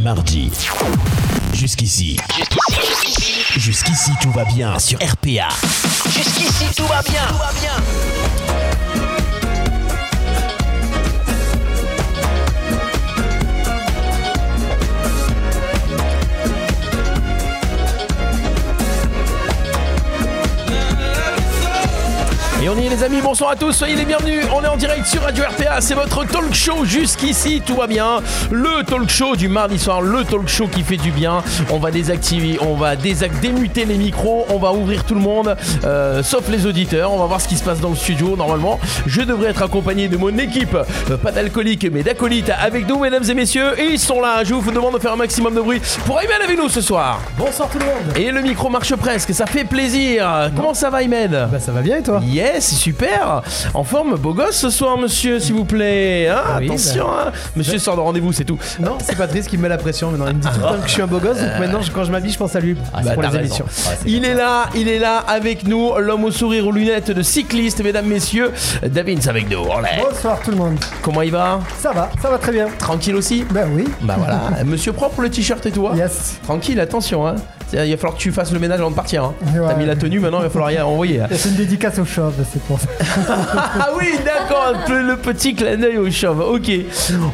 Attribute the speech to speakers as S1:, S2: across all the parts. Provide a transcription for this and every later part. S1: mardi. Jusqu'ici. Jusqu'ici. Jusqu'ici, tout va bien sur RPA. Jusqu'ici, tout va bien. Tout va bien. Et on y est les amis, bonsoir à tous, soyez les bienvenus, on est en direct sur Radio RPA, c'est votre talk show jusqu'ici, tout va bien, le talk show du mardi soir, le talk show qui fait du bien, on va désactiver, on va désac- démuter les micros, on va ouvrir tout le monde, euh, sauf les auditeurs, on va voir ce qui se passe dans le studio, normalement je devrais être accompagné de mon équipe, euh, pas d'alcoolique mais d'acolytes avec nous mesdames et messieurs, ils sont là, je vous demande de faire un maximum de bruit pour Ayman avec nous ce soir.
S2: Bonsoir tout le monde
S1: Et le micro marche presque, ça fait plaisir, comment ça va Ayman
S2: Bah ça va bien et toi
S1: Yes, super En forme, beau gosse ce soir, monsieur, s'il vous plaît. Hein,
S2: Ah oui,
S1: attention, hein. monsieur sort de rendez-vous, c'est tout.
S2: Non, c'est Patrice qui me met la pression maintenant. Il me dit tout le temps que je suis un beau gosse,
S3: Ah.
S2: donc maintenant je- quand je m'habille, je pense à lui
S1: Bah,
S2: Ah, pour
S1: t'as raison.
S2: les émissions.
S1: Il est là, il est là avec nous, l'homme au sourire aux lunettes de cycliste, mesdames, messieurs. Davins avec nous. Allez.
S4: Bonsoir tout le monde.
S1: Comment il va
S4: Ça va, ça va très bien.
S1: Tranquille aussi
S4: Ben oui.
S1: Bah voilà, monsieur propre le t-shirt et tout.
S3: Mm.
S1: hein
S4: Yes.
S1: Tranquille, attention. Hein. C'est-à-dire, Il va falloir que tu fasses le ménage avant de partir. hein.
S4: Ouais.
S1: T'as mis la tenue, maintenant il va falloir y envoyer. hein.
S4: C'est une dédicace aux chauves, c'est pour ça.
S1: Ah oui, d'accord, le- le petit clin d'œil au chauve. Ok,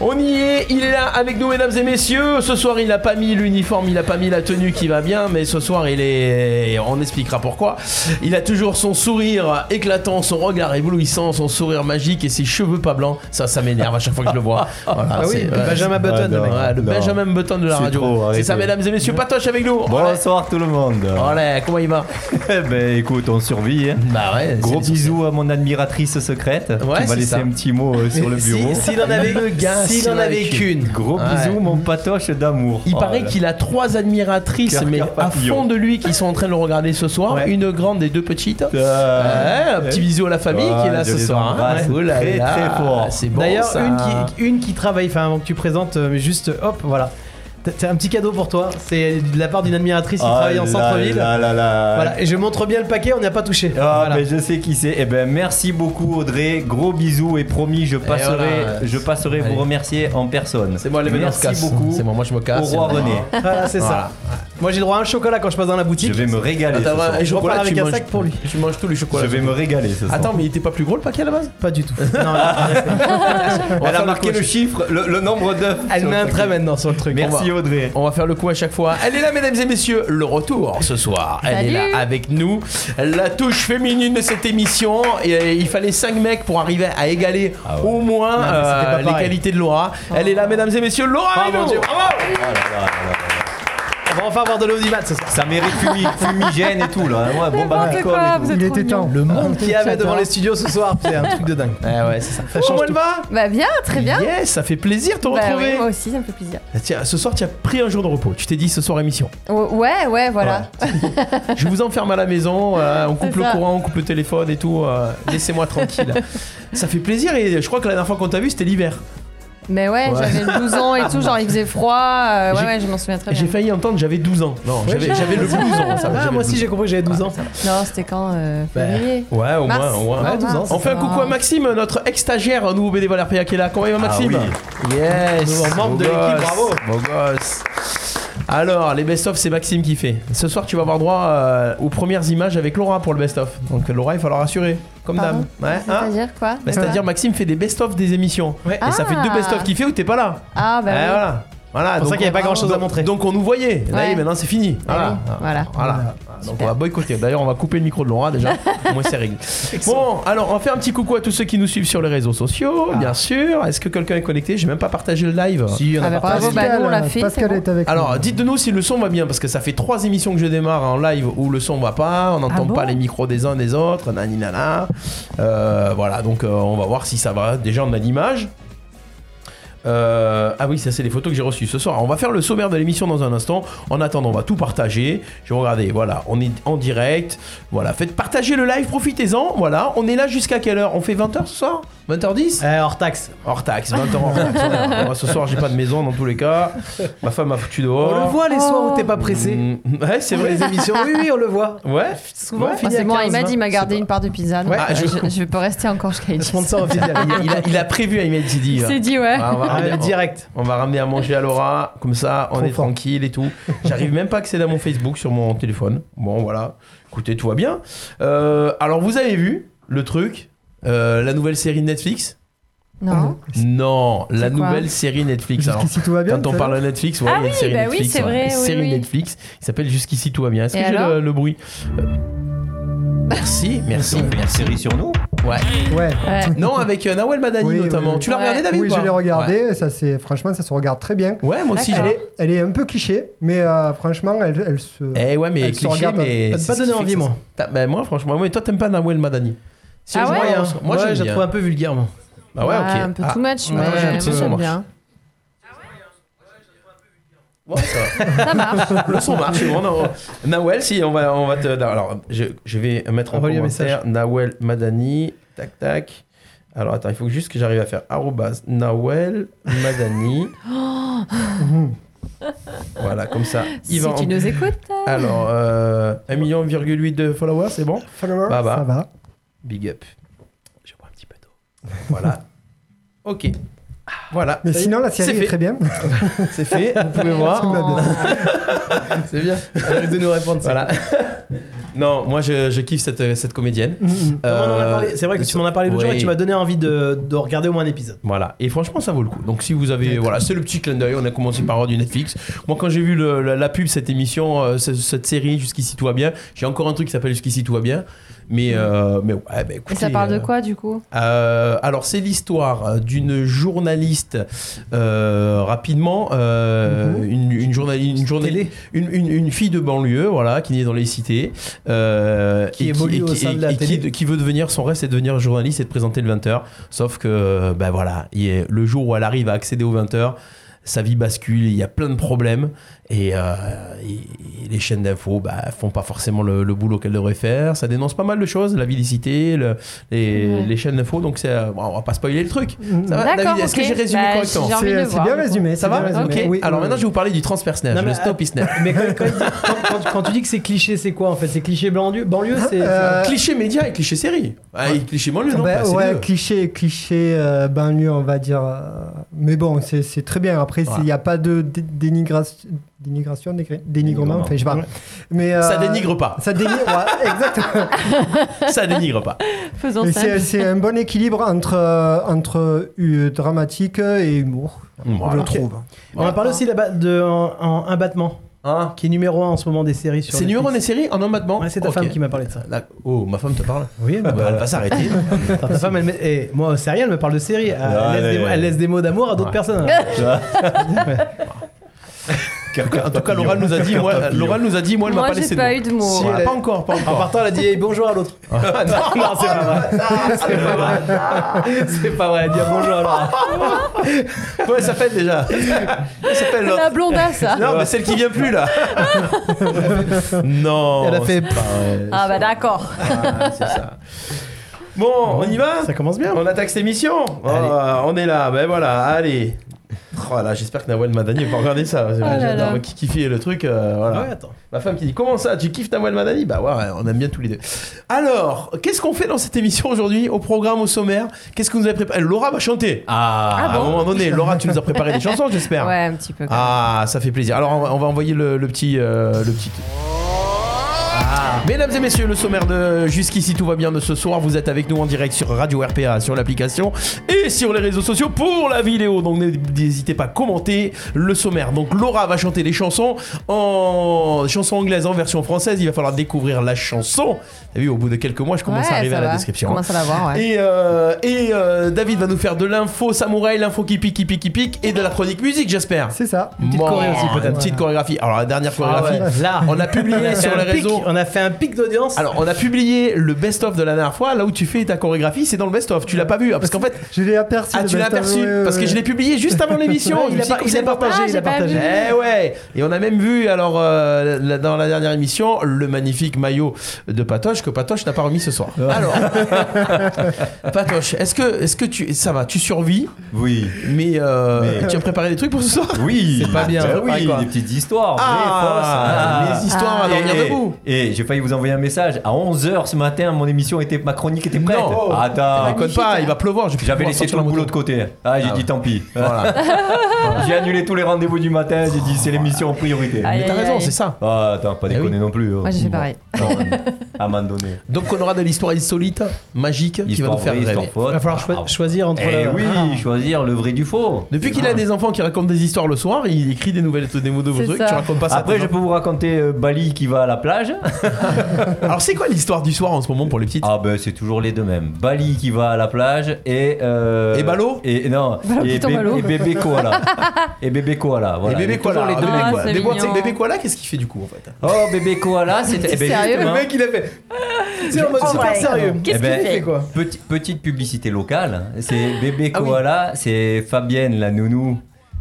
S1: on y est, il est là avec nous, mesdames et messieurs. Ce soir, il n'a pas mis l'uniforme, il n'a pas mis la tenue qui va bien, mais ce soir, il est. On expliquera pourquoi. Il a toujours son sourire éclatant, son regard éblouissant, son sourire magique et ses cheveux pas blancs. Ça, ça m'énerve à chaque fois que je le vois. Voilà,
S2: Ah oui,
S1: c'est-
S2: le
S1: ouais,
S2: Benjamin Button,
S3: Ah,
S2: le mec.
S3: non.
S1: Ouais, le Benjamin Button de la
S3: C'est trop,
S1: radio. C'est
S3: arrêtez.
S1: ça, mesdames et messieurs. Patoche avec nous. Allez.
S3: Bonsoir tout le monde.
S1: Allez, comment il va
S3: Eh ben écoute, on survit. hein.
S1: Bah ouais, c'est
S3: Gros
S1: les-
S3: bisous à mon admiratrice secrète.
S1: Ouais,
S3: qui
S1: c'est
S3: m'a laissé
S1: ça.
S3: un petit mot euh, sur le bureau.
S2: S'il en avait,
S1: Le gars,
S2: s'il
S1: s'il
S2: en
S1: en
S2: avait
S1: avait
S2: qu'une.
S3: Gros
S1: Ouais.
S3: bisous mon patoche d'amour.
S1: Il
S3: Oh
S1: paraît
S3: là.
S1: qu'il a trois admiratrices,
S3: Cœur,
S1: mais
S3: cœur,
S1: à
S3: papillon.
S1: fond de lui, qui sont en train de le regarder ce soir.
S3: Ouais.
S1: Une grande et deux petites.
S3: Euh,
S1: Ouais, un petit bisou à la famille qui est là
S3: Ouais, je
S1: ce
S3: les
S1: soir. hein.
S3: embrasse
S1: Oh là
S3: très,
S1: là,
S3: très fort.
S1: C'est bon.
S2: D'ailleurs,
S1: ça.
S2: une, qui, une qui travaille, enfin avant que tu présentes, euh, mais juste hop, voilà. T'as- T'as un petit cadeau pour toi, c'est de la part d'une admiratrice qui
S3: ah
S2: travaille en
S3: là
S2: centre-ville.
S3: là là là.
S2: Voilà, et je montre bien le paquet, on n'y a pas touché.
S3: Ah,
S2: Voilà.
S3: mais je sais qui c'est. Eh ben, merci beaucoup, Audrey. Gros bisous et promis, je passerai,
S1: voilà.
S3: je passerai
S1: Allez.
S3: vous remercier en personne.
S1: C'est moi, les venants se
S3: Merci
S1: cassent.
S3: beaucoup.
S1: C'est moi, moi je me casse.
S3: Au roi René.
S2: Voilà, c'est ça. Moi j'ai droit à un chocolat quand je passe dans la
S3: Ah. Je
S2: boutique.
S3: vais me régaler. ce
S1: Attends,
S3: soir.
S1: un chocolat,
S2: repars avec
S1: tu
S2: un
S1: manges-
S2: sac pour lui.
S1: Tu manges tous les
S3: Je
S1: chocolats.
S3: vais me régaler. ce soir.
S1: Attends, mais il était pas plus gros le paquet à la base
S2: Pas du tout. Non, non,
S1: On va
S3: Elle
S1: faire
S3: a
S1: le
S3: marqué
S1: coup.
S3: le chiffre, le, le nombre d'œufs.
S2: elle
S3: sur
S2: met
S3: le
S2: un
S3: paquet.
S2: trait maintenant sur le truc.
S1: On
S3: Ah, Merci
S1: va-
S3: Audrey.
S1: On va faire le coup à chaque fois. Elle est là, mesdames et messieurs, le retour ce soir. Elle est
S5: Salut.
S1: là avec nous. La touche féminine de cette émission. Et, euh, il fallait 5 mecs pour arriver à égaler au moins
S2: Ah mais c'était
S1: euh,
S2: pas
S1: les
S2: pareil.
S1: qualités de Laura.
S5: Oh.
S1: Elle est là, mesdames et messieurs, Laura
S2: Ah,
S1: avec
S2: mon
S1: nous.
S2: Dieu.
S1: Bravo.
S2: On va enfin avoir de l'audimat ce soir.
S3: Ça mérite fumi- fumigène et tout là. Ouais, bon bah,
S5: N'importe
S3: alcool
S5: quoi,
S3: et tout.
S5: vous êtes
S4: Il
S5: trop
S4: était
S5: mignons.
S4: temps.
S2: Le monde qu'il y avait devant les studios ce soir, c'est un truc de dingue.
S1: Eh ouais, c'est ça. Comment elle va
S5: Bah bien, très bien.
S1: Yes, ça fait plaisir de te
S5: Bah
S1: retrouver.
S5: oui, moi aussi, ça me fait plaisir.
S1: Tiens, ce soir, tu as pris un jour de repos. Tu t'es dit ce soir émission.
S5: O- Oh, Ouais, ouais, voilà.
S1: Je vous enferme à la maison, euh, on coupe
S5: C'est
S1: le
S5: ça.
S1: courant, on coupe le téléphone et tout. euh, Laissez-moi tranquille. ça fait plaisir et je crois que la dernière fois qu'on t'a vu, c'était l'hiver.
S5: Mais ouais, j'avais 12 ans et tout, genre il faisait froid. euh, ouais,
S1: J'ai-
S5: ouais, je m'en souviens très bien.
S1: J'ai failli entendre, j'avais 12 ans. Non,
S2: Ouais,
S1: j'avais
S2: j'ai-
S1: j'avais le blouson. ça va,
S2: Ah,
S1: j'avais
S2: moi
S1: le
S2: aussi j'ai compris que j'avais Ah, 12 ans.
S5: Non, c'était quand euh, février.
S1: blouson. Ouais, Bah, au
S5: Mars.
S1: moins, au moins.
S2: Ouais,
S5: Ah,
S2: 12 ans,
S5: mars.
S1: On fait un coucou à Maxime, notre ex-stagiaire, un nouveau bénévole RPA qui est là. Comment il va, Maxime
S3: Ah
S1: Yes
S2: Nouveau membre
S1: beau
S2: de l'équipe,
S1: gosse,
S2: bravo.
S1: Beau gosse alors, les best-of, c'est Maxime qui fait. Ce soir, tu vas avoir droit euh, aux premières images avec Laura pour le best-of. Donc, Laura, il va falloir assurer, comme
S5: Pardon
S1: dame. Ouais, hein
S5: C'est-à-dire quoi
S1: Bah, C'est-à-dire, Maxime fait des best-of des émissions.
S2: Ouais.
S1: Et ça fait
S5: Ah.
S1: deux best-of qu'il fait où t'es pas là.
S5: Ah bah
S1: Eh,
S5: oui.
S1: voilà. Voilà,
S2: C'est pour
S1: donc
S2: ça qu'il n'y
S1: on-
S2: avait pas grand chose à montrer.
S1: Donc on nous voyait. Là,
S5: Ouais.
S1: maintenant c'est fini. Ah, Voilà.
S5: Bah oui, voilà.
S1: Voilà. Donc on va boycotter. D'ailleurs, on va couper le micro de Laura déjà. Au moins c'est réglé. Bon, alors on fait un petit coucou à tous ceux qui nous suivent sur les réseaux sociaux, bien sûr. Est-ce que quelqu'un est connecté J'ai même pas partagé le live.
S2: Si, on
S5: Ah bah,
S2: partagé.
S5: bravo, bah, nous, on l'a fait,
S4: Pascal
S5: c'est
S4: est avec nous.
S1: Alors, dites-nous si le son va bien, parce que ça fait trois émissions que je démarre en live où le son va pas, on n'entend
S2: Ah
S5: bon
S1: pas les micros des uns des autres, nani nana. Euh, voilà, donc euh, on va voir si ça va. Déjà, on a l'image. Euh, ah oui, ça c'est les photos que j'ai reçues ce soir. On va faire le sommaire de l'émission dans un instant. En attendant, on va tout partager. Je vais regarder. Voilà, on est en direct. Voilà, faites partager le live, profitez-en. Voilà, on est là jusqu'à quelle heure On fait 20h ce soir 20h10
S2: Euh, hors taxe.
S1: Hors taxe, 20h hors taxe. voilà. Moi, ce soir, j'ai pas de maison dans tous les cas. Ma femme m'a foutu dehors.
S2: On le voit les
S5: Oh.
S2: soirs où t'es pas pressé.
S1: Mm, Ouais, c'est
S2: Sur
S1: vrai.
S2: les émissions, oui, oui, on le voit.
S1: Ouais.
S2: Souvent, on finit
S5: c'est
S2: à
S5: bon,
S2: 15,
S5: Ahmed, il m'a
S2: 20,
S5: gardé
S2: c'est
S5: une part de pizza. donc,
S1: Ah,
S5: euh,
S1: je-
S5: je... je peux rester encore jusqu'à
S2: pas-
S5: 10.
S2: Sponsor officiel.
S1: Il a, il a- il a prévu Ahmed Didi.
S5: Il
S1: là.
S5: s'est dit, ouais.
S1: Ah, on, va
S2: Ah,
S1: ramener,
S2: direct.
S1: on va ramener à manger à Laura, comme ça on
S4: Trop
S1: est
S4: fort.
S1: tranquille et tout. J'arrive même pas à accéder à mon Facebook sur mon téléphone. Bon voilà, écoutez, tout va bien. Euh, alors vous avez vu le truc, euh, la nouvelle série de Netflix
S5: Non.
S1: Non, la
S5: C'est quoi
S1: nouvelle série Netflix. Alors,
S4: Jusqu'ici tout va bien.
S1: quand on
S4: ça
S1: parle de Netflix, ouais, il y a une série
S6: bah oui,
S1: Netflix.
S6: c'est
S1: ouais.
S6: vrai, oui,
S1: série
S6: oui.
S1: Netflix qui s'appelle Jusqu'ici tout va bien. Est-ce que
S5: Et
S1: j'ai le,
S5: alors
S1: le bruit Euh, Merci, merci,
S3: On fait une
S1: merci.
S3: série sur nous.
S1: Ouais.
S4: va Ouais.
S5: Ouais.
S1: Non, avec euh, Nawel Madani
S4: Oui, oui,
S1: notamment.
S4: oui.
S1: Tu l'as
S5: Ouais.
S1: regardé David ou
S4: Oui,
S1: pas
S4: je l'ai regardé. Ça, c'est franchement, ça se regarde très bien.
S1: Ouais, Ouais, moi aussi. je
S5: D'accord.
S1: l'ai-
S4: Elle est, elle est un peu cliché, mais euh, franchement, elle, elle se.
S1: Eh ouais, mais
S4: Elle se
S1: cliché,
S4: regarde pas.
S1: mais.
S2: T'as
S1: c'est
S2: pas
S1: ce
S2: donné
S1: qui fait
S2: envie,
S1: que
S2: moi.
S1: ça- T'as- Bah, moi, franchement, moi, toi, t'aimes pas Nawel Madani.
S5: Ah ouais
S1: moyen. Moi,
S2: hein. Moi,
S1: j'aime
S2: je la
S1: bien.
S2: trouve un peu vulgaire, moi.
S1: Bah ouais, ok.
S5: Un peu
S1: Ah,
S5: too much,
S1: ouais,
S5: mais
S1: moi, j'ai un
S5: moi,
S1: petit peu
S5: j'aime
S1: sombre.
S5: bien.
S1: bon, ça va.
S5: Ça marche.
S1: Le son marche. bon, non. Nawel, si, on va, on va te. non, Alors, je, je vais mettre en
S2: Envoie-lui un
S1: commentaire Nawel Madani. Tac, tac. Alors, attends, il faut juste que j'arrive à faire arrobase Nawel Madani. voilà, comme ça.
S5: Si
S1: va en-
S5: tu nous écoutes.
S1: Alors, euh, 1,8 million de followers, c'est bon
S4: Follower,
S1: Bah, bah.
S4: Ça va.
S1: Big up. Je bois un petit peu d'eau. Voilà. ok. Voilà.
S4: Mais sinon, la série
S1: C'est
S4: est,
S1: fait.
S4: très bien.
S1: c'est fait. Vous pouvez voir.
S2: C'est bien. Elle risque de nous répondre. ça.
S1: Voilà. non, moi je, je kiffe cette, euh, cette comédienne.
S2: Non, Mm, on en a
S1: Euh,
S2: parlé- C'est vrai que tu m'en as parlé l'autre jour et
S1: oui.
S2: tu m'as donné envie de, de regarder au moins un épisode.
S1: Voilà, et franchement ça vaut le coup. Donc si vous avez... Voilà, c'est le petit clin d'œil, on a commencé par du Netflix. Moi quand j'ai vu le- la, la pub, cette émission, euh, ce- cette, série, Jusqu'ici tout va bien, j'ai encore un truc qui s'appelle Jusqu'ici tout va bien. Mais, euh, mais ouais, bah,
S5: Et
S1: écoutez,
S5: ça parle de
S1: euh,
S5: quoi, du coup
S1: Euh, alors c'est l'histoire d'une journaliste euh, rapidement euh, une, une journaliste une, journaliste- une, une- une fille de banlieue voilà qui est dans les cités euh,
S2: Qui
S1: et
S2: évolue
S1: et
S2: au sein de la
S1: et qui-
S2: télé.
S1: qui veut devenir son rêve c'est de devenir journaliste et de présenter le 20h sauf que ben voilà il est- le jour où elle arrive à accéder au 20h sa vie bascule, il y a plein de problèmes et, euh, et- et les chaînes d'infos bah, font pas forcément le, le boulot qu'elles devraient faire. Ça dénonce pas mal de choses, la villicité, le- les,
S5: Ouais.
S1: les chaînes d'infos. Donc c'est, euh, bon, on va pas spoiler le truc. Ça va,
S5: D'accord,
S1: David, Est-ce
S5: ok.
S1: que j'ai résumé
S5: Bah,
S1: correctement
S5: j'ai envie de
S4: C'est
S5: le
S4: c'est
S5: voir,
S4: bien
S5: du coup.
S4: résumé.
S1: Ça
S4: c'est bien
S1: va Ok.
S4: résumé. Oui,
S1: Alors
S4: oui,
S1: maintenant, je vais vous parler du transfert snatch,
S2: Non, mais,
S1: le stop
S2: euh,
S1: is snatch.
S2: Mais quand, quand il dit- quand- quand- quand tu dis que c'est cliché, c'est quoi en fait C'est cliché banlieue Banlieue,
S1: Ah,
S5: Ah,
S2: c'est.
S4: Euh,
S1: Cliché média et cliché série. Ah, et cliché banlieue, non
S4: Bah,
S1: bah, c'est
S4: ouais,
S1: mieux.
S4: cliché, cliché, euh, banlieue, on va dire. euh, mais bon, c'est c'est très bien. Après, c'est- il
S1: Voilà.
S4: n'y a pas de dé- dénigration, dénigration, dégré-
S1: Dénigrement.
S4: dénigrement, enfin, je sais pas. Mais, euh,
S1: Ça dénigre pas.
S4: Ça dénigre, ouais, exactement.
S1: Ça dénigre pas.
S5: Faisons
S4: Et
S5: ça.
S4: C'est c'est un bon équilibre entre, euh, entre euh, dramatique et humour,
S1: Voilà.
S4: je trouve. hein.
S2: On a parlé aussi là-bas de en- en un battement,
S1: Hein
S2: qui est numéro 1 en ce moment des séries sur.
S1: c'est
S2: Netflix.
S1: numéro des séries en un battement
S2: Ouais, c'est ta
S1: Ok.
S2: femme qui m'a parlé de ça.
S1: Là- Oh, ma femme te parle
S2: Oui,
S1: Bah, Elle va s'arrêter.
S2: Attends, ta femme, elle, met- eh, moi, c'est rien, elle me parle de série. Elle,
S3: Ah,
S2: laisse, des,
S3: ouais.
S2: mots- elle laisse des mots d'amour à d'autres
S1: Ouais.
S2: personnes.
S1: En tout cas, Laura nous a dit, moi, Laura nous a dit, moi, elle m'a
S5: Moi,
S1: pas
S5: j'ai
S1: laissé
S5: pas
S1: de mots. Ah,
S5: eu de mots.
S2: Si,
S1: Voilà,
S2: elle-
S1: pas encore, pas
S2: En
S1: encore.
S2: partant, elle a dit eh, bonjour à l'autre.
S1: Ah, non, non, c'est pas vrai.
S2: C'est pas vrai. C'est pas vrai, elle dit bonjour à l'autre.
S1: Comment elle s'appelle déjà Elle s'appelle l'autre.
S5: La blonda, ça.
S1: Non, mais celle qui vient plus là. non.
S2: Elle a fait.
S5: Ah bah d'accord.
S1: Ah, c'est ça. Bon, on y va
S2: Ça commence bien.
S1: On attaque cette émission Oh,
S2: Allez.
S1: On est là, ben voilà, allez. Oh là, j'espère que Nawel Madani va pas regarder ça.
S5: Oh là
S1: J'adore
S5: là.
S1: qui kiffer le truc. euh, voilà.
S2: Ouais, attends.
S1: Ma femme qui dit Comment ça Tu kiffes Nawel Madani Bah ouais, on aime bien tous les deux. Alors, qu'est-ce qu'on fait dans cette émission aujourd'hui Au programme, au sommaire Qu'est-ce que vous avez préparé Laura va chanter. Ah,
S5: Ah bon
S1: à un moment donné, Laura, tu nous as préparé des chansons, j'espère.
S5: Ouais, un petit peu. quand
S1: Ah, ça fait plaisir. Alors, on va, on va envoyer le, le petit. euh, le petit... Ah. Mesdames et messieurs, le sommaire de Jusqu'ici tout va bien de ce soir. Vous êtes avec nous en direct sur Radio RPA, sur l'application et sur les réseaux sociaux pour la vidéo. Donc n'hé- n'hésitez pas à commenter le sommaire. Donc Laura va chanter des chansons en chanson anglaise en version française. Il va falloir découvrir la chanson. T'as vu, au bout de quelques mois, je
S5: même.
S1: commence à
S5: Ouais,
S1: arriver
S5: ça
S1: à la
S5: va.
S1: description. hein.
S5: Je commence à la voir, ouais.
S1: Et, euh, et euh, David va nous faire de l'info samouraï, l'info qui pique, qui pique, qui pique, et de la chronique musique, j'espère.
S4: C'est ça.
S2: petite
S1: Bon,
S2: choré aussi, peut-être.
S1: Une petite chorégraphie. Alors la dernière
S2: Ah
S1: chorégraphie.
S2: ouais, Là,
S1: On a publié sur les
S2: un pic,
S1: réseaux
S2: on a fait un pic d'audience.
S1: Alors, on a publié le best-of de la dernière fois, là où tu fais ta chorégraphie, c'est dans le best-of. Tu l'as pas vu, hein, parce qu'en fait,
S4: Je l'ai aperçu.
S1: ah,
S4: le
S1: tu l'as
S4: bâtard,
S1: aperçu,
S4: ouais, ouais,
S1: parce que
S4: ouais.
S1: je l'ai publié juste avant l'émission.
S2: il a
S1: Je
S2: pas-
S1: me suis
S2: il a
S1: dit, comment
S2: partagé,
S5: Ah,
S2: il
S5: j'ai
S2: a
S5: pas
S2: partagé.
S5: vu.
S1: Eh ouais Et on a même vu, alors, euh, la- dans la dernière émission, le magnifique maillot de Patoche que Patoche n'a pas remis ce soir. Alors, Patoche, est-ce que, est que tu... Ça va, tu survis,
S3: Oui.
S1: mais, euh,
S3: Mais-
S1: tu as préparé des trucs pour ce soir
S3: Oui.
S2: C'est pas bien,
S3: Bah
S2: c'est pas
S3: oui,
S2: quoi.
S3: des petites histoires. vraies, fausses,
S1: Ah,
S3: euh,
S1: Les histoires à
S3: Et-
S1: dormir
S3: et,
S1: debout
S3: et je vais eh, vous envoyer un message. À 11h ce matin, mon émission était, ma chronique était prête.
S1: Non.
S3: Attends,
S1: Raconte pas, il va pleuvoir. je vais
S3: hein. j'avais
S1: pouvoir
S3: laissé
S1: sortir
S3: tout le
S1: mon
S3: boulot de
S1: moto.
S3: côté. Ah, j'ai
S1: Ah
S3: dit
S1: ouais.
S3: tant pis.
S1: Voilà.
S3: J'ai annulé tous les rendez-vous du matin. J'ai dit c'est l'émission en priorité.
S5: Aïe,
S1: Mais Eh, t'as
S5: aïe,
S1: raison,
S5: aïe.
S1: c'est ça.
S3: Ah, attends, pas
S1: Eh
S3: déconner
S1: oui.
S3: non plus. hein. Ah,
S5: Moi, j'ai fait pareil.
S3: à un moment donné.
S1: Donc on aura de l'histoire insolite, magique, qui va nous faire rêver.
S2: Il va falloir choi- choisir entre. euh,
S3: Eh
S2: la-
S3: oui, choisir le vrai du faux.
S1: Depuis qu'il a des enfants qui racontent des histoires le soir, il écrit des nouvelles, des mots de vos
S5: C'est
S1: trucs.
S5: ça.
S1: Tu racontes pas ça.
S3: Après,
S1: tes
S3: je peux vous raconter euh, Bali qui va à la plage.
S1: enfants. Alors c'est quoi l'histoire du soir en ce moment pour les petites
S3: Ah ben c'est toujours les deux mêmes. Bali qui va à la plage et euh,
S1: Et Ballot
S3: et non
S5: Ballot qui
S3: et,
S5: tombe à l'eau.
S3: et bébé koala et bébé koala voilà.
S1: Les bébés koala.
S3: toujours les deux
S1: bébés
S3: mêmes.
S5: Ah,
S1: koala.
S5: c'est
S1: Des fois,
S5: mignon.
S1: tu sais, bébé koala, qu'est-ce qu'il fait du coup en fait
S3: Oh bébé koala c'était
S5: T'es
S3: eh ben,
S5: sérieux
S3: justement,
S2: Le mec, il a fait. C'est en mode
S5: Oh
S2: super
S5: my
S2: sérieux.
S5: God. Qu'est-ce
S3: Eh ben,
S5: qu'il fait
S2: fait quoi
S3: petit- petite publicité locale. C'est bébé
S1: Ah oui.
S3: koala c'est Fabienne la nounou.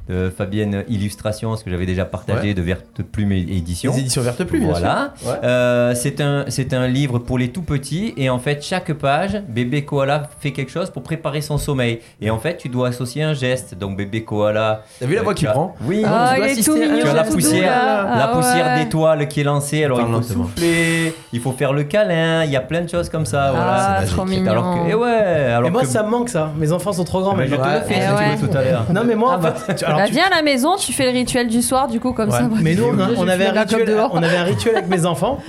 S3: de Fabienne Illustration, ce que j'avais déjà partagé
S1: Ouais.
S3: de Verte Plume Édition.
S1: Les éditions Verte Plume, bien
S3: Voilà.
S1: sûr. Ouais.
S3: Euh, c'est un c'est un livre pour les tout petits et en fait chaque page bébé koala fait quelque chose pour préparer son sommeil et en fait tu dois associer un geste donc bébé koala.
S1: T'as vu la
S3: euh,
S1: voix
S3: tu
S1: qu'il
S3: as-
S1: prend
S3: Oui.
S5: Ah,
S1: tu dois
S5: il est
S1: assister
S5: tout
S1: à-
S5: mignon,
S3: tu as la
S5: tout doux,
S3: poussière,
S5: là.
S3: la
S5: Ah,
S3: poussière
S5: ouais.
S3: d'étoile qui est lancée, alors
S1: Parle
S3: il faut
S1: lentement.
S3: souffler, il faut faire le câlin, il y a plein de choses comme ça. voilà.
S5: Ah, trop mignon.
S3: Alors que, et ouais,
S2: Et
S3: alors
S2: moi,
S3: que-
S2: ça me manque ça. Mes enfants sont trop grands.
S3: Mais
S2: mais
S3: je te
S2: genre-
S3: le
S1: Ouais.
S3: fais
S5: Eh
S3: si tu
S5: ouais.
S3: veux tout à l'heure.
S2: Ah, Non, mais moi, en fait. tu- alors,
S5: Bah,
S2: tu-
S5: viens à la maison, tu fais le rituel du soir, du coup, comme
S1: Ouais.
S5: ça. moi,
S2: Mais nous, on, a-
S5: je
S2: on
S5: fume
S2: avait un
S5: la clope
S2: rituel,
S5: dehors.
S2: on avait un rituel avec mes enfants.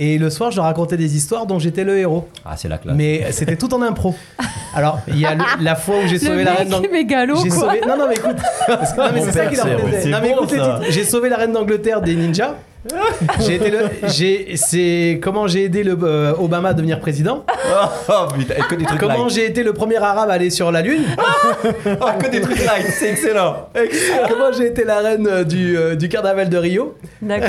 S2: Et le soir, je racontais des histoires dont j'étais le héros.
S3: Ah, c'est la classe.
S2: Mais c'était tout en impro. Alors, il y a le- la fois où j'ai
S5: Le
S2: sauvé la reine
S5: mec est
S2: d'Angleterre.
S5: mégalo,
S2: J'ai
S5: quoi.
S2: sauvé. Non, non, mais écoute. parce que- non, mais
S1: Mon
S2: c'est ça
S1: père,
S2: qui leur
S1: c'est-
S2: plaisait.
S3: c'est
S2: Non, mais
S3: bon,
S2: écoute les
S3: ça.
S2: titres. J'ai sauvé la reine d'Angleterre des ninjas. J'ai été le. J'ai. C'est comment j'ai aidé le euh, Obama à devenir président.
S3: Oh putain, et que des trucs
S2: Comment
S3: light.
S2: j'ai été le premier arabe à aller sur la lune.
S3: Ah, que des trucs light, c'est excellent.
S2: Comment j'ai été la reine euh, du, euh, du carnaval de Rio.
S5: D'accord.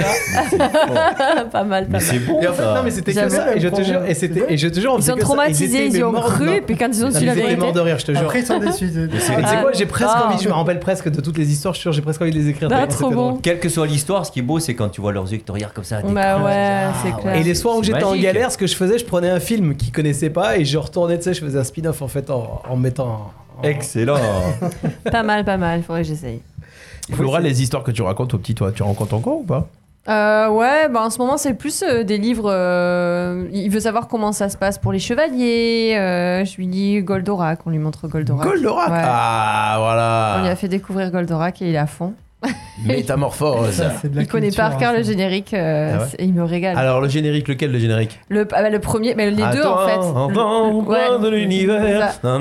S5: pas mal, pas
S3: Mais
S5: mal.
S3: c'est bon.
S2: Et en fait,
S3: ça.
S2: non, mais c'était que
S5: J'avoue,
S2: ça. Et je te
S5: problème.
S2: jure, et c'était, et je te jure,
S5: Ils
S2: on faisait
S5: sont
S2: que ça.
S5: traumatisés,
S2: étaient,
S5: ils y
S2: mais
S5: ont
S2: morts de-
S5: cru, et puis quand ils ont su la
S2: Ils étaient morts de
S5: vérité.
S2: rire, je te jure.
S4: Après, ils sont déçus. de-
S2: Et tu sais
S5: Ah,
S2: quoi, j'ai presque
S5: grave.
S2: envie, je me rappelle presque de toutes les histoires, je te jure, j'ai presque envie de les écrire.
S5: Ah,
S2: tellement
S5: trop
S2: c'était
S5: bon.
S2: drôle.
S3: Quelle que soit l'histoire, ce qui est beau, c'est quand tu vois leurs yeux qui te regardent comme ça. t'es
S5: Bah
S3: cringe.
S5: ouais,
S3: Ah,
S5: Bah, c'est clair.
S2: Et les
S3: C'est-
S2: soirs où
S3: c'est
S2: j'étais en
S3: magique.
S2: galère, ce que je faisais, je prenais un film qu'ils connaissaient pas et je retournais, tu sais, je faisais un spin-off en fait en, en me mettant. en-
S3: Excellent.
S5: Pas mal, pas mal, faudrait que j'essaye.
S1: Flora, les histoires que tu racontes aux petits, toi, tu rencontres encore ou pas
S5: Euh, ouais, bah en ce moment c'est plus euh, des livres. euh, il veut savoir comment ça se passe pour les chevaliers. euh, je lui dis Goldorak, on lui montre Goldorak.
S1: Goldorak
S5: Ouais.
S1: Ah,
S5: On lui a
S1: voilà
S5: fait découvrir Goldorak et il est à fond.
S1: Métamorphose
S4: Ça, c'est de la
S5: il connaît
S4: culture,
S5: par cœur
S4: hein,
S5: le
S4: ça.
S5: générique euh,
S1: Ah ouais
S5: c'est- et il me régale.
S1: Alors, le générique, lequel le générique
S5: le, ah bah, le premier, mais les deux en fait. Le- le- ouais.
S1: de l'univers.
S5: Ça.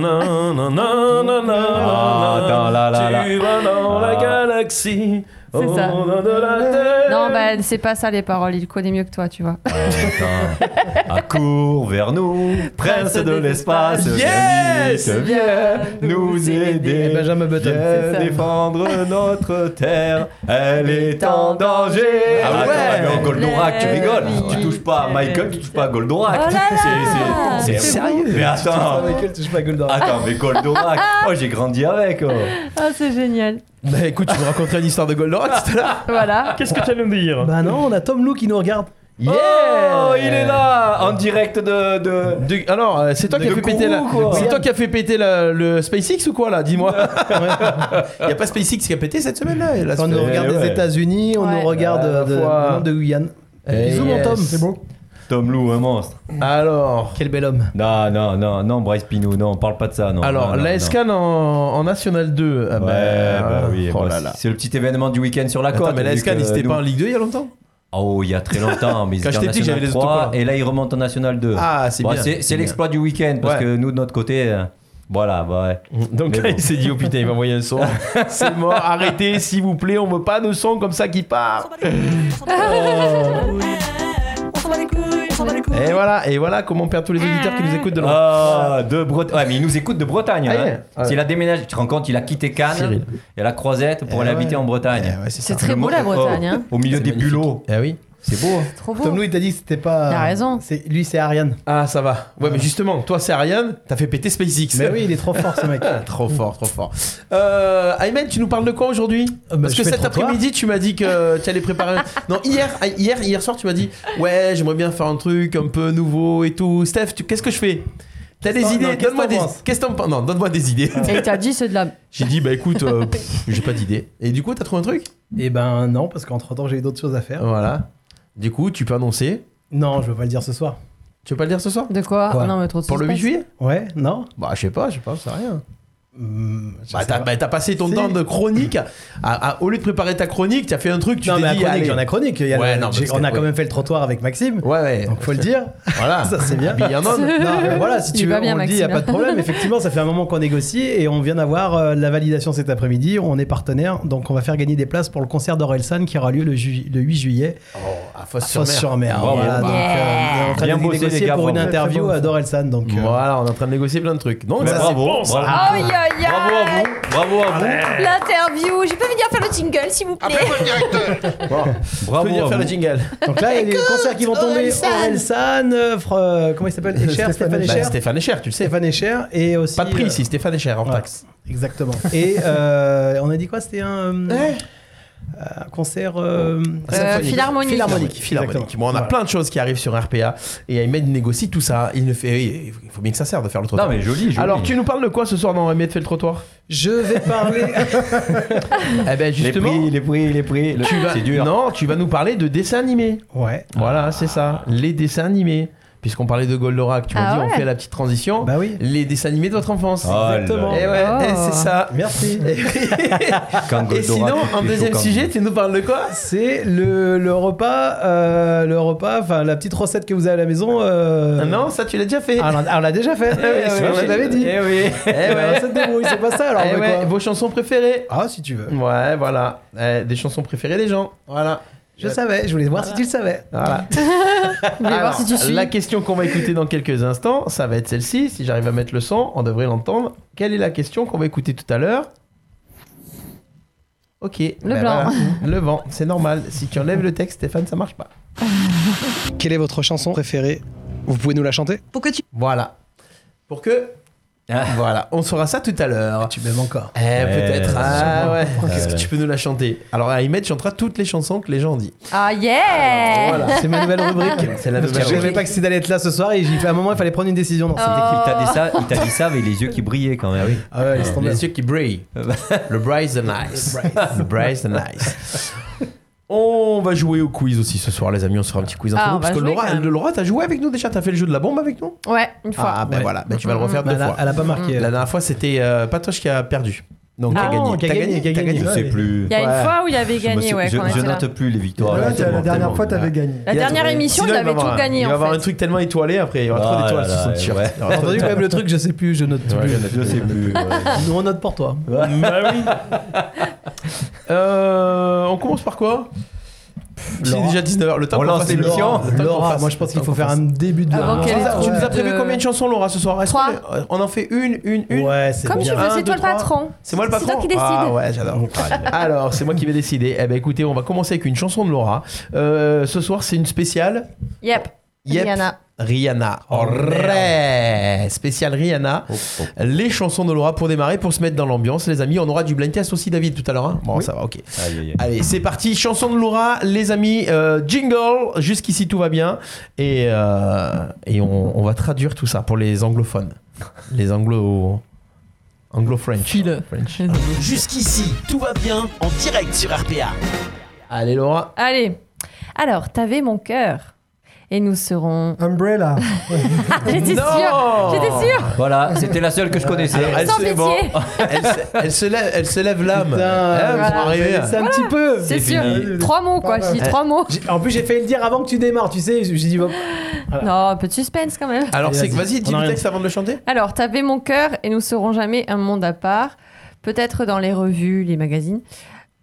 S3: Ah, dans la- la- la-
S1: Tu vas dans la
S3: Ah.
S1: galaxie.
S5: C'est
S1: au
S5: ça.
S1: nom de la Terre.
S5: Non, bah c'est pas ça les paroles, il connaît mieux que toi, tu vois.
S3: Attends. À court vers nous, prince de l'espace.
S1: Yes
S3: viens vite,
S5: Viens
S3: viens nous aider.
S2: Et Benjamin Button.
S3: Viens
S5: C'est ça.
S3: défendre notre terre, elle est en danger.
S1: Ah
S3: Attends,
S1: ouais.
S3: mais en Goldorak, tu
S5: La
S3: rigoles.
S5: vie.
S3: Tu touches pas à Michael, tu touches pas à Goldorak.
S5: Oh là là.
S3: C'est- c'est-
S5: C'est
S3: sérieux. Mais attends,
S2: Ah, Michael, touche pas Goldorak.
S3: attends, mais Goldorak. Oh, j'ai grandi avec. oh.
S5: Ah, c'est génial.
S1: Bah écoute, tu me raconterais l'histoire de Goldorak tout à l'heure.
S5: Voilà.
S1: Qu'est-ce que tu allais me dire
S2: Bah non, on a Tom Lou qui nous regarde.
S3: Oh, il est là, en direct de- de,
S1: alors, euh, c'est toi
S3: De-
S1: qui as
S3: de
S1: fait péter la...
S3: Kourou, quoi.
S1: C'est toi qui as fait péter la- le SpaceX ou quoi là Dis-moi. Il y a pas SpaceX qui a pété cette semaine là. et la
S2: On nous
S1: semaine-
S2: regarde
S3: ouais.
S2: des États-Unis, on
S5: Ouais.
S2: nous regarde
S1: Ah,
S2: euh, de,
S1: fois.
S2: non, de Guyane.
S1: Eh
S2: Bisous mon
S1: yes.
S2: Tom, c'est bon.
S3: Tom Lou, un monstre.
S1: Alors,
S2: Quel bel homme.
S3: Non, non, non, non, Bryce Pinot, non, on parle pas de ça, non.
S1: alors
S3: non, non,
S1: la
S3: non.
S1: escale en, en National 2. Ah
S3: Ouais,
S1: bah,
S3: bah oui,
S1: oh
S3: bah,
S1: là
S3: c'est-
S1: là.
S3: c'est le petit événement du week-end sur la côte.
S1: Attends, mais la
S3: vu
S1: escale,
S3: que
S1: n'était
S3: nous-
S1: pas en Ligue 2 il y a longtemps
S3: Oh, il y a très longtemps, mais
S1: Quand
S3: ils étaient en
S1: j'étais petit, j'avais
S3: National
S1: les
S3: 3,
S1: autocollants.
S3: et là ils remontent en National 2.
S1: Ah, c'est
S3: Bon,
S1: bien.
S3: C'est
S1: bien.
S3: l'exploit du week-end, parce
S1: Ouais.
S3: que nous, de notre côté, euh, voilà, bah, ouais.
S1: Donc là,
S3: Mais bon.
S1: il s'est dit, oh putain, il m'a envoyé un son. C'est mort, arrêtez, s'il vous plaît, on veut pas de son comme ça qui part.
S6: On s'en bat les couilles, on s'en bat les couilles.
S1: Et voilà, et voilà comment perd tous les auditeurs qui nous écoutent de loin.
S3: Ah, de Bretagne. Ouais, mais il nous écoute de Bretagne.
S1: Ah,
S3: hein.
S1: ouais. Ouais.
S3: S'il a déménagé, tu te rends compte, il a quitté Cannes
S1: Ah, Cyril.
S3: et la Croisette pour
S1: Eh
S3: aller
S1: ouais.
S3: habiter en Bretagne.
S1: Eh ouais, c'est
S5: C'est
S1: ça.
S5: très beau la
S3: Oh,
S5: Bretagne. hein.
S3: Au milieu
S1: C'est
S3: des
S1: magnifique.
S3: bulots.
S1: Eh oui.
S3: C'est beau. hein.
S5: Trop beau.
S2: Tom Lou, il t'a dit que c'était pas.
S5: T'as raison.
S2: C'est- Lui, c'est Ariane.
S1: Ah, ça va. Ouais, mais justement, toi, c'est Ariane, t'as fait péter SpaceX.
S2: Mais oui, il est trop fort ce mec.
S1: Ah, trop fort, trop fort. Euh, Ayman, tu nous parles de quoi aujourd'hui
S2: bah,
S1: Parce
S2: je
S1: que
S2: fais
S1: cet
S2: trottoir.
S1: après-midi, tu m'as dit que tu allais préparer. non, hier, ah, hier, hier soir, tu m'as dit Ouais, j'aimerais bien faire un truc un peu nouveau et tout. Steph, tu- qu'est-ce que je fais T'as des
S2: Qu'est-ce
S1: idées
S2: t'en- non, qu'est-ce
S1: Donne-moi
S2: t'en
S1: des.
S2: penses Ah.
S1: Qu'est-ce que t'en penses Non, donne-moi des idées.
S5: Et t'as dit c'est de la.
S1: j'ai dit Bah écoute, euh, pff, j'ai pas d'idée. Et du coup, t'as trouvé un truc
S2: Et ben non, parce qu'entre temps, j'ai eu d'autres choses à faire.
S1: Voilà. Du coup, tu peux annoncer.
S2: Non, je veux pas le dire ce soir.
S1: Tu veux pas le dire ce soir
S5: De quoi,
S2: Quoi
S5: Non, mais trop de
S1: Pour le 8
S5: suspense.
S1: juillet
S2: Ouais, non
S1: Bah, je sais pas, je sais pas, c'est rien.
S2: Hum, je
S1: Bah,
S2: sais
S1: t'as
S2: pas.
S1: bah, t'as passé ton
S2: Si.
S1: temps de chronique. à- à- au lieu de préparer ta chronique, t'as fait un truc, tu
S2: non,
S1: t'es
S2: mais la
S1: dit
S2: chronique,
S1: allez.
S2: j'en ai chronique. Il y a
S1: Ouais,
S2: le-
S1: non, mais
S2: j'ai-
S1: parce
S2: on a
S1: que-
S2: quand même fait le trottoir avec Maxime.
S1: Ouais, ouais.
S2: Donc faut le dire.
S1: Voilà.
S2: Ça, c'est bien.
S1: Habillé en homme.
S2: Non, mais voilà, si
S5: Il
S2: tu veux,
S5: va bien,
S2: on le dit, il a
S5: Maxime.
S2: pas de problème. Effectivement, ça fait un moment qu'on négocie et on vient d'avoir euh, la validation cet après-midi. On est partenaire, donc on va faire gagner des places pour le concert d'Orelsan qui aura lieu le, ju- le 8 juillet
S1: Oh, à Fosse
S2: à
S1: sur mer.
S2: Fosse-sur-Mer.
S3: Bravo.
S2: Voilà, donc, euh, on est en train
S3: Bien
S2: de
S3: bossé,
S2: négocier
S3: les gars,
S2: pour une
S3: bravo.
S4: Très,
S2: interview
S4: très
S2: à d'Orelsan. Donc, euh,
S1: Voilà, on est en train de négocier plein de trucs. Donc,
S3: Mais
S1: ça,
S3: bravo,
S1: c'est bon, ça.
S3: bravo.
S5: Oh,
S1: Ah.
S5: yeah, yeah.
S3: Bravo à vous. Bravo à vous.
S6: L'interview, je peux venir faire le jingle s'il vous plaît.
S1: Bon,
S3: Bravo
S1: faut venir
S3: à
S1: faire
S3: vous.
S1: le jingle.
S2: donc là, il y a des concerts qui vont tomber. Orelsan, euh, Fr- euh, comment il s'appelle Escher,
S4: Stéphane
S2: Stéphane
S1: Bah,
S2: Escher.
S1: Stéphane Echer, tu le sais.
S2: Stéphane Escher et aussi.
S1: Pas de
S2: euh,
S1: prix si Stéphane Echer hors
S2: ouais.
S1: taxe.
S2: Exactement. Et euh, on a dit quoi C'était un, euh, un concert euh, symphonique.
S5: philharmonique.
S2: Philharmonique.
S1: Philharmonique.
S2: exactement.
S1: Bon, on a
S2: Voilà.
S1: plein de choses qui arrivent sur RPA et Aymed négocie tout ça. Il ne fait, il faut bien que ça serve de faire le
S3: Non
S1: trottoir.
S3: mais joli, joli.
S1: Alors, tu nous parles de quoi ce soir dans Aymed fait le trottoir
S2: Je vais parler.
S1: Eh ben justement,
S3: les prix, les prix, les prix. le-
S1: tu vas,
S3: C'est dur.
S1: non, tu vas nous parler de dessins animés.
S2: ouais.
S1: Voilà, c'est ça, les dessins animés. Puisqu'on parlait de Goldorak, tu m'as
S5: Ah
S1: dit on
S5: ouais.
S1: fait la petite transition.
S2: Bah oui.
S1: Les dessins animés de votre enfance.
S3: Oh là
S2: Exactement.
S1: Et
S3: là.
S1: ouais,
S5: Oh.
S1: eh, c'est ça.
S2: Merci.
S3: Quand
S1: Et
S3: Goldorak
S1: sinon,
S3: est
S1: en
S3: chaud
S1: deuxième
S3: comme-
S1: sujet, tu nous parles de quoi
S2: C'est le, le repas, euh, le repas, enfin la petite recette que vous avez à la maison. euh,
S1: Ah Non, ça tu l'as déjà fait.
S2: Ah, on l'a- ah, on l'a déjà fait.
S1: Eh oui, c'est
S2: je
S1: vrai.
S2: l'avais dit.
S1: Eh oui. Eh
S2: La
S1: ouais.
S2: recette de brouille, c'est pas ça alors.
S1: Eh
S2: on veut
S1: ouais,
S2: quoi
S1: Vos chansons préférées.
S2: Ah, si tu veux.
S1: Ouais, voilà. Eh, des chansons préférées des gens. Voilà.
S2: Je savais, je voulais voir si tu le savais.
S1: Voilà.
S5: Je voulais voir
S1: Alors,
S5: si tu suis.
S1: La question qu'on va écouter dans quelques instants, ça va être celle-ci. Si j'arrive à mettre le son, on devrait l'entendre. Quelle est la question qu'on va écouter tout à l'heure Ok. Ben
S5: Le blanc.
S1: Le vent, c'est normal. Si tu enlèves le texte, Stéphane, ça marche pas.
S2: Quelle est votre chanson préférée Vous pouvez nous la chanter
S6: Pour que tu
S1: Voilà. Pour que.
S3: Ah.
S1: Voilà, on saura ça tout à l'heure.
S2: Tu m'aimes encore.
S1: Eh, peut-être. Ah
S3: sûrement.
S1: ouais. Qu'est-ce
S3: ouais.
S1: que tu peux nous la chanter Alors, Ahmed chantera toutes les chansons que les gens ont dit.
S5: Ah yeah
S1: Voilà.
S2: C'est ma nouvelle rubrique.
S1: C'est la nouvelle
S2: Je savais
S1: rubrique.
S2: pas que c'était d'aller être là ce soir et j'ai fait un moment, il fallait prendre une décision. Dans cette équipe.
S3: Il t'a dit ça, il t'a dit ça avec les yeux qui brillaient quand même.
S2: Ah ouais, laisse tomber.
S1: Les yeux qui brillent. Le Bryce the Nice. Le Bryce the Nice. On va jouer au quiz aussi ce soir, les amis. On se fera un petit quiz entre
S5: Ah,
S1: nous.
S5: on
S1: Parce
S5: va
S1: que
S5: jouer
S1: Laura,
S5: quand même.
S1: Laura t'as joué avec nous déjà T'as fait le jeu de la bombe avec nous
S5: Ouais, une fois.
S1: Ah, ben
S2: Ouais. Ah,
S1: voilà. Ben, tu vas le refaire
S2: Mais
S1: deux
S2: Bah, elle, a,
S1: fois.
S2: elle a pas marqué.
S1: La
S2: elle.
S1: dernière fois, c'était euh, Patoche qui a perdu. Donc,
S2: Ah
S1: t'as
S2: non,
S1: gagné.
S2: qui a gagné, qui a
S1: t'as
S2: gagné.
S3: Je
S2: Ouais,
S3: sais
S2: mais-
S3: plus.
S5: Il y a
S1: Ouais.
S5: une fois où il avait
S3: Je me
S5: gagné,
S3: sou-
S5: ouais,
S3: je,
S5: quand on
S3: je
S5: était là.
S3: note plus les victoires.
S4: Voilà,
S3: là,
S4: la- la
S3: tellement,
S4: dernière fois,
S3: tellement.
S4: t'avais gagné.
S5: La dernière émission,
S1: Sinon,
S5: il
S1: va
S5: avait
S1: avoir
S5: tout
S1: un-
S5: gagné
S1: Il va
S5: en
S1: avoir
S5: fait.
S1: un truc tellement étoilé après. Il y aura
S3: Ah
S1: trop
S3: là
S1: d'étoiles
S3: là,
S1: sur son
S3: ouais.
S1: t-shirt. Il y aura
S2: T'as
S1: trop
S2: entendu quand
S1: d'étoiles.
S2: même le truc, je sais plus, je note
S1: Ouais,
S2: plus.
S1: il
S2: Ah.
S1: y en a
S3: Je sais plus. ouais.
S2: Nous on note pour toi.
S1: Euh, on commence par quoi Il est
S2: Laura.
S1: déjà 19h. Le temps
S3: On
S1: qu'on
S3: lance
S1: fasse
S3: l'émission.
S1: Laura. Le temps qu'on
S2: Laura,
S1: fasse-
S2: moi je pense qu'il
S1: le
S2: faut
S1: temps
S2: faire
S1: qu'on
S2: un début de.
S5: Avant
S2: Ah,
S5: qu'elle
S2: ça,
S5: ait
S1: Tu nous as
S5: de-
S1: prévu combien de chansons, Laura, ce soir Est-ce
S5: Trois.
S1: qu'on est- On en fait une, une, une.
S2: Ouais, c'est
S5: Comme
S2: bien.
S5: tu veux,
S1: Un,
S5: c'est
S1: deux,
S5: toi le
S1: trois.
S5: patron.
S1: C'est moi le patron.
S5: C'est toi qui décides.
S1: Ah ouais, j'adore. Alors, c'est moi qui vais décider. Eh ben, écoutez, on va commencer avec une chanson de Laura. Euh, ce soir, c'est une spéciale.
S5: Yep.
S1: Yep.
S5: Rihanna.
S1: Rihanna. Alright. Spéciale Rihanna.
S3: Oh, oh.
S1: Les chansons de Laura pour démarrer, pour se mettre dans l'ambiance, les amis. On aura du blind test aussi, David, tout à l'heure. hein bon, ça va, ok.
S3: Aïe, aïe, aïe.
S1: Allez, c'est parti. Chanson de Laura, les amis. euh, jingle. Jusqu'ici, tout va bien. Et, euh, et on, on va traduire tout ça pour les anglophones. Les anglo. Anglo-French. French.
S7: Jusqu'ici, tout va bien en direct sur RPA.
S1: Allez, Laura.
S5: Allez. Alors, t'avais mon cœur. Et nous serons.
S4: Umbrella.
S5: Ah, j'étais
S1: Non
S5: sûre J'étais sûre
S3: Voilà, c'était la seule que je connaissais. Ah,
S1: Elle,
S5: Sans
S1: se-
S5: pitié
S1: bon, elle, se- elle se lève, elle se lève l'âme.
S2: Putain,
S1: Hein,
S5: voilà.
S1: pour arriver.
S2: C'est un petit peu.
S5: C'est
S3: C'est
S5: sûr
S3: fini.
S5: Trois mots quoi, j'ai dit trois mots.
S2: J'ai- En plus, j'ai failli le dire avant que tu démarres, tu sais. J'ai dit, bon,
S5: Non, un peu de suspense quand même.
S1: Alors,
S2: Allez,
S1: c'est que
S2: vas-y.
S1: vas-y, dis
S2: On a
S1: le
S2: rien.
S1: texte avant de le chanter.
S5: Alors, t'avais mon cœur et nous serons jamais un monde à part, peut-être dans les revues, les magazines.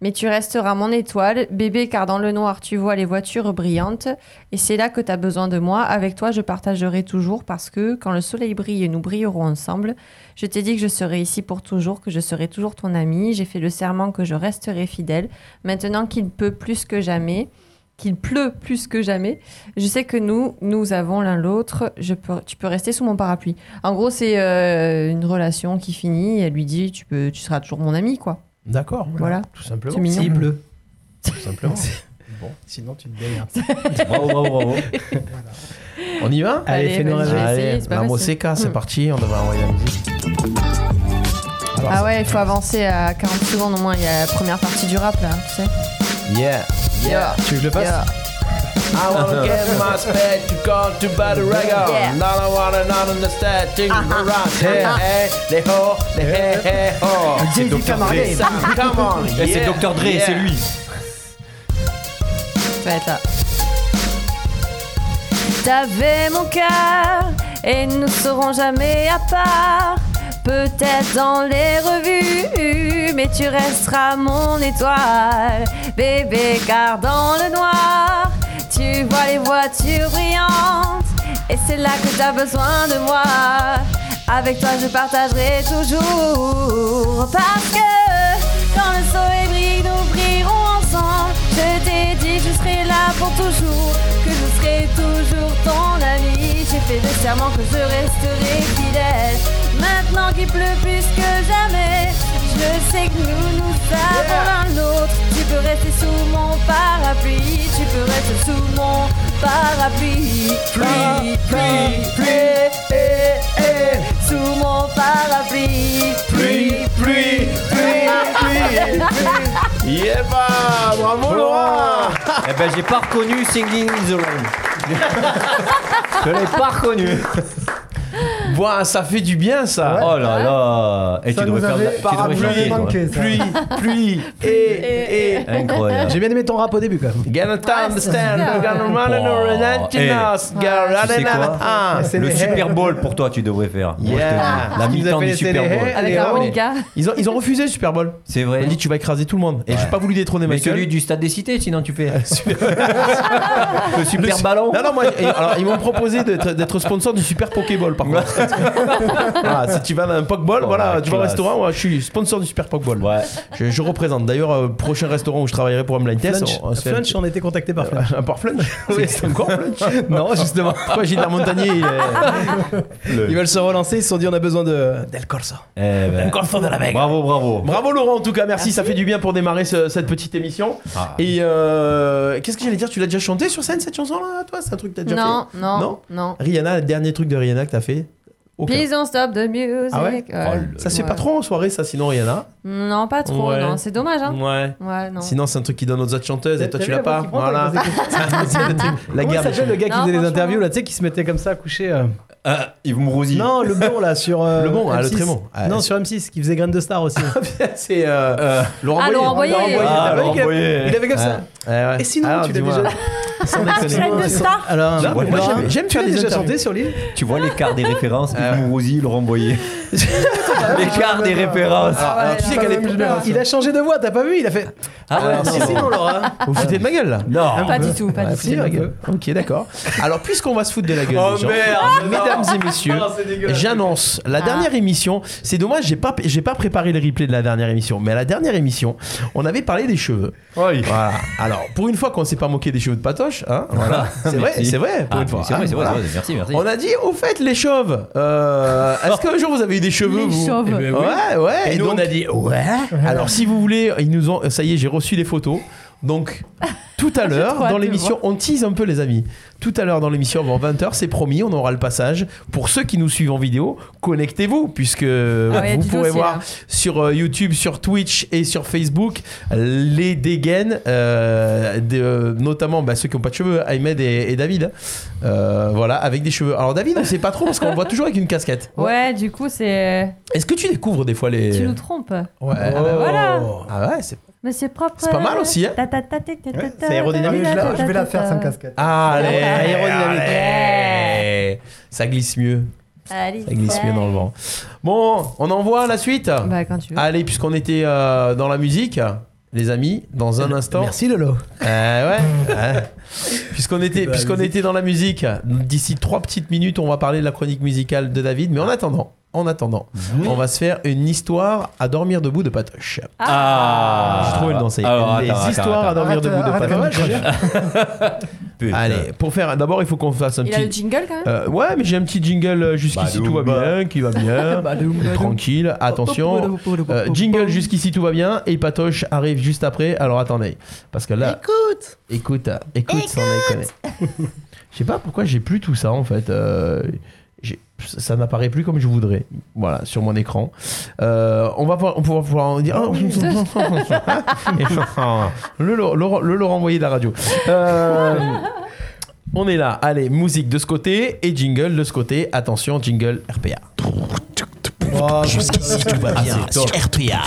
S5: Mais tu resteras mon étoile, bébé, car dans le noir, tu vois les voitures brillantes. Et c'est là que t'as besoin de moi. Avec toi, je partagerai toujours parce que quand le soleil brille et nous brillerons ensemble, je t'ai dit que je serai ici pour toujours, que je serai toujours ton ami. J'ai fait le serment que je resterai fidèle. Maintenant qu'il peut plus que jamais, qu'il pleut plus que jamais. Je sais que nous, nous avons l'un l'autre. Je peux, tu peux rester sous mon parapluie. En gros, c'est euh, une relation qui finit. Elle lui dit, tu peux, tu seras toujours mon ami, quoi.
S2: D'accord.
S5: Voilà.
S2: Tout
S5: C'est
S2: simplement.
S5: mignon.
S2: S'il pleut.
S1: tout simplement.
S2: Sinon, tu te baignes.
S3: Bravo, bravo, bravo. Eh,
S1: On y va
S2: Allez,
S5: Allez,
S2: fais-nous
S5: vas-y.
S2: rêver. Bah,
S5: vais essayer, c'est pas
S1: la
S5: facile.
S1: Moseca, c'est
S5: Hmm.
S1: parti, on devrait envoyer la musique.
S5: Ah ouais, il faut avancer à 40 secondes au moins. Il y a la première partie du rap là, tu sais.
S1: Yeah, yeah.
S2: Tu veux que je le fasse
S5: Yeah.
S1: I wanna get my spec to go to battle reggae.
S5: Yeah.
S1: Now I wanna not understand things around. Hey, hey, les ho, les hey, hey, ho.
S2: Jay-Z
S1: Dre.
S2: Camargue.
S1: Come on.
S3: Eh, c'est
S1: yeah,
S3: Dr Dre,
S1: yeah.
S3: c'est lui.
S5: Ça va être là. T'avais mon cœur et nous ne serons jamais à part. Peut-être dans les revues, mais tu resteras mon étoile. Bébé, car dans le noir, tu vois les voitures brillantes. Et c'est là que t'as besoin de moi. Avec toi, je partagerai toujours. Parce que quand le soleil brille, nous brillerons ensemble. Hein, Je t'ai dit que je serai là pour toujours, que je serai toujours ton ami. J'ai fait le serment que je resterai fidèle. Maintenant qu'il pleut plus que jamais, je sais que nous nous avons l'un l'autre. Tu peux rester sous mon parapluie, tu peux rester sous mon parapluie. Pluie, pluie, pluie, sous mon parapluie.
S1: Pluie, pluie, pluie, pluie, pluie. Yeah, bah, bravo Laurent.
S3: Eh ben, j'ai pas reconnu Singing in the Rain. Je l'ai pas reconnu.
S1: Ouah, ça fait du bien ça.
S3: Oh là là. Et
S4: Ça
S3: tu
S4: nous
S3: devrais faire de la-
S4: avait-
S3: tu devrais
S4: Parapluie
S3: chanter, toi.
S4: manqué, ça.
S1: Pluie, pluie, et, et.
S3: Incroyable.
S2: J'ai bien aimé ton rap au début quand même.
S1: Gonna understand, we're gonna run and run and
S3: Eh,
S1: us, girl,
S3: tu sais
S1: and
S3: quoi
S1: ah.
S2: C'est
S3: Le
S2: les hairs.
S3: Super Bowl pour toi, tu devrais faire. Moi, je te
S1: Yeah.
S3: dis, La
S2: Ils nous
S3: mi-temps
S2: appellent
S3: du
S2: les
S3: Super
S2: CDR.
S3: Bowl.
S2: Allez,
S5: Avec un
S2: oh, mais-
S5: manga.
S1: Ils ont, ils ont refusé le Super Bowl.
S3: C'est
S1: Ils
S3: vrai.
S1: ont dit tu vas écraser tout le monde. Et j'ai pas voulu détrôner
S3: Mais
S1: Michael.
S3: celui du stade des cités, sinon tu
S2: euh,
S3: fais. Le super ballon.
S1: Non, non, moi, et alors, ils m'ont proposé d'être d'être sponsor du Super Pokéball, par contre. ah, si tu vas dans un Pokéball,
S3: Oh,
S1: voilà,
S2: bah,
S3: la
S1: tu vas au
S3: classe.
S1: restaurant, moi, je suis sponsor du Super Pokéball.
S3: Ouais.
S1: Je, je représente. D'ailleurs, euh, prochain restaurant où je travaillerai pour un blind test,
S2: Flunch,
S1: on- on se fait-
S2: Flunch, on était contacté par Flunch.
S1: Un par Flunch Oui, c'est encore Flunch.
S2: non, justement.
S1: Pourquoi Gilbert Montagnier il est-
S2: Ils veulent se relancer, ils se sont dit on a besoin de Del Corso.
S3: Eh ben,
S2: de la
S3: Bravo, bravo.
S1: Bravo Laurent en tout cas, merci, ça fait du bien pour démarrer ce- cette petite émission.
S3: Ah.
S1: Et euh, qu'est-ce que j'allais dire Tu l'as déjà chanté sur scène cette chanson là Toi, c'est un truc que t'as déjà
S5: Non,
S1: fait
S5: non,
S1: Non
S5: non.
S1: fait Rihanna, le dernier truc de Rihanna que t'as fait Aucun.
S5: Please don't stop the music.
S1: Ah ouais
S3: Oh, le-
S1: Ça se fait
S5: Ouais.
S1: pas trop en soirée ça, sinon Rihanna.
S5: Non, pas trop.
S1: Ouais.
S5: Non, c'est dommage. Hein.
S1: Ouais.
S5: Ouais, non.
S1: Sinon c'est un truc qui donne aux autres chanteuses et toi tu l'as pas. Voilà. guerre
S2: La guerre.
S1: des
S2: Ça s'appelle le gars qui
S5: Non,
S2: faisait les
S5: franchement.
S2: interviews là, tu sais, qui se mettait comme ça, couché. euh,
S3: Ah, Yves Mourouzi.
S2: Non, le bon là sur. euh,
S1: Le bon, ah, le
S2: M6.
S1: très bon. Ah,
S2: non,
S1: c'est-
S2: sur M6, qui faisait Graine de Star aussi.
S1: c'est euh, Laurent
S5: Ah,
S1: Boyer.
S5: Laurent Boyer.
S3: Ah,
S1: t'as vu
S3: Laurent
S1: qu'il a-
S3: Boyer.
S1: Il avait comme ça.
S2: Et sinon, tu l'avais déjà.
S5: Ah,
S1: Sans
S6: Graine de Star.
S2: Alors,
S1: Non, mais moi,
S2: Laurent,
S1: j'aime- j'aime
S2: tu
S1: faire
S2: l'as
S1: des
S2: déjà
S1: interviews.
S2: chanté sur l'île
S3: Tu vois l'écart des références
S1: Ah
S3: Yves Mourouzi, Laurent Boyer. L'écart des références.
S1: Ah, tu
S2: Ah,
S1: sais qu'elle est plus belle.
S2: Il a changé de voix, t'as pas vu Il a fait.
S3: Ah ouais,
S2: Ah, si,
S3: non.
S2: sinon, Laura.
S1: Vous vous foutez de ma gueule là
S3: Non.
S5: Pas du tout, pas
S1: Ah,
S5: du
S1: foutez de
S5: tout.
S1: ma gueule. Ok, d'accord. Alors, puisqu'on va se foutre de la gueule,
S3: Oh,
S1: des gens,
S3: merde,
S1: mesdames et messieurs, j'annonce la dernière émission. C'est dommage, j'ai pas, j'ai pas préparé le replay de la dernière émission, mais à la dernière émission, on avait parlé des cheveux.
S3: Oui.
S1: Voilà. Alors, pour une fois qu'on s'est pas moqué des cheveux de patoche, hein, voilà. C'est vrai,
S3: Ah, Merci.
S1: c'est vrai, pour
S3: Ah,
S1: une fois.
S3: C'est vrai,
S1: hein,
S3: c'est vrai,
S1: voilà.
S3: c'est vrai. Merci, merci.
S1: On a dit, au fait, les chauves, euh, est-ce qu'un jour vous avez eu des cheveux
S5: Les
S1: vous
S5: chauves.
S1: Eh ben oui. Ouais, ouais.
S3: Et nous, on a
S1: dit, ouais. Alors, si vous voulez, ils nous ont. Ça y est, j'ai reçu les photos. Donc, tout à
S5: trop
S1: l'heure,
S5: hâte
S1: dans
S5: de
S1: l'émission, on tease un peu, les amis. Tout à l'heure, dans l'émission, avant 20h, c'est promis, on aura le passage. Pour ceux qui nous suivent en vidéo, connectez-vous, puisque euh,
S5: Ah ouais,
S1: vous
S5: dis-le
S1: pourrez
S5: aussi,
S1: voir
S5: là.
S1: sur euh, YouTube, sur Twitch et sur Facebook les dégaines, euh, de- euh, notamment bah, ceux qui n'ont pas de cheveux, Ahmed et, et David. Euh, voilà, avec des cheveux. Alors, David, on sait pas trop parce qu'on le voit toujours avec une casquette.
S5: Ouais, du coup, c'est.
S1: Est-ce que tu découvres des fois les.
S5: Tu nous trompes.
S1: Ouais.
S5: Ah bah voilà.
S1: Ah ouais, c'est.
S5: Mais c'est propre.
S1: C'est pas mal aussi, hein.
S5: Ta, ta, ta, ta, ta, ta,
S2: Ouais,
S5: ta,
S2: c'est aérodynamique.
S5: ta,
S4: Je
S5: ta,
S4: la-
S5: ta,
S4: je vais la
S5: ta,
S4: faire
S5: ta.
S4: sans casquette.
S1: Ah, Allez,
S2: Aérodynamique.
S1: allez. Ça glisse mieux.
S5: Allez,
S1: Ça glisse
S5: c'est-
S1: mieux dans le vent. Ah, Bon, on envoie la suite.
S5: Bah, quand tu veux.
S1: Allez, puisqu'on était euh, dans la musique, les amis, dans un instant.
S2: Merci Lolo.
S1: Euh, ouais. ouais. Puisqu'on était, puisqu'on était dans la musique, d'ici trois petites minutes, on va parler de la chronique musicale de David. Mais en attendant, en attendant, on va se faire une histoire à dormir debout de Patoche.
S3: Ah,
S1: J'ai trouvé le nom, c'est
S3: Alors,
S1: Les
S3: attends, attends,
S1: histoires à
S3: attends.
S1: dormir
S4: Arrête,
S1: debout de
S4: arrête,
S1: Patoche.
S3: Putain.
S1: Allez, pour faire, d'abord, il faut qu'on fasse un
S5: Il a le
S1: petit.
S5: jingle quand même
S1: Euh, ouais, mais j'ai un petit jingle euh, jusqu'ici tout va bien, qui va bien. Tranquille, attention. Euh, jingle jusqu'ici tout va bien et Patoche arrive juste après. Alors attendez, parce que là. Écoute Écoute, euh, écoute, sans déconner. Je sais pas pourquoi j'ai plus tout ça en fait. Euh, j'ai- ça n'apparaît plus comme je voudrais. Voilà, sur mon écran. Euh, on va pouvoir, on pourra pouvoir en dire. le, Laurent- Laurent- le Laurent Boyer de la radio. Euh, on est là. Allez, musique de ce côté et jingle de ce côté. Attention, jingle RPA.
S7: Jusqu'ici, tout va bien
S3: Ah, c'est
S7: sur
S3: top.
S7: RPA.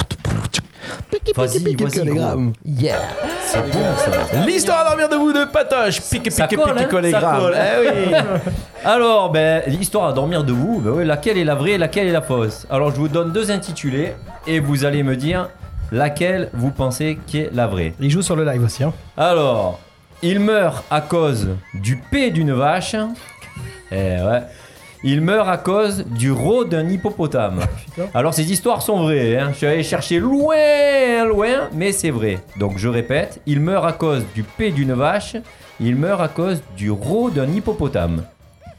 S3: Vas-y, vas-y, gros.
S1: Yeah.
S3: C'est bon, ça.
S1: L'histoire à dormir debout de Patoche. Pique, pique,
S3: Ça
S1: pique,
S3: colle, hein,
S1: pique, les
S3: ça
S1: grammes.
S3: colle.
S1: Eh oui.
S3: Alors, ben, l'histoire à dormir debout, ben ouais, laquelle est la vraie et laquelle est la fausse Alors, je vous donne deux intitulés et vous allez me dire laquelle vous pensez qui est la vraie.
S2: Il joue sur le live aussi. Hein.
S3: Alors, il meurt à cause du P d'une vache. Eh ouais. Il meurt à cause du rot d'un hippopotame. Alors ces histoires sont vraies. hein. Je suis allé chercher loin, loin, mais c'est vrai. Donc je répète, il meurt à cause du P d'une vache. Il meurt à cause du rot d'un hippopotame.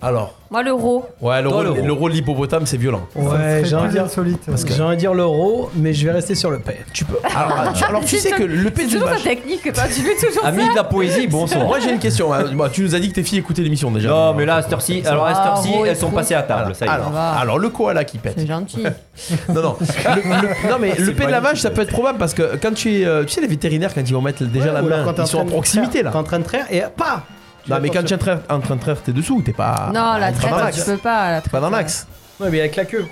S1: Alors,
S5: Moi, l'euro.
S1: ouais, le
S3: Dans le
S1: rôle
S3: rôle.
S1: le rôle de l'hippopotame, c'est violent.
S2: Ouais, j'ai
S4: j'ai
S2: envie de
S4: plus
S2: dire-
S4: insolite.
S2: Parce que j'ai envie de dire l'euro, mais je vais rester sur le P.
S1: Tu peux. Alors, tu, alors, tu sais que le
S5: C'est
S1: pèse de
S5: toujours ta
S1: vache.
S5: technique, toi, tu fais toujours ça.
S3: Ami de la poésie, bonsoir.
S1: Moi, j'ai une question. hein. Bah, tu nous as dit que tes filles écoutaient l'émission déjà.
S3: Non, mais là, à cette heure-ci, alors à cette heure-ci,
S5: Ah, rot et
S3: elles sont
S5: tout.
S3: passées à table.
S1: Alors,
S3: Ça y est.
S1: alors, alors, le koala qui pète.
S5: C'est gentil.
S1: Ah. Non, non. Le- le- non, mais le
S3: C'est
S1: pet de la
S3: magnifique.
S1: vache, ça peut être probable parce que quand tu es. euh, Tu sais, les vétérinaires, quand ils vont mettre déjà la
S2: Ou alors
S1: main,
S2: quand t'es en
S1: ils sont
S2: train
S1: à
S2: de
S1: proximité
S2: traire,
S1: là.
S2: T'es en train de traire et ah, pas
S1: Non, mais quand tu es en train- en train de traire, t'es dessous, t'es pas.
S5: non, la
S1: t'es Ah, pas dans
S5: traite, tu
S1: l'axe.
S5: peux pas. La
S1: T'es
S5: traite,
S1: Pas dans
S5: euh,
S1: l'axe.
S2: Ouais, mais avec la queue.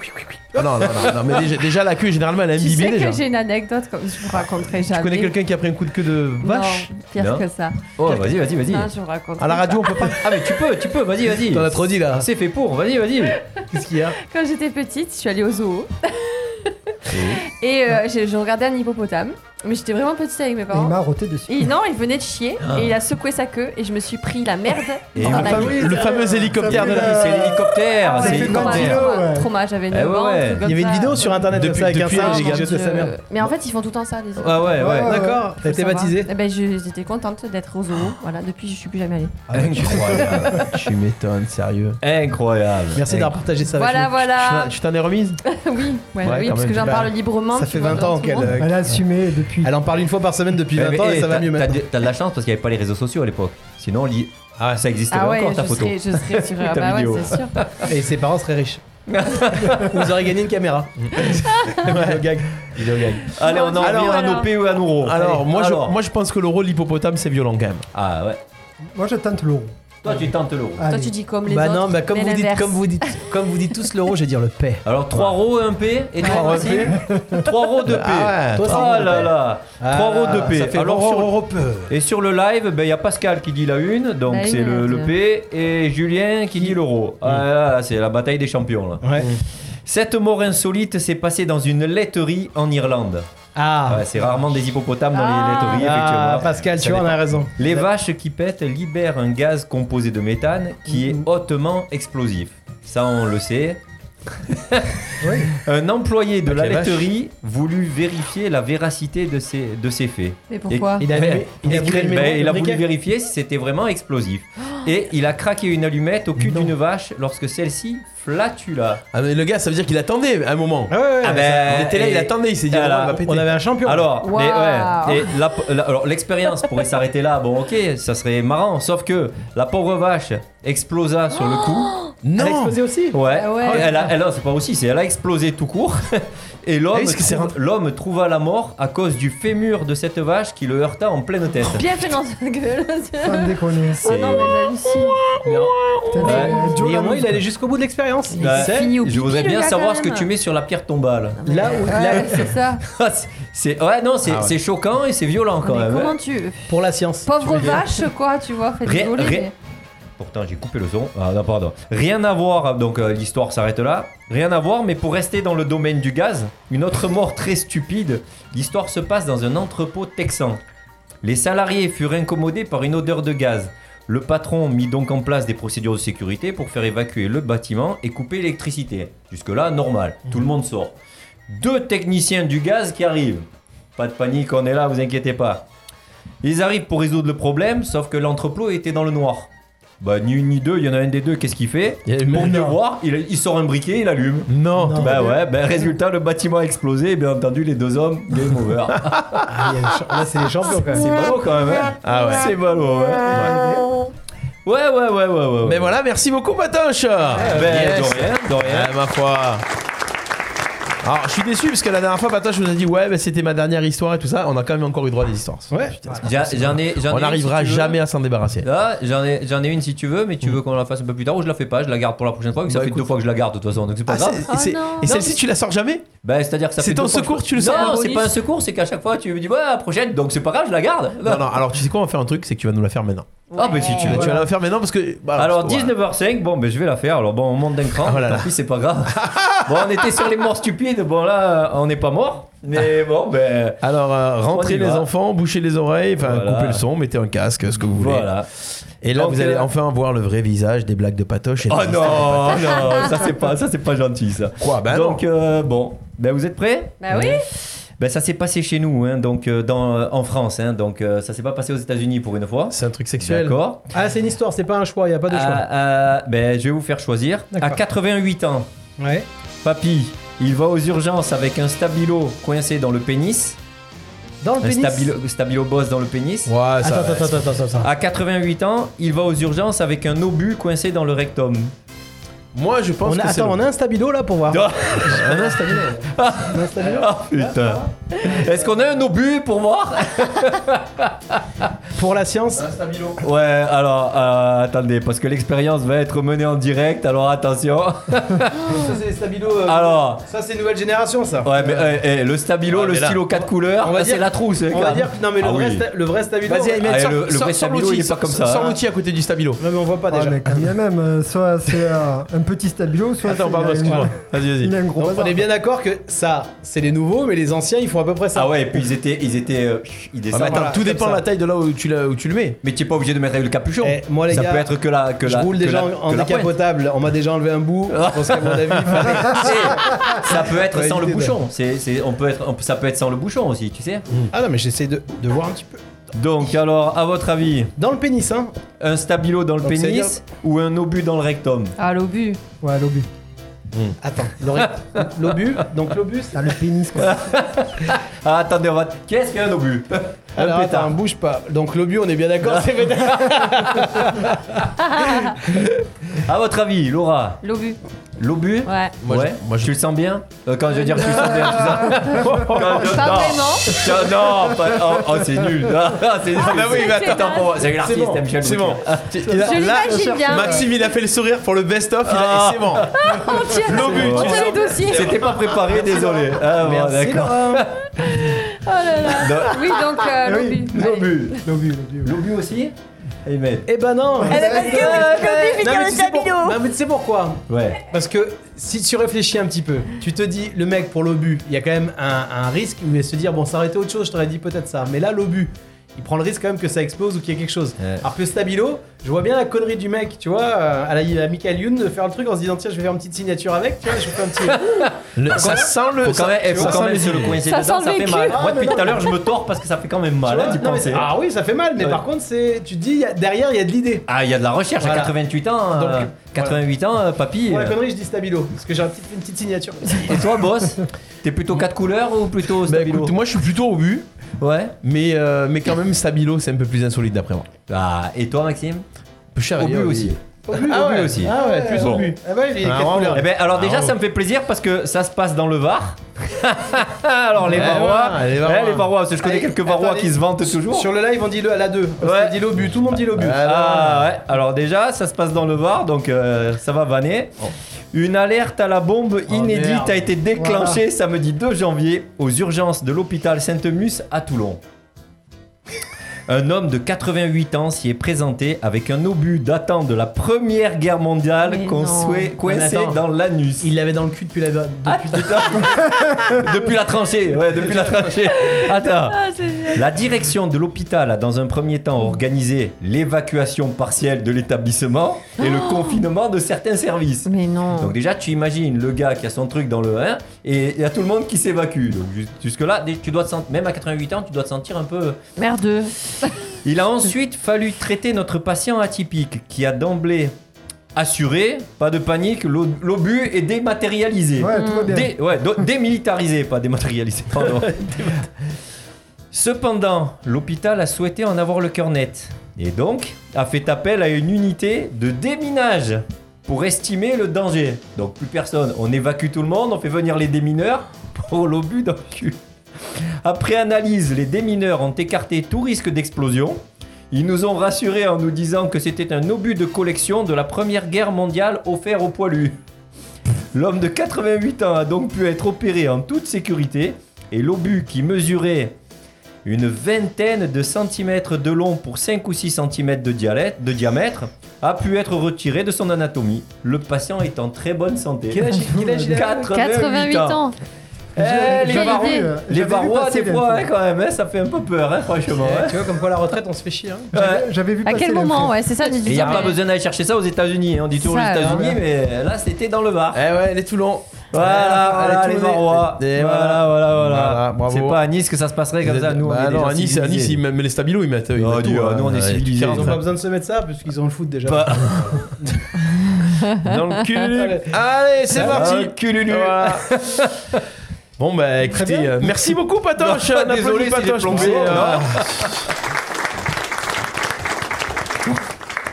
S1: Ah Non, non, non, non, mais déjà, déjà, la queue, généralement, elle est
S5: Tu
S1: imbibée
S5: sais
S1: déjà.
S5: que j'ai une anecdote comme je vous raconterai jamais.
S1: Tu connais quelqu'un qui a pris un coup de queue de vache
S5: Non, pire
S3: Non.
S5: que ça.
S3: Oh, vas-y, vas-y, vas-y.
S5: Non, je vous raconte.
S1: À la radio, on peut pas.
S3: Ah mais tu peux, tu peux, vas-y, vas-y.
S1: T'en as trop dit là.
S3: C'est fait pour, vas-y, vas-y.
S2: Qu'est-ce qu'il y a
S5: Quand j'étais petite, je suis allée au zoo. Et euh, j'ai- je regardais un hippopotame. Mais j'étais vraiment petite avec mes
S4: Et il
S5: parents.
S4: m'a roté dessus.
S5: Et non, il venait de chier et il a secoué sa queue et je me suis pris la merde
S3: Et
S5: dans
S3: oui.
S5: la gueule.
S1: Le fameux hélicoptère de la.
S4: euh,
S3: C'est l'hélicoptère,
S4: Ah,
S3: c'est
S4: ouais.
S5: Trauma,
S3: l'hélicoptère.
S5: trauma,
S4: ouais.
S5: trauma, j'avais 9
S3: Eh ouais,
S5: ans.
S3: ouais.
S5: un truc
S2: Il y avait
S5: comme
S2: une
S5: ça.
S2: vidéo sur internet
S1: Depuis-
S2: comme ça avec un
S1: depuis,
S2: singe
S1: Ah, j'ai
S5: Non,
S2: qui
S1: gardé
S5: mon
S2: gâchait sa
S5: Dieu.
S2: mère.
S5: Mais en fait, ils font tout le temps ça, les
S3: Ouais, Ah, Eh ouais, ouais.
S4: Ouais,
S2: D'accord,
S5: Faut
S2: t'as été
S5: savoir.
S2: baptisé
S5: Eh ben, je- J'étais contente d'être au zoo. Voilà, depuis, je suis plus jamais allée.
S3: Incroyable.
S1: Tu m'étonnes, sérieux.
S3: Incroyable.
S2: Merci d'avoir partagé ça avec
S5: Voilà,
S2: nous.
S5: voilà.
S1: Tu t'en es remise
S5: oui, ouais,
S1: Ouais,
S5: oui
S1: quand
S5: parce
S1: même,
S5: que j'en
S1: bah,
S5: parle librement.
S2: Ça
S5: tu
S2: fait
S5: vois,
S2: 20
S5: devant
S2: ans
S5: tout le
S2: qu'elle euh,
S5: monde.
S1: euh,
S4: Elle a assumé depuis.
S2: Elle en parle une fois par semaine depuis 20
S3: Ouais,
S2: ans
S3: mais,
S2: et
S3: eh,
S2: ça va
S3: t'as-
S2: mieux
S3: t'as
S2: maintenant.
S3: de- T'as de la chance parce qu'il n'y avait pas les réseaux sociaux à l'époque. Sinon, li- ça existerait
S5: Ah ouais,
S3: encore ta
S5: je
S3: photo.
S5: serais, je serais sur.
S3: Ta
S5: bah
S3: vidéo.
S5: ouais, c'est sûr.
S2: Et ses parents seraient riches. Vous aurez gagné une caméra. Le gag.
S3: Allez, on en
S5: Alors,
S3: revient à
S5: alors.
S3: nos P ou à nos RO.
S1: Alors,
S3: Allez,
S1: moi, Je, moi, je pense que le rôle de l'hippopotame, c'est violent quand même.
S3: Ah ouais.
S4: Moi, je tente l'euro.
S3: Toi, tu tentes l'euro.
S5: Toi,
S4: Allez.
S5: tu dis comme les
S2: Bah
S5: autres.
S2: non, bah comme
S5: mais
S2: vous dites,
S5: l'inverse.
S2: comme vous dites, comme vous dites tous l'euro, je vais dire le paix.
S3: Alors, 3 RO, 1 P et 3 RO. 3 RO, 2 P.
S1: Ah ouais.
S2: Toi, c'est
S3: Ah
S2: bon,
S3: là
S2: le
S3: là.
S1: Ah,
S3: 3 RO, 2 P. Alors, sur-
S2: Europe.
S3: Et sur le live, ben, il y a Pascal qui dit la une, donc
S5: La
S3: c'est
S5: une,
S3: le,
S5: elle
S3: le
S5: dit.
S3: P, et Julien qui dit l'euro. Ah, là, là, c'est la bataille des champions. Là.
S2: Ouais.
S3: Cette mort insolite s'est passée dans une laiterie en Irlande.
S2: Ah.
S3: Ouais, c'est rarement des hippopotames dans
S5: Ah.
S3: les laiteries,
S2: Ah,
S3: effectivement.
S2: Pascal,
S3: Ça
S2: tu vois, on a raison.
S3: Les vaches qui pètent libèrent un gaz composé de méthane qui est
S2: Mhm.
S3: hautement explosif. Ça, on le sait.
S4: Oui.
S3: Un employé de
S1: Avec
S3: la
S1: les vaches.
S3: laiterie voulut vérifier la véracité de ces, de ces faits.
S5: Mais
S3: Et-
S5: pourquoi
S2: Il a allumé- il a
S3: Et-
S2: allumé le
S3: ben, il a voulu
S2: briquet.
S3: vérifier si c'était vraiment explosif. Et il a craqué une allumette au cul d'une vache lorsque celle-ci flatula.
S1: Ah, mais le gars, ça veut dire qu'il attendait à un moment. Euh,
S2: Ah ouais, ouais,
S3: Ah
S2: ouais.
S3: ben,
S1: il était là,
S3: et-
S1: il attendait, il s'est dit,
S3: et
S1: oh,
S3: alors,
S1: il va péter.
S2: On avait un champion.
S3: Alors,
S5: Waouh.
S3: mais ouais, et la- la- alors, l'expérience pourrait s'arrêter là. Bon, ok, ça serait marrant. Sauf que la pauvre vache explosa sur le coup.
S2: elle a
S1: Non
S2: explosé aussi.
S3: Ouais.
S5: Ah ouais.
S3: Et Elle a, elle a- c'est pas aussi, c'est elle a explosé tout court. Et l'homme,
S1: Ah oui, parce que c'est
S3: trouve- l'homme trouva la mort à cause du fémur de cette vache qui le heurta en pleine tête.
S5: Bien fait dans sa gueule.
S4: Sans déconner.
S5: Ah non, mais j'hallucine.
S4: Putain,
S3: Ouais.
S4: Joe
S2: Mais au moins,
S4: Lamont.
S2: il allait jusqu'au bout de l'expérience. Il
S3: Ouais.
S2: sait.
S5: Fini au
S3: Je voudrais
S5: pipi, le
S3: bien
S5: gars,
S3: savoir
S5: quand
S3: ce que
S5: même. Ah
S3: tu mets sur la pierre tombale.
S5: Non, mais-
S2: Là où, là-
S5: Ouais, c'est ça.
S3: Ah, c'est- c'est ouais non c'est
S1: Ah ouais.
S3: c'est choquant et c'est violent quand
S5: Mais
S3: même.
S5: comment
S3: hein.
S5: tu.
S2: pour la science.
S5: Pauvre
S2: tu veux dire.
S5: vache, quoi, tu vois, fait
S3: Ré-
S5: rigoler.
S3: ré-
S5: mais-
S3: Pourtant j'ai coupé le son. Ah non pardon. Rien à voir donc euh, l'histoire s'arrête là. Rien à voir mais pour rester dans le domaine du gaz, une autre mort très stupide. L'histoire se passe dans un entrepôt texan. Les salariés furent incommodés par une odeur de gaz. Le patron mit donc en place des procédures de sécurité pour faire évacuer le bâtiment et couper l'électricité. Jusque-là, normal, tout le
S1: Mhm.
S3: monde sort. Deux techniciens du gaz qui arrivent. Pas de panique, on est là, vous inquiétez pas. Ils arrivent pour résoudre le problème, sauf que l'entrepôt était dans le noir. Bah, ni une ni deux, il y en a un des deux, qu'est-ce qu'il fait
S1: Il y a-
S3: Pour
S1: mais
S3: mieux
S1: non.
S3: voir, il, il sort un briquet, il allume.
S1: Non.
S2: Non.
S3: Bah ouais, ben résultat, le bâtiment a explosé et bien entendu, les deux hommes, game over.
S2: Ah, il y a les cha- Là, c'est les champions quand
S3: C'est
S2: même.
S3: ballot quand même, hein
S1: Ah ouais.
S3: C'est ballot, ouais. Ouais, ouais, ouais, ouais, ouais. ouais.
S1: Mais voilà, merci beaucoup, Patoche.
S2: Ah,
S3: Ben,
S1: Yes.
S3: de rien, de rien.
S1: Ouais, ma foi. Alors, je suis déçu parce que la dernière fois, Patoche nous a dit Ouais, ben, c'était ma dernière histoire et tout ça. On a quand même encore eu droit à des histoires.
S2: Ouais.
S3: J'a- Ah, J'en ai, j'en ai
S1: On
S3: une,
S1: n'arrivera
S3: si tu veux.
S1: jamais à s'en débarrasser.
S3: Là, j'en ai, j'en ai une si tu veux, mais tu veux qu'on la fasse un peu plus tard ou je la fais pas, je la garde pour la prochaine fois, vu que ça
S1: Bah,
S3: fait
S1: écoute.
S3: deux fois que je la garde de toute façon, donc c'est pas
S1: Ah,
S3: grave.
S1: c'est- et c'est-
S5: Ah, non.
S1: et
S3: Non,
S1: celle-ci,
S3: mais-
S1: tu la sors jamais
S3: Ben, c'est-à-dire que ça
S1: C'est
S3: fait
S1: ton
S3: deux fois que
S1: secours,
S3: je-
S1: tu le sors en
S3: Non, c'est
S1: bonus.
S3: pas un secours, c'est qu'à chaque fois tu me dis ouais, la prochaine, donc c'est pas grave, je la garde.
S1: Non, non, alors tu sais quoi, on va faire un truc, c'est que tu vas nous la faire maintenant.
S3: Ah, ben si tu
S1: Tu vas-
S3: veux.
S1: Tu vas la faire maintenant parce que. bah,
S3: Alors
S1: voilà.
S3: 19h05, bon ben je vais la faire. Alors bon on monte d'un cran,
S1: Ah, voilà.
S3: tant pis c'est pas grave. bon on était sur les morts stupides, bon là on n'est pas mort, mais
S1: Ah.
S3: bon ben
S1: Alors, euh, rentrez
S3: On y
S1: les
S3: va.
S1: enfants, bouchez les oreilles, enfin,
S3: Voilà.
S1: coupez le son, mettez un casque, ce que vous voulez.
S3: voilà.
S1: Et là,
S3: Donc,
S1: vous allez
S3: euh,
S1: enfin voir le vrai visage des blagues de Patoche. et
S3: Oh
S1: des-
S3: non non ça c'est pas ça c'est pas gentil ça.
S1: Quoi Bah non.
S3: Donc euh, bon ben vous êtes prêts
S5: Bah oui.
S3: Ben ça s'est passé chez nous hein, donc euh, dans euh, en France hein, donc euh, ça s'est pas passé aux États-Unis pour une fois.
S1: C'est un truc sexuel.
S3: D'accord.
S2: Ah, c'est une histoire, c'est pas un choix, il n'y a pas de choix.
S3: Ah, ah, ben je vais vous faire choisir. À
S2: D'accord.
S3: 88 ans,
S2: Ouais.
S3: papy, il va aux urgences avec un stabilo coincé dans le pénis.
S2: Dans le
S3: Un
S2: pénis.
S3: stabilo, stabilo boss dans le pénis.
S1: Ouais, ça.
S2: Attends, attends, attends, attends, attends, attends.
S3: À 88 ans, il va aux urgences avec un obus coincé dans le rectum.
S1: Moi, je pense
S2: On a,
S1: que c'est.
S2: attends, on
S1: le-
S2: a un stabilo là pour voir.
S3: Ah.
S2: On a un stabilo. On a un stabilo.
S3: Ah putain
S2: Ah.
S3: Est-ce qu'on a un obus pour voir
S2: Pour la science,
S3: Ouais, alors euh, attendez, parce que l'expérience va être menée en direct, alors attention.
S2: ça c'est les stabilos.
S3: Alors,
S2: ça c'est nouvelle génération ça.
S3: ouais, mais eh, eh, le stabilo,
S1: Ouais,
S3: le
S1: mais là,
S3: stylo 4 couleurs,
S2: on va
S3: là, c'est
S2: dire-
S3: la trousse. hein,
S2: On va
S3: quand
S2: dire
S3: même.
S2: non mais le,
S3: Ah
S2: vrai,
S3: oui.
S2: sta- le vrai stabilo. euh,
S1: Vas-y, Ahmed,
S3: Ah,
S1: Eh, sors-
S3: le- le
S1: sors-
S3: vrai
S1: sors
S3: stabilo,
S1: l'outil,
S3: il est pas comme ça,
S1: Sors
S3: hein.
S1: l'outil à côté du stabilo.
S2: Non mais on voit pas
S4: Ah,
S2: déjà.
S4: mais quand même, euh, soit c'est euh, un petit stabilo, soit
S1: Attends,
S4: c'est-
S1: pardon,
S4: il a une-
S1: excuse-moi. Ah, Vas-y,
S4: Il a
S1: vas-y.
S4: un gros
S2: Donc, on
S4: bazar.
S2: est bien d'accord que ça, c'est les nouveaux, mais les anciens, ils font à peu près ça.
S3: Ah ouais, et puis ils étaient. Ils étaient euh, ils
S1: Ah,
S3: descendent.
S1: mais attends,
S2: voilà,
S1: tout
S2: comme
S1: dépend
S2: ça.
S1: de la taille de là où tu, la- où tu le mets.
S3: Mais t'es pas obligé de mettre avec le capuchon.
S2: Eh, moi, les
S3: ça
S2: gars,
S3: peut être que la. Que
S2: Je
S3: la-
S2: roule
S3: que
S2: déjà
S3: la-
S2: en
S3: que la pointe.
S2: décapotable. On m'a déjà enlevé un bout. Je pense qu'à mon avis, il fallait-
S3: Ça peut être
S2: Ouais,
S3: sans le
S2: l'idée,
S3: bouchon. C'est, c'est- on peut être, on peut- ça peut être sans le bouchon aussi, tu sais.
S2: Ah non, mais j'essaie de, de voir un petit peu.
S3: Donc alors, à votre avis,
S2: Dans le pénis, hein.
S3: un stabilo dans le
S2: Donc,
S3: pénis ou un obus dans le rectum
S5: Ah l'obus.
S4: Ouais, l'obus.
S2: Attends, l'oreille- l'obus. Donc l'obus. c'est-
S4: T'as le pénis, quoi.
S3: ah, Attendez, on va. Qu'est-ce qu'un obus
S2: Alors
S3: Un pétard.
S2: attends, bouge pas. Donc l'obus, on est bien d'accord, c'est pétard.
S3: À votre avis, Laura,
S5: L'obus.
S3: l'obus
S5: Ouais.
S1: Moi,
S3: ouais.
S1: je- moi, je-
S3: Tu le sens bien Euh, Quand je veux dire tu le sens bien, tu sens. Quand je-
S5: Pas
S3: Euh, non.
S5: vraiment.
S3: Tiens, Non, pas- oh, oh, c'est nul. Ah, c'est nul.
S1: bah oui, mais attends,
S3: Attends, pour moi, c'est l'artiste,
S1: bon,
S3: Michel
S1: c'est
S3: Drucker.
S1: bon.
S3: Ah,
S1: Il a-
S5: Je hein. l'imagine bien.
S1: Maxime, il a fait le sourire pour le best-of. il a-
S3: Ah.
S1: C'est bon.
S5: On tient-
S1: L'obus,
S5: on
S1: tu
S5: tient les dossiers.
S3: C'était pas préparé, désolé. Ah, bon, d'accord.
S5: Oh là là. Oui donc euh, l'obus. Allez.
S3: L'obus.
S4: L'obus, l'obus. ouais.
S3: L'obus aussi Et mais.
S2: Eh ben non.
S6: Eh ben, parce que oui, l'obus, il
S2: Non,
S6: est dans
S2: mais
S6: le
S2: tu sais pour- Bah-
S6: stabilo.
S2: non, mais tu sais pourquoi
S3: Ouais.
S2: Parce que si tu réfléchis un petit peu, tu te dis, le mec pour l'obus, il y a quand même un, un risque, il va se dire, bon, ça aurait été autre chose, je t'aurais dit peut-être ça. Mais là, l'obus, il prend le risque quand même que ça explose ou qu'il y ait quelque chose.
S3: Ouais.
S2: Alors que le Stabilo, je vois bien la connerie du mec, tu vois, euh, à la, à Michael Youn, de faire le truc en se disant, tiens, je vais faire une petite signature avec, tu vois, je fais un petit.
S1: Le- ça sent le.
S3: Faut quand
S1: ça-
S3: même, eh, faut
S1: ça
S3: quand
S1: sent
S3: même
S1: le-
S3: se le coincer
S5: Ça
S3: dedans,
S5: sent
S3: ça
S5: le
S3: fait
S5: cul.
S3: mal. Moi, depuis tout à l'heure, je me tords parce que ça fait quand même
S2: Tu
S3: mal,
S2: vois,
S3: hein, d'y
S2: non, mais c'est-
S3: penser.
S2: ah oui, ça fait mal, mais
S3: Ouais.
S2: par contre, c'est, tu te dis, il y a- derrière, il y a de l'idée.
S3: Ah, il y a de la recherche
S2: Voilà.
S3: à 88 ans.
S2: Donc,
S3: euh, 88 ans, euh, papy.
S2: Pour
S3: euh,
S2: la connerie, je dis Stabilo, parce que j'ai un petit- une petite signature.
S3: Et toi, boss T'es plutôt 4 couleurs ou plutôt
S1: Bah,
S3: stabilo
S1: écoute, moi, je suis plutôt au but,
S3: Ouais.
S1: mais, euh, mais quand même, stabilo, c'est un peu plus insolite d'après moi.
S3: Ah, et toi, Maxime
S1: Peu cher
S3: Au
S1: il y a-
S3: but aussi.
S2: Obus,
S3: Ah ouais. aussi.
S2: Ah ouais, plus
S3: Bon.
S2: obus. Ah bah, il est
S1: Ah,
S2: quatre
S1: vraiment.
S2: couleurs.
S3: Eh ben, alors déjà,
S1: Ah,
S3: ça me fait plaisir parce que ça se passe dans le Var. alors les
S1: Eh
S3: Varois,
S1: ouais, les
S3: eh,
S1: Varois.
S3: les Varois, parce que je connais
S2: Allez,
S3: quelques Varois
S2: attendez.
S3: qui se vantent toujours.
S2: Sur le live, on dit le à la 2. On
S3: Ouais.
S2: dit l'obus, tout le monde dit l'obus.
S3: Ah ouais, alors déjà ça se passe dans le Var, donc euh, ça va vanner. Une alerte à la bombe
S2: Oh,
S3: inédite
S2: merde.
S3: a été déclenchée samedi 2 janvier aux urgences de l'hôpital Saint-Emus à Toulon. Un homme de 88 ans s'y est présenté avec un obus datant de la Première Guerre mondiale
S5: Mais
S3: qu'on
S5: non.
S3: souhait coincé
S2: attends.
S3: dans l'anus.
S2: Il l'avait dans le cul depuis la. Depuis...
S3: depuis la tranchée, ouais, depuis la tranchée. Attends.
S5: Ah,
S3: La direction de l'hôpital a dans un premier temps organisé l'évacuation partielle de l'établissement et le confinement de certains services.
S5: Mais non.
S3: Donc déjà, tu imagines le gars qui a son truc dans le 1 et il y a tout le monde qui s'évacue. Donc jus- jusque-là, dès- tu dois te sentir, même à 88 ans, tu dois te sentir un peu...
S5: Merdeux.
S3: Il a ensuite fallu traiter notre patient atypique qui a d'emblée assuré, pas de panique, l'o- l'obus est dématérialisé.
S4: Ouais, trop bien.
S3: Dé- ouais, do- démilitarisé, pas dématérialisé, pardon. Cependant, l'hôpital a souhaité en avoir le cœur net et donc a fait appel à une unité de déminage pour estimer le danger. Donc plus personne, on évacue tout le monde, on fait venir les démineurs pour l'obus dans le cul. Après analyse, les démineurs ont écarté tout risque d'explosion. Ils nous ont rassurés en nous disant que c'était un obus de collection de la Première Guerre mondiale offert aux poilus. L'homme de 88 ans a donc pu être opéré en toute sécurité et l'obus qui mesurait une vingtaine de centimètres de long pour 5 ou 6 centimètres de dialè- de diamètre a pu être retiré de son anatomie. Le patient est en très bonne santé.
S2: Quel âge- quel âge il a
S5: 88 ans.
S3: Eh, les
S5: Quelle
S3: Varons,
S4: euh,
S5: idée.
S3: les Varois, des fois, hein, quand même, hein, ça fait un peu peur, hein, franchement.
S1: Ah,
S3: hein. Euh,
S2: Tu vois, comme quoi la retraite, on se fait chier. hein.
S3: Ouais.
S4: Euh, J'avais vu
S5: À quel moment Ouais, c'est ça.
S3: Et il n'y a pas besoin d'aller chercher ça aux États-Unis. hein. On dit toujours aux
S5: Ça,
S3: États-Unis,
S5: alors.
S3: mais là, c'était dans le Var.
S1: Eh ouais, les Toulon.
S3: Voilà, voilà,
S1: Allez,
S3: les
S1: tout le monde.
S3: Varois.
S1: Et
S3: Voilà, voilà, voilà.
S1: Voilà, bravo.
S3: C'est pas à Nice que ça se passerait comme ça. Nous, on
S1: Bah
S3: est
S1: non,
S3: déjà
S1: à Nice, à Nice,
S3: civilisés.
S1: ils mettent- mais les stabilos, ils mettent. ils
S3: Ah,
S1: mettent
S3: du-
S1: tout, hein.
S3: ah, nous, on est
S1: Ouais,
S3: civilisés.
S1: carrément.
S2: Ils ont pas besoin de se mettre ça parce qu'ils ont le foot déjà.
S3: Pas-
S1: Bah, Dans le cul.
S2: Allez.
S1: Allez, c'est
S3: Dans
S1: parti.
S3: le cululu.
S1: Voilà. Bon bah écoutez, euh, merci beaucoup Patoche.
S3: Non,
S1: On applaudit
S3: désolé si j'ai
S1: Patoche pour
S3: plombé,
S1: ces, euh,
S3: non.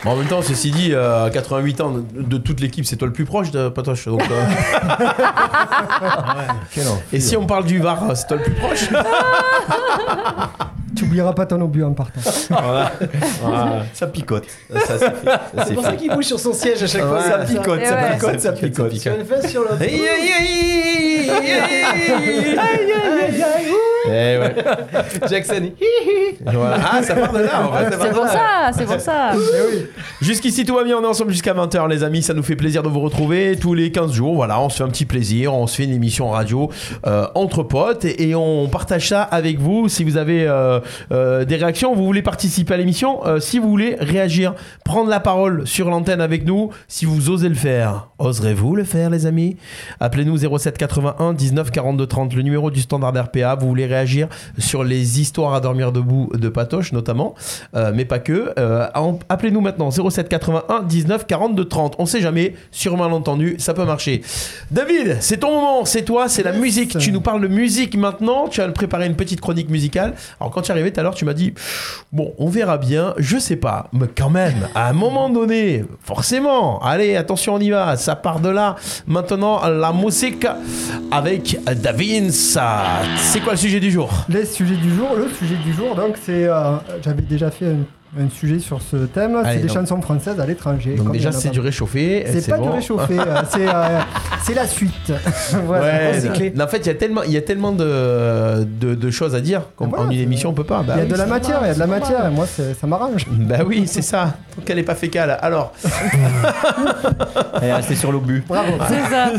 S1: Bon, en même temps, ceci dit, euh, à 88 ans de, de toute l'équipe, c'est toi le plus proche de Patoche. Donc, euh,
S3: Quel enfant.
S1: et si on parle du Var, euh, c'est toi le plus proche.
S4: Tu oublieras pas ton obus en partant.
S3: Ça picote.
S1: Ça, c'est fait. Ça,
S2: C'est
S1: c'est
S2: pour ça
S1: fait.
S2: qu'il bouge sur son siège à chaque fois.
S3: Ça picote,
S5: Et
S3: ça
S5: ouais.
S3: picote, ça
S1: picote, ça
S3: picote.
S2: Tu as une fesse sur le.
S3: Aïe, aïe, aïe, aïe, aïe.
S1: Eh ouais.
S2: Jackson.
S1: Voilà. Ah, ça part de là. en fait.
S5: C'est pour ça, c'est pour ça.
S1: Jusqu'ici, tout va bien. On est ensemble jusqu'à 20h, les amis. Ça nous fait plaisir de vous retrouver tous les 15 jours. Voilà, on se fait un petit plaisir. On se fait une émission radio euh, entre potes et, et on partage ça avec vous. Si vous avez euh, euh, des réactions, vous voulez participer à l'émission, euh, si vous voulez réagir, prendre la parole sur l'antenne avec nous, si vous osez le faire, oserez-vous le faire, les amis Appelez-nous 07 81 19 42 30, le numéro du standard RPA. Vous voulez réagir sur les histoires à dormir debout de Patoche, notamment, euh, mais pas que. Euh, en- Appelez-nous maintenant 07 81 19 42 30. On sait jamais, sur malentendu, ça peut marcher. David, c'est ton moment, c'est toi, c'est la musique. Tu nous parles de musique maintenant. Tu as préparé une petite chronique musicale. Alors, quand tu es arrivé tout à l'heure, tu m'as dit Bon, on verra bien, je sais pas, mais quand même, à un moment donné, forcément. Allez, attention, on y va. Ça part de là. Maintenant, la musique avec Davins. C'est quoi le sujet du jour
S4: Les sujets du jour, le sujet du jour, donc c'est. euh, J'avais déjà fait un, un sujet sur ce thème,
S1: Allez,
S4: c'est des
S1: donc-
S4: chansons françaises à l'étranger.
S1: Donc,
S4: comme
S1: déjà,
S4: il y en a
S1: c'est
S4: pas-
S1: du réchauffé.
S4: C'est pas
S1: bon.
S4: du réchauffé, euh, c'est euh, c'est la suite. voilà.
S1: Ouais, mais en fait, il y a tellement, il y a tellement de, de, de choses à dire qu'en
S4: Voilà,
S1: en une
S4: c'est-
S1: émission, on peut pas. Bah
S4: Il y a
S1: oui,
S4: de la
S1: c'est
S4: matière, il y a de la matière, et moi c'est- ça m'arrange.
S1: Bah oui, c'est ça. Tant qu'elle n'est pas fécale. Alors,
S3: Elle est restée sur l'obus.
S4: Bravo.
S5: C'est ça.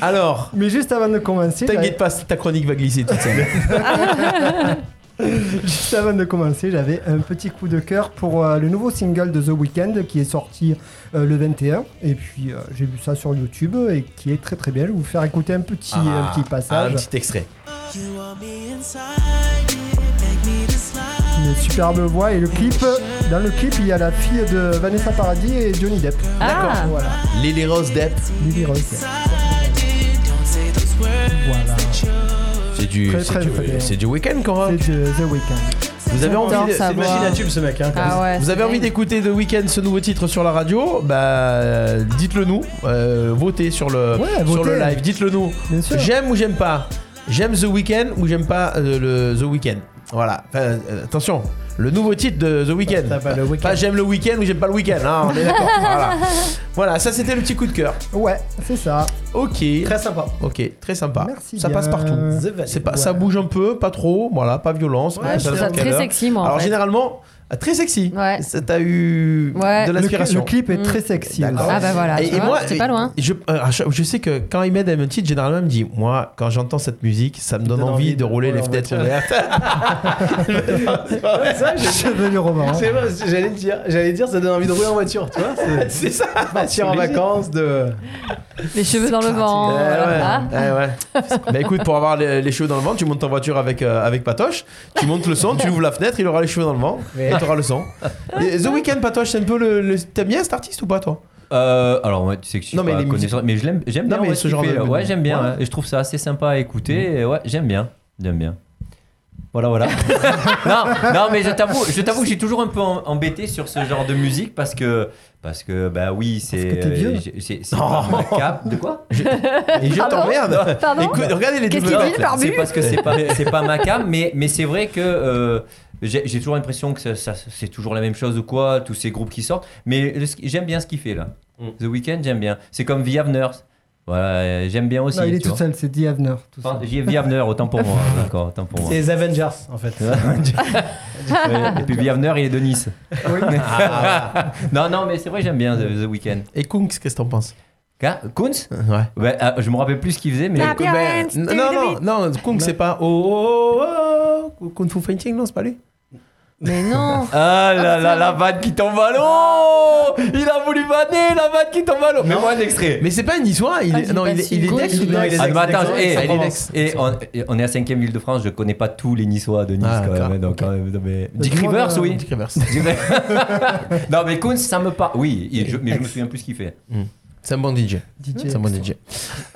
S1: alors,
S4: Mais juste avant de commencer, j'avais-
S1: t'inquiète pas, ta chronique va glisser toute seule.
S4: Juste avant de commencer, j'avais un petit coup de cœur pour euh, le nouveau single de The Weeknd qui est sorti euh, le 21. Et puis euh, j'ai vu ça sur YouTube et qui est très très bien. Je vais vous faire écouter un petit, un petit
S1: Ah, un
S4: passage.
S1: petit extrait.
S4: Une superbe voix et le clip. Dans le clip, il y a la fille de Vanessa Paradis et Johnny Depp.
S5: Ah.
S4: Voilà.
S1: Lily Rose Depp.
S4: Lily Rose. Voilà.
S1: C'est du,
S4: Très,
S1: c'est
S4: très,
S1: du-
S4: très bien.
S1: c'est du week-end qu'on
S4: C'est
S1: rock.
S4: de The Weeknd.
S1: Vous avez envie,
S5: J'adore
S1: de-
S5: ça.
S1: c'est-
S5: Savoir.
S2: Imagine ce mec. Hein, comme ça.
S5: Ah ouais.
S1: vous avez
S5: c'est
S1: envie
S5: dingue.
S1: d'écouter The Weeknd ce nouveau titre sur la radio Bah, euh, dites-le nous. Euh, votez sur le
S4: Ouais,
S1: sur
S4: votez.
S1: le live. Dites-le nous.
S4: Bien sûr.
S1: J'aime ou j'aime pas. J'aime The Weeknd ou j'aime pas euh, le The Weeknd. Voilà. Enfin, euh, attention, le nouveau titre de The Weeknd.
S2: T'as pas le week-end.
S1: Pas j'aime le week-end ou j'aime pas le week-end. hein, on est d'accord. voilà. Voilà, ça c'était le petit coup de cœur.
S4: Ouais, c'est ça.
S1: Ok.
S2: Très sympa.
S1: Ok, très sympa.
S4: Merci
S1: Bah, Ça
S4: bien.
S1: passe partout.
S2: The Valley.
S1: C'est pas, ça
S2: Ouais.
S1: bouge un peu, pas trop. Voilà, pas violence. pas
S5: Ouais, je
S1: à
S5: trouve ça
S1: n'importe quelle
S5: très
S1: heure.
S5: sexy, moi. en
S1: Alors
S5: fait.
S1: généralement, ah, très sexy.
S5: Ouais.
S1: Ça t'a eu
S5: Ouais.
S1: de
S4: Le, cli-
S1: l'inspiration.
S4: le clip est
S5: Mm.
S4: très sexy.
S1: D'accord.
S4: aussi.
S5: Ah bah voilà,
S1: Et-
S5: tu
S1: et
S5: vois,
S1: moi,
S5: c'est
S1: et-
S5: pas loin.
S1: Je, euh, à chaque- je sais que quand il m'aide à me titre, généralement, il me dit Moi, quand j'entends cette musique, ça me donne
S2: donne
S1: envie,
S2: envie
S1: de rouler les
S2: en
S1: fenêtres
S2: voiture.
S1: ouvertes.
S4: Cheveux du roman. hein.
S2: C'est vrai, j'allais le dire, j'allais dire, ça donne envie de rouler en voiture, tu vois. c'est-
S1: C'est ça
S2: Partir en vacances, de.
S5: Les cheveux dans le vent.
S1: Eh ouais,
S5: voilà.
S1: eh ouais. Bah écoute, pour avoir les, les cheveux dans le vent, tu montes en voiture avec, euh, avec Patoche, tu montes le son, tu ouvres la fenêtre, il aura les cheveux dans le vent,
S2: Mais-
S1: et t'auras le son. Et The Weeknd, Patoche, c'est un peu le. le- T'aimes bien cet artiste ou pas, toi
S3: Euh, alors ouais, tu sais que je suis
S1: Non, mais
S3: pas
S1: les musiques-
S3: connaisseur, mais je l'aime, j'aime
S1: Non,
S3: bien.
S1: mais
S3: ouais,
S1: ce
S3: qu'il
S1: genre de-
S3: fait, ouais, j'aime bien.
S1: Ouais. Mhm.
S3: hein, et je trouve ça assez sympa à écouter. et ouais, j'aime bien, j'aime bien. Voilà, voilà. non, non, mais je t'avoue, je t'avoue, que je suis toujours un peu en- embêté sur ce genre de musique parce que, parce que, bah oui, c'est,
S4: que t'es vieux.
S3: euh, j'ai- c'est, c'est pas ma cape. De quoi
S1: Et je
S5: Ah bon
S1: t'emmerde
S5: Pardon
S1: Écoute, regardez les
S5: Qu'est-ce
S1: doubles
S5: qu'il
S1: notes,
S5: dit, le
S1: là.
S5: barbu
S3: C'est parce que c'est pas, c'est pas ma cam, mais, mais c'est vrai que euh, j'ai j'ai toujours l'impression que ça, ça- c'est toujours la même chose ou quoi, tous ces groupes qui sortent. Mais le ski- j'aime bien ce qu'il fait là. The Weeknd, j'aime bien. C'est comme The Avners. Voilà, euh, j'aime bien aussi.
S4: Non, il est
S3: tu
S4: tout
S3: vois.
S4: seul, c'est The Avener. Tout
S3: Enfin,
S4: seul.
S3: j'ai The Avner, autant pour moi. hein, D'accord, autant pour moi.
S2: C'est les Avengers, en fait.
S3: Ouais, Et puis The Avner, il est de Nice.
S1: Ah,
S3: non, non, mais c'est vrai, j'aime bien The, The Weeknd.
S1: Et Kunks, qu'est-ce que t'en penses
S3: Hein, Kunz
S1: Ouais.
S3: Ouais, ah, Je me rappelle plus ce qu'il faisait, mais.
S6: Ah, bien.
S1: Ben,
S6: Parents,
S1: non, non,
S6: do
S1: non, Kung, c'est pas. Oh, oh, oh, oh, Kung Fu Fighting, non, c'est pas lui.
S5: Mais non
S3: Ah là là, la vanne qui tombe à l'eau Il a voulu vanner, la vanne qui tombe à l'eau Mets-moi un extrait
S1: Mais c'est pas une histoire. Il
S5: Ah,
S1: est,
S5: j'ai
S1: non,
S5: pas
S1: il, est-
S5: su.
S1: il est
S5: Kung
S1: Dex
S5: Fu
S1: ou il est
S2: Fighting.
S1: Dex
S3: Ah, mais attends,
S1: Dex,
S3: eh,
S1: Dex,
S3: elle est
S1: Dex.
S3: Et on, et on est à 5ème Île-de-France, je connais pas tous les Niçois de Nice
S1: Ah,
S3: quand
S1: d'accord,
S3: même. hein, Donc,
S1: ok.
S3: quand même, non, mais... Dick
S4: Dis-moi,
S3: Rivers,
S4: euh,
S3: oui.
S1: Dick Rivers.
S3: non, mais Kunz, ça me parle. Oui, il- je- mais je me souviens plus ce qu'il fait.
S1: C'est un bon DJ.
S4: DJ.
S1: C'est un bon DJ.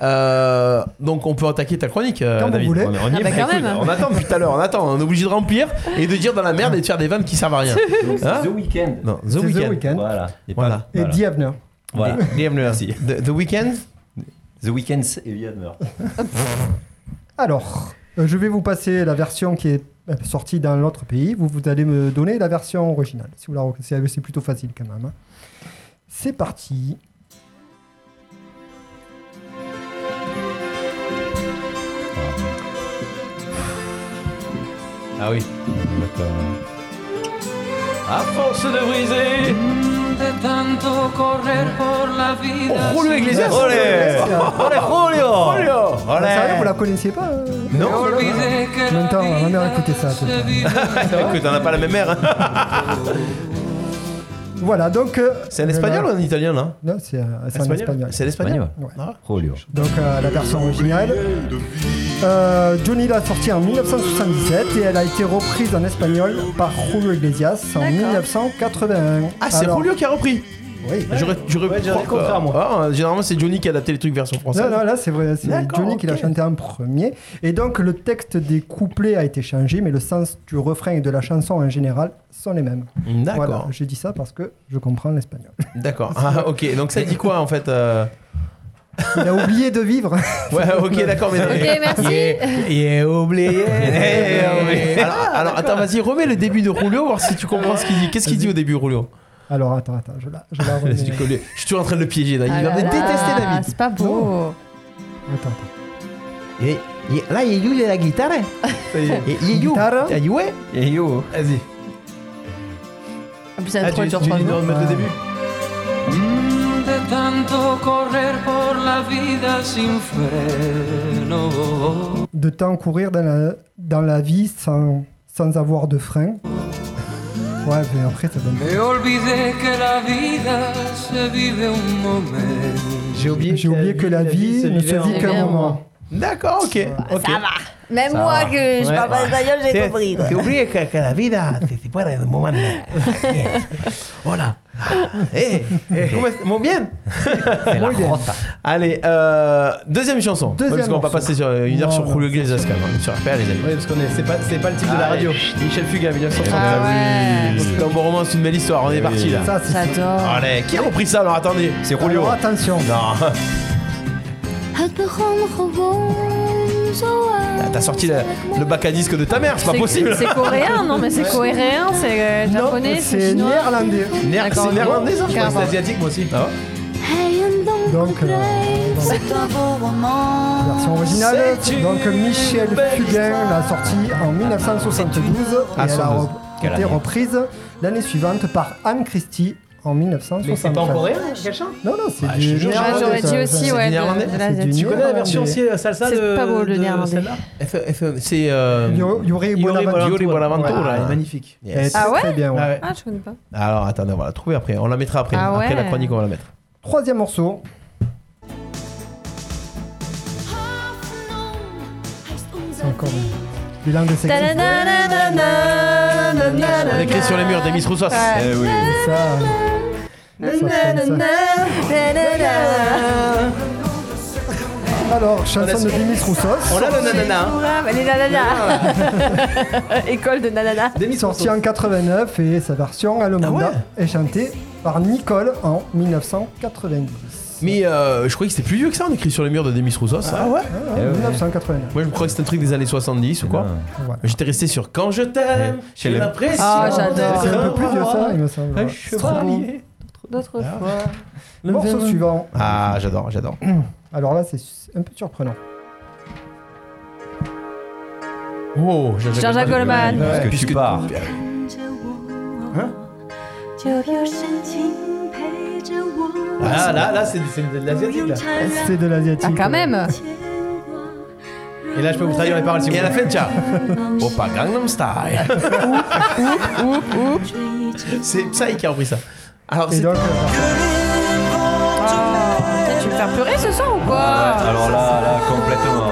S1: Euh, donc on peut attaquer ta chronique, euh,
S4: Quand vous
S1: David.
S4: voulez.
S1: On, on y
S5: Ah
S1: est,
S5: bah
S1: mais
S5: quand
S1: écoute,
S5: même.
S1: on attend depuis tout à l'heure, on attend. On est obligé de remplir et de dire dans la merde et de faire des vannes qui servent à rien. Hein
S3: The Weeknd.
S1: Non, The
S4: C'est
S1: Weeknd.
S4: The Weeknd.
S3: Voilà. Et
S1: Voilà.
S3: pas-
S4: Et
S3: voilà.
S4: The Avener.
S3: Voilà.
S1: Bienvenue.
S3: Merci.
S1: The, The Weeknd.
S3: The Weeknd et Liam Neeson.
S4: Alors, euh, je vais vous passer la version qui est euh, sortie dans l'autre pays. Vous, vous allez me donner la version originale. Si vous la reconnaissez, Ah, c'est plutôt facile quand même. hein. C'est parti.
S3: Ah oui. À force de briser.
S1: Oh, Julio Iglesias.
S3: Olé Olé, Julio Olé
S4: Sérieux, Ah, vous la connaissiez pas euh
S1: Non,
S4: En même temps, ma mère écoutait ça. tout le temps.
S1: écoute, on n'a pas la même mère. hein.
S4: Voilà, donc. euh,
S1: C'est un espagnol ou un italien là
S4: Non, c'est euh, c'est en espagnol.
S1: C'est l'espagnol.
S4: Ouais.
S1: Ah.
S3: Julio.
S4: Donc euh, la version originale. Euh, Johnny l'a sortie en 1977 et elle a été reprise en espagnol par Julio Iglesias en 1981.
S1: Ah, c'est
S4: Alors-
S1: Julio Ah, qui a repris.
S4: Oui.
S1: J'aurais, j'aurais
S2: Ouais,
S1: pu
S2: j'aurais
S1: croire que-
S2: compris, moi.
S1: Ah, généralement, c'est Johnny qui a adapté les trucs version française.
S4: Non, non, là c'est vrai, c'est
S1: D'accord,
S4: Johnny qui l'a
S1: ok.
S4: chanté en premier. Et donc le texte des couplets a été changé, mais le sens du refrain et de la chanson en général sont les mêmes.
S1: D'accord.
S4: Voilà, j'ai dit ça parce que je comprends l'espagnol.
S1: D'accord. Ah, ok. Donc ça dit quoi en fait euh
S4: Il a oublié de vivre.
S1: Ouais, ok, d'accord. Mais
S5: Ok, merci
S1: Il est oublié. alors, alors, attends, vas-y, remets le début de Rulio, voir si tu comprends ce qu'il dit. Qu'est-ce qu'il dit au début, Rulio
S4: Alors attends, attends, je la, je la remets.
S1: Je suis toujours en train de le piéger, là. Il va
S5: Ah là
S1: me
S5: là,
S1: détester, David.
S5: C'est pas beau
S4: Attends, attends.
S1: Et- et- Là, il joue de la guitare. Et Il joue.
S4: Guitare.
S1: T'as joué
S3: Et yo
S1: Vas-y.
S5: En plus,
S1: Ah,
S5: la trop dure 3
S2: lui dois
S5: minutes.
S2: remettre le
S4: Ouais.
S2: début.
S8: De tanto correr por la vida sin freno.
S4: De temps courir dans la, dans la vie sans, sans avoir de frein. Ouais, mais après ça donne.
S8: Me olvidé que la vida se vive un momento.
S2: J'ai oublié,
S4: J'ai oublié que la vie
S2: se
S4: ne se
S2: vivait
S4: vit
S2: en-
S4: qu'un
S5: moment.
S4: moment.
S1: D'accord, ok. ok.
S6: Même moi, que je parle pas espagnol, j'ai compris. quoi.
S1: oublié que, que la vida se separa del momento. Bien. Hola. Eh, eh, ¿cómo es- Muy bien. Allez, euh, deuxième chanson. Ouais,
S4: Deuxième
S1: parce qu'on va pas
S4: morceau.
S1: passer sur, euh, une heure
S4: Non,
S1: sur
S4: non,
S1: Julio Iglesias quand même. hein. Sur RPA, les amis.
S2: Oui, parce qu'on est, c'est pas, c'est pas le
S1: Ah,
S2: type de la radio. Michel Fugain, 1930.
S5: Ah ouais
S1: C'est un bon roman, c'est une belle histoire. On
S2: Eh
S1: est parti là.
S4: Ça, c'est
S5: J'adore
S1: Allez, qui a repris ça alors Attendez.
S3: C'est Julio.
S4: Alors attention.
S1: Non.
S9: البخام خبون
S1: T'as- T'as sorti la- le bac à disque de ta mère, c'est pas
S5: C'est-
S1: possible.
S5: C'est coréen, non mais c'est coréen, c'est euh,
S4: Non,
S5: japonais, c'est
S4: c'est
S5: chinois.
S4: néerlandais.
S2: Néer-
S5: D'accord.
S2: C'est néerlandais, ça Je crois que c'est
S5: Carrément.
S2: asiatique, moi aussi. Ah
S4: Donc, euh,
S6: C'est un beau roman.
S4: version originale. Donc, Michel Fugain l'a sortie en 1972 et
S2: Ah,
S4: elle a
S2: sondeuse.
S4: re-
S3: Quelle
S4: été
S3: année.
S4: reprise l'année suivante par Anne Christie en 1973.
S2: Mais c'est pas en coréen, quelqu'un
S4: Non, non, c'est
S2: Ah, je
S4: du
S2: te jure,
S5: Ah,
S4: néerlandais,
S5: J'aurais dit
S4: ça,
S5: aussi,
S4: ça.
S5: ouais, de-
S2: néerlandais,
S5: de
S4: c'est
S5: l'Asie.
S4: du
S2: Tu connais la
S4: Néerlandais.
S2: version aussi, euh, salsa de.
S5: Ah, C'est pas beau, le
S2: de
S5: néerlandais.
S2: celle-là
S1: F- F- C'est. euh,
S4: Yo- Yuri
S2: Yuri
S4: Buenaventura.
S1: Yuri Buenaventura,
S4: Ouais.
S1: ouais.
S2: elle est magnifique.
S4: Elle est
S1: yes.
S4: très,
S5: Ah ouais
S4: très bien, ouais.
S2: Ah ouais.
S5: Ah, je connais pas.
S1: Alors attendez, on va la trouver après. On la mettra après.
S5: Ah
S1: Après la
S5: ouais.
S1: chronique, on va la mettre.
S4: Troisième morceau, c'est encore du langue de sexisme.
S1: On est écrit sur les murs d'Emis Roussos.
S5: Ouais.
S3: Eh oui.
S4: ah, Ça, ça sonne ça. Alors, chanson de Demis Roussos.
S2: On a le nanana.
S5: Ah, Les nananas École de nananas
S2: Demis Ah
S4: Sorti en 89 et sa version Alomanda est chantée par Nicole en 1990.
S1: Mais euh, je croyais que c'était plus vieux que ça, on écrit sur les murs de Demis Roussos. Ah ouais
S4: Ah,
S3: Eh ouais.
S4: 1989.
S1: Moi je crois que c'était un truc des années 70 ou quoi.
S3: Non.
S4: Voilà.
S1: J'étais resté sur Quand je t'aime,
S3: Ouais.
S1: j'ai
S3: Chez les-
S1: l'impression.
S5: Ah,
S4: C'est un peu plus vieux ça, il me semble.
S3: Un
S2: Ah,
S4: Ouais.
S3: chevalier.
S5: D'autres fois.
S4: Morceau suivant.
S1: Ah, j'adore, j'adore.
S4: Alors là, c'est un peu surprenant.
S1: Oh,
S5: Jean-Jacques Goldman.
S3: Parce que tu pars.
S2: Ah là, là, c'est c'est de l'asiatique Ah là.
S4: C'est de l'asiatique.
S5: Ah, quand même
S2: Et là, je peux vous traduire les paroles si vous
S1: Et à la
S2: voulez.
S1: fin, tiens. Opa Gangnam Style. C'est Psy qui a repris ça. Alors,
S4: Et
S1: c'est
S4: donc, euh,
S5: Putain, Tu veux me faire pleurer ce soir ou quoi
S3: Ah, Alors là, là, complètement. ouais, complètement.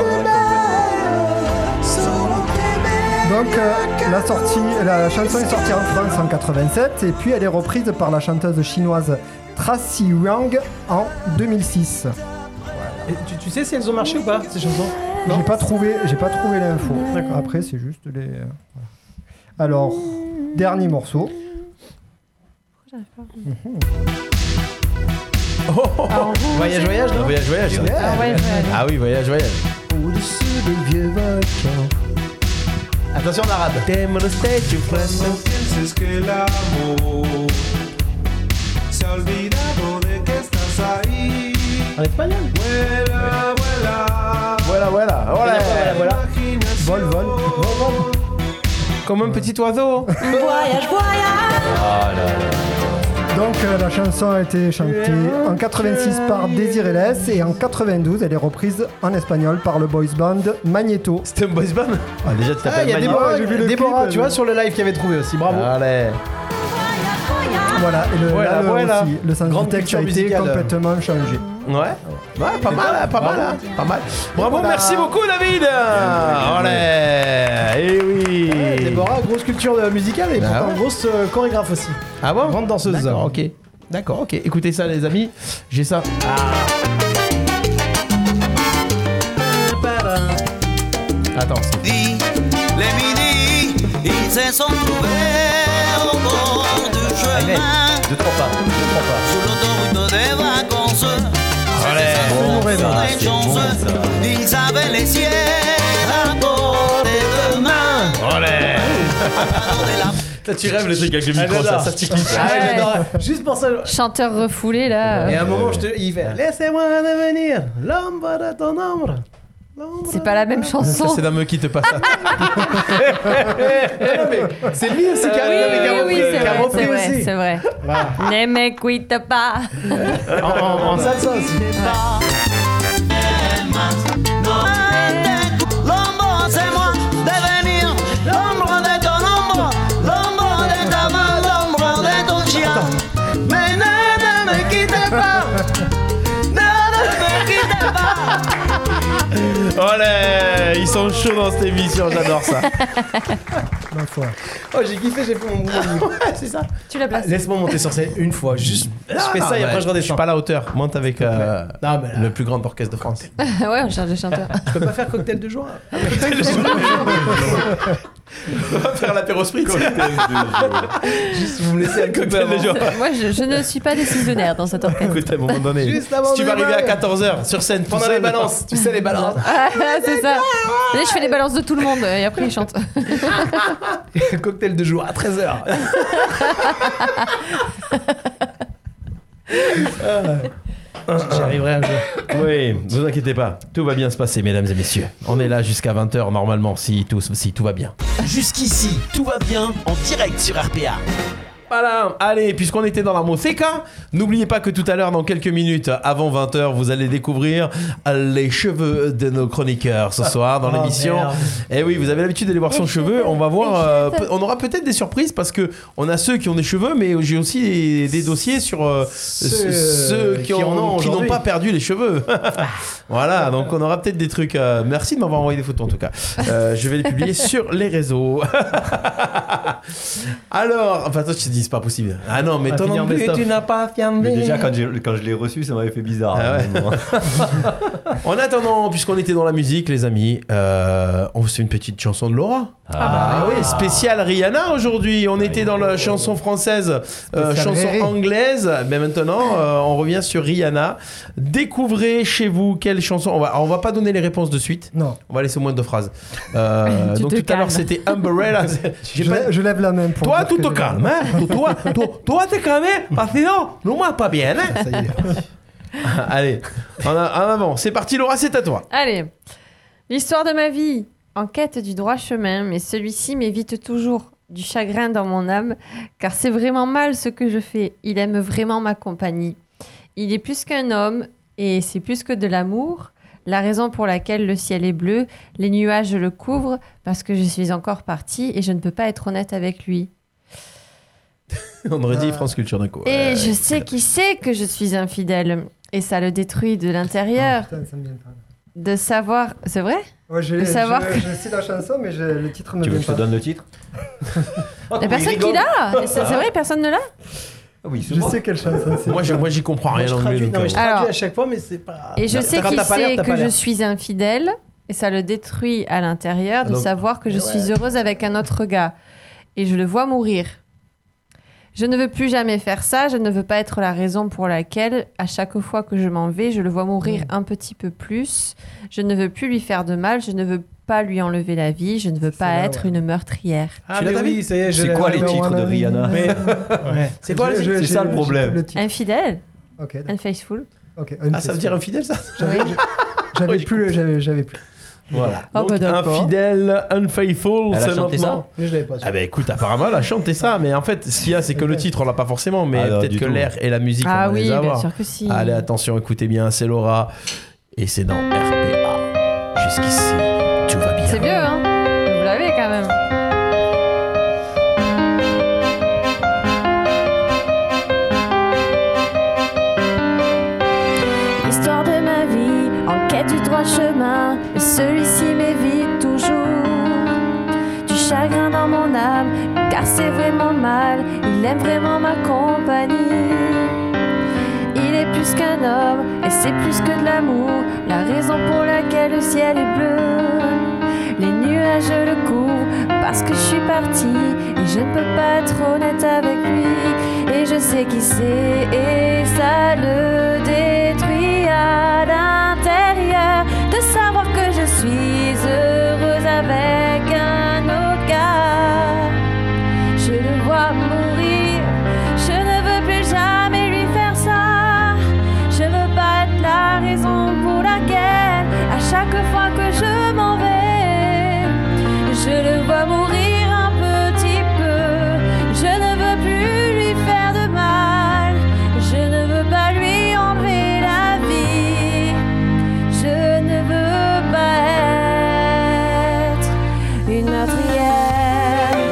S4: donc, euh, la, sortie, la chanson est sortie en France en 87 et puis elle est reprise par la chanteuse chinoise Tracy Wang en 2006.
S2: Et tu, tu sais si elles ont marché ou pas, ces chansons
S4: J'ai pas trouvé, j'ai pas trouvé l'info. Après, c'est juste les. euh, voilà. Alors, dernier morceau.
S2: Voyage, voyage, non
S1: Voyage, voyage. ça.
S5: Ah ouais, je-
S1: Ah oui, voyage, voyage.
S4: Au-dessus des vieux volcans.
S2: Attention en arabe.
S9: pienses que el amor se ha olvidado de que estás ahí.
S2: En espagnol
S9: Vuela, vuela.
S1: Voilà, voilà. voilà.
S2: Voilà, voilà.
S4: Vol, vol.
S2: Comme un petit oiseau.
S6: Oh. Voyage, voyage.
S3: Ah là là.
S4: Donc, euh, la chanson a été chantée en 86 par Désiré Less et en 92, elle est reprise en espagnol par le boys band Magneto.
S1: C'était un boys band Ah, déjà, tu
S2: Ah, il
S1: t'appelles
S2: y a
S1: Magneto.
S2: Déborah,
S4: j'ai vu le
S2: Déborah,
S4: clip,
S2: tu
S4: euh,
S2: vois, sur le live qu'il avait trouvé aussi. Bravo.
S1: Allez.
S4: Voilà, et le,
S1: Voilà,
S4: là, le-
S1: voilà.
S4: aussi, le sens
S1: Grande
S4: du texte a
S1: culture
S4: été
S1: musicale.
S4: complètement changé.
S1: Ouais. Ouais, pas mal, hein, pas mal, hein, pas mal. Bravo,
S2: Voilà.
S1: merci beaucoup, David. Allez. Eh oui.
S2: Ouais, Déborah, grosse culture euh, musicale et
S1: Ah
S2: pourtant
S1: ouais.
S2: grosse euh, chorégraphe aussi.
S1: Ah bon
S2: Grande danseuse.
S1: D'accord, ok. D'accord, ok. Écoutez ça, les amis. J'ai ça. Ah. Attends. c'est-
S9: Di, les midi, ils se sont trouvés au bord du
S1: Ah,
S9: chemin.
S3: Deux, trois pas. Deux, trois pas.
S9: Sous l'autoroute des vacances,
S3: Allez. Bon, ça,
S9: les
S3: c'est bon,
S9: chances,
S3: ça.
S9: ils avaient les ciels à portée de main.
S1: Allez.
S9: Dans des lapins.
S1: Toi, tu rêves le truc avec le
S2: Ah,
S1: micro, ça,
S2: j'adore.
S1: ça tu kiffes.
S2: Ah,
S5: Ouais.
S2: j'adore. Juste pour ça.
S5: Chanteur refoulé là.
S2: Et à un moment, je te... il fait Laissez-moi devenir l'homme de ton ombre. L'ombre
S5: C'est pas la même
S1: Ça,
S5: chanson.
S1: c'est d'un mec qui te passe.
S2: C'est lui aussi qui
S5: Oui,
S2: a
S5: oui, oui,
S2: qui
S5: c'est
S2: a
S5: vrai,
S2: repris
S5: c'est vrai,
S2: aussi.
S5: c'est vrai. Ne m'écoute pas.
S2: En, en, en salsa aussi.
S9: L'ombre, c'est moi, devenir l'ombre de ton ombre, l'ombre de ta main, l'ombre de ton chien. Mais ne, ne me quitte pas, ne, ne me quitte pas.
S1: Allez. Ils sont chauds dans cette émission, j'adore ça.
S4: Ma foi.
S2: Oh, j'ai kiffé, j'ai fait mon mouvement. de micro.
S1: c'est ça.
S5: Tu l'as placé.
S2: Laisse-moi monter sur scène une fois, juste. je fais ça et
S1: Ah,
S2: après je
S1: Je suis
S2: redescends.
S1: pas à la hauteur. Monte avec euh,
S2: Non, mais là,
S1: le plus grand orchestre de France.
S5: Ouais, on cherche des chanteurs.
S2: je peux pas faire cocktail de joie.
S1: On va faire l'apéro spritz.
S2: Juste, vous me laissez un
S1: Cocktail
S2: cocktail
S1: de jour.
S5: Moi, je, je ne suis pas décisionnaire dans cet orchestre.
S1: Écoutez, à un moment donné,
S2: Juste avant
S1: si tu
S2: de
S1: vas arriver à
S2: démarrer.
S1: 14h sur scène,
S2: Pendant les balances, tu sais les balances.
S5: Ah, c'est ça. Et je fais les balances de tout le monde et après ils chantent.
S2: cocktail de jour à 13h. J'arriverai un jour.
S1: Oui, ne vous inquiétez pas, tout va bien se passer, mesdames et messieurs. On est là jusqu'à 20h normalement, si tout, si tout va bien.
S7: Jusqu'ici, tout va bien en direct sur RPA.
S1: Voilà, allez, puisqu'on était dans la Moseca, n'oubliez pas que tout à l'heure, dans quelques minutes, avant 20h, vous allez découvrir les cheveux de nos chroniqueurs ce soir dans
S2: Oh,
S1: l'émission.
S2: merde.
S1: Et oui, vous avez l'habitude d'aller voir
S6: Les
S1: son cheveu.
S6: cheveux,
S1: On va voir,
S6: les
S1: euh,
S6: cheveux.
S1: pe- on aura peut-être des surprises parce que on a ceux qui ont des cheveux, mais j'ai aussi des, des dossiers sur euh, ceux,
S2: Ceux, euh,
S1: qui
S2: qui
S1: ont-
S2: en ont
S1: qui n'ont
S2: aujourd'hui. Ah.
S1: pas perdu les cheveux. voilà, donc on aura peut-être des trucs. euh, merci de m'avoir envoyé des photos en tout cas. Euh, je vais les publier sur les réseaux. Alors, enfin toi, je te dis c'est pas possible. Ah non, mais
S2: Ah,
S1: toi
S2: finir
S1: non plus,
S2: best-of.
S1: tu n'as pas
S3: Mais
S1: fermé.
S3: déjà, quand, j'ai- quand je l'ai reçu, ça m'avait fait bizarre. hein,
S1: Ah ouais.
S3: à un moment.
S1: En attendant, puisqu'on était dans la musique, les amis, euh, on fait une petite chanson de Laura.
S5: bah
S1: Ah, oui, spécial Rihanna aujourd'hui. On était dans la chanson française, euh,
S4: Spécial
S1: chanson
S4: Ah Riri.
S1: anglaise, mais maintenant euh, on revient sur Rihanna. Découvrez chez vous quelle chanson. On va, on va pas donner les réponses de suite.
S4: Non.
S1: On va laisser au moins deux phrases. Euh,
S5: Tu
S1: donc
S5: te
S1: tout à l'heure
S5: calmes.
S1: c'était Umbrella. J'ai
S4: Je,
S1: pas-
S4: lè- je lève la main pour.
S1: Toi,
S4: dire
S1: tout
S4: que
S1: te
S4: j'ai-
S1: calme, hein. Toi, toi, toi, t'es calme, hein, parce que non, nous, moi, pas bien, hein.
S4: Ça y est.
S1: Allez, en, a- en avant, c'est parti, Laura, c'est à toi.
S5: Allez, l'histoire de ma vie. En quête du droit chemin, mais celui-ci m'évite toujours du chagrin dans mon âme, car c'est vraiment mal ce que je fais. Il aime vraiment ma compagnie. Il est plus qu'un homme, et c'est plus que de l'amour. La raison pour laquelle le ciel est bleu, les nuages le couvrent, parce que je suis encore partie et je ne peux pas être honnête avec lui.
S1: On aurait dit France Culture d'un coup.
S5: et je sais qui sait que je suis infidèle, et ça le détruit de l'intérieur.
S4: Putain, ça me vient pas.
S5: De savoir, c'est vrai
S4: Ouais, je,
S5: De savoir
S4: je,
S5: que-
S4: je sais la chanson, mais je- le titre me
S3: Tu veux
S4: vient
S3: que je te
S4: pas.
S3: donne le titre
S5: La personne qui l'a C'est c'est vrai, personne ne l'a
S3: Ah Oui, c'est
S4: Je
S3: moi.
S4: sais quelle chanson c'est.
S1: Moi, je- moi, j'y comprends
S2: Moi,
S1: rien
S2: je
S1: en anglais.
S2: traduis,
S1: donc,
S2: non, mais je
S1: euh,
S5: Alors-
S2: traduis à chaque fois, mais c'est pas.
S5: Et je sais
S2: Quand
S5: qu'il
S2: Ah. t'as pas l'air,
S5: sait
S2: t'as
S5: que
S2: pas
S5: je
S2: l'air.
S5: suis infidèle et ça le détruit à l'intérieur
S2: Ah,
S5: de
S1: Donc-
S5: savoir que je suis heureuse avec un autre gars. Et je le vois mourir. Je ne veux plus jamais faire ça, je ne veux pas être la raison pour laquelle, à chaque fois que je m'en vais, je le vois
S2: Mm.
S5: mourir un petit peu plus. Je ne veux plus lui faire de mal, je ne veux pas lui enlever la vie, je ne veux pas
S4: là,
S5: être une meurtrière.
S2: Ah,
S1: Tu
S2: mais
S1: l'as
S2: oui, ça y est, je
S3: C'est
S2: l'ai-
S3: quoi les
S4: Number
S3: titres
S4: one
S3: de
S4: enemy.
S3: Rihanna
S2: Mais- Ouais.
S1: C'est quoi
S4: Je-
S1: le-
S4: je-
S3: c'est
S4: j'ai-
S3: ça le
S4: j'ai
S3: problème.
S4: Le titre.
S5: Infidèle,
S4: Ok, d'accord.
S5: unfaithful.
S4: Ok,
S1: Ah, ça veut dire infidèle, ça
S4: J'avais j'avais
S1: Oui,
S4: plus, j'avais j'avais plus.
S1: Voilà.
S5: Ah,
S1: Donc,
S5: bah, d'accord.
S1: infidèle, unfaithful,
S3: Elle a
S1: c'est
S3: chanté ça
S1: maintenant.
S4: Mais je l'avais pas.
S1: Ah, bah écoute, apparemment, elle a chanté ça, mais en fait, ce qu'il y a, c'est que le titre, on l'a pas forcément, mais
S3: Ah, non,
S1: peut-être
S3: du
S1: que
S3: tout.
S1: l'air et la musique, on
S5: Ah
S1: va
S5: oui,
S1: les
S5: bien
S1: avoir.
S5: sûr que si.
S1: Allez, attention, écoutez bien, c'est Laura. Et c'est dans RPA. Jusqu'ici, tout va bien.
S5: C'est vieux, hein Vous l'avez quand même. L'histoire de ma vie, en quête du droit chemin, mais celui-ci m'évite toujours. Du chagrin dans mon âme, car c'est vraiment mal, il aime vraiment ma compagnie. Il est plus qu'un homme et c'est plus que de l'amour. La raison pour laquelle le ciel est bleu. Les nuages le couvrent parce que je suis partie et je ne peux pas être honnête avec lui. Et je sais qui c'est et ça le détruit à l'intérieur de savoir que je suis heureuse avec un autre gars. Je le vois mourir. Je ne veux plus jamais lui faire ça. Je veux pas être la raison pour laquelle, à chaque fois que je m'en vais, je le vois mourir un petit peu. Je ne veux plus lui faire de mal. Je ne veux pas lui enlever la vie. Je ne veux pas être une meurtrière.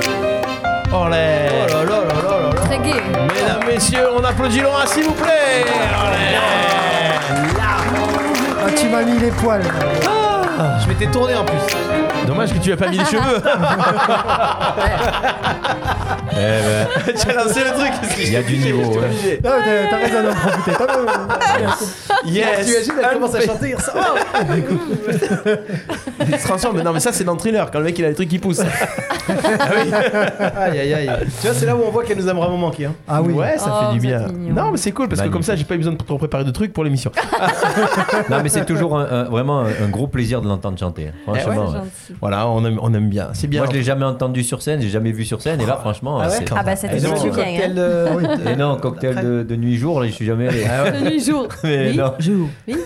S1: Olé. Oh là là là là là là.
S5: Très gai. hein,
S1: Mesdames, messieurs, on applaudit Laura, s'il vous plaît. Olé.
S4: Ah, tu m'as mis les poils. Ah,
S2: Je m'étais tourné en plus.
S1: Dommage que tu as pas mis les cheveux.
S3: Eh ben,
S1: tu as lancé le truc. qu'est-ce que
S3: Il y a
S1: je
S3: du
S1: t'ai dit,
S3: niveau,
S1: je t'ai
S3: ouais.
S1: obligé.
S4: Non, t'as t'as raison d'en profiter. T'as raison.
S1: Yes.
S2: T'imagines, elle commence à
S1: Unpa-
S2: chanter, ça va
S1: Il se transforme. Mais non, mais ça, c'est dans le thriller quand le mec il a le truc qui pousse.
S2: Aïe aïe aïe. Tu vois, c'est là où on voit qu'elle nous a vraiment manqué. Hein.
S4: Ah oui.
S1: Ouais, ça
S5: Oh,
S1: fait du
S5: vous
S1: bien.
S5: êtes mignons.
S1: Non, mais c'est cool parce que comme ça, j'ai pas eu besoin de trop préparer de trucs pour l'émission.
S3: non, mais c'est toujours un- un- vraiment un, un gros plaisir de l'entendre chanter. hein. Franchement, ouais.
S5: Eh Gentil.
S1: Voilà, on aime, on aime bien. C'est bien.
S3: moi je l'ai jamais entendu sur scène, j'ai jamais vu sur scène, et là franchement,
S2: Ah ouais
S3: c'est-
S5: Ah bah c'était
S2: Et donc,
S5: gentil,
S2: le
S5: bien. hein.
S2: cocktail, euh, oui, Ah de-
S3: Et non, cocktail de, de nuit-jour, là, je suis jamais allé.
S5: De nuit jour.
S3: Mais
S5: oui,
S3: non.
S5: jour. Oui.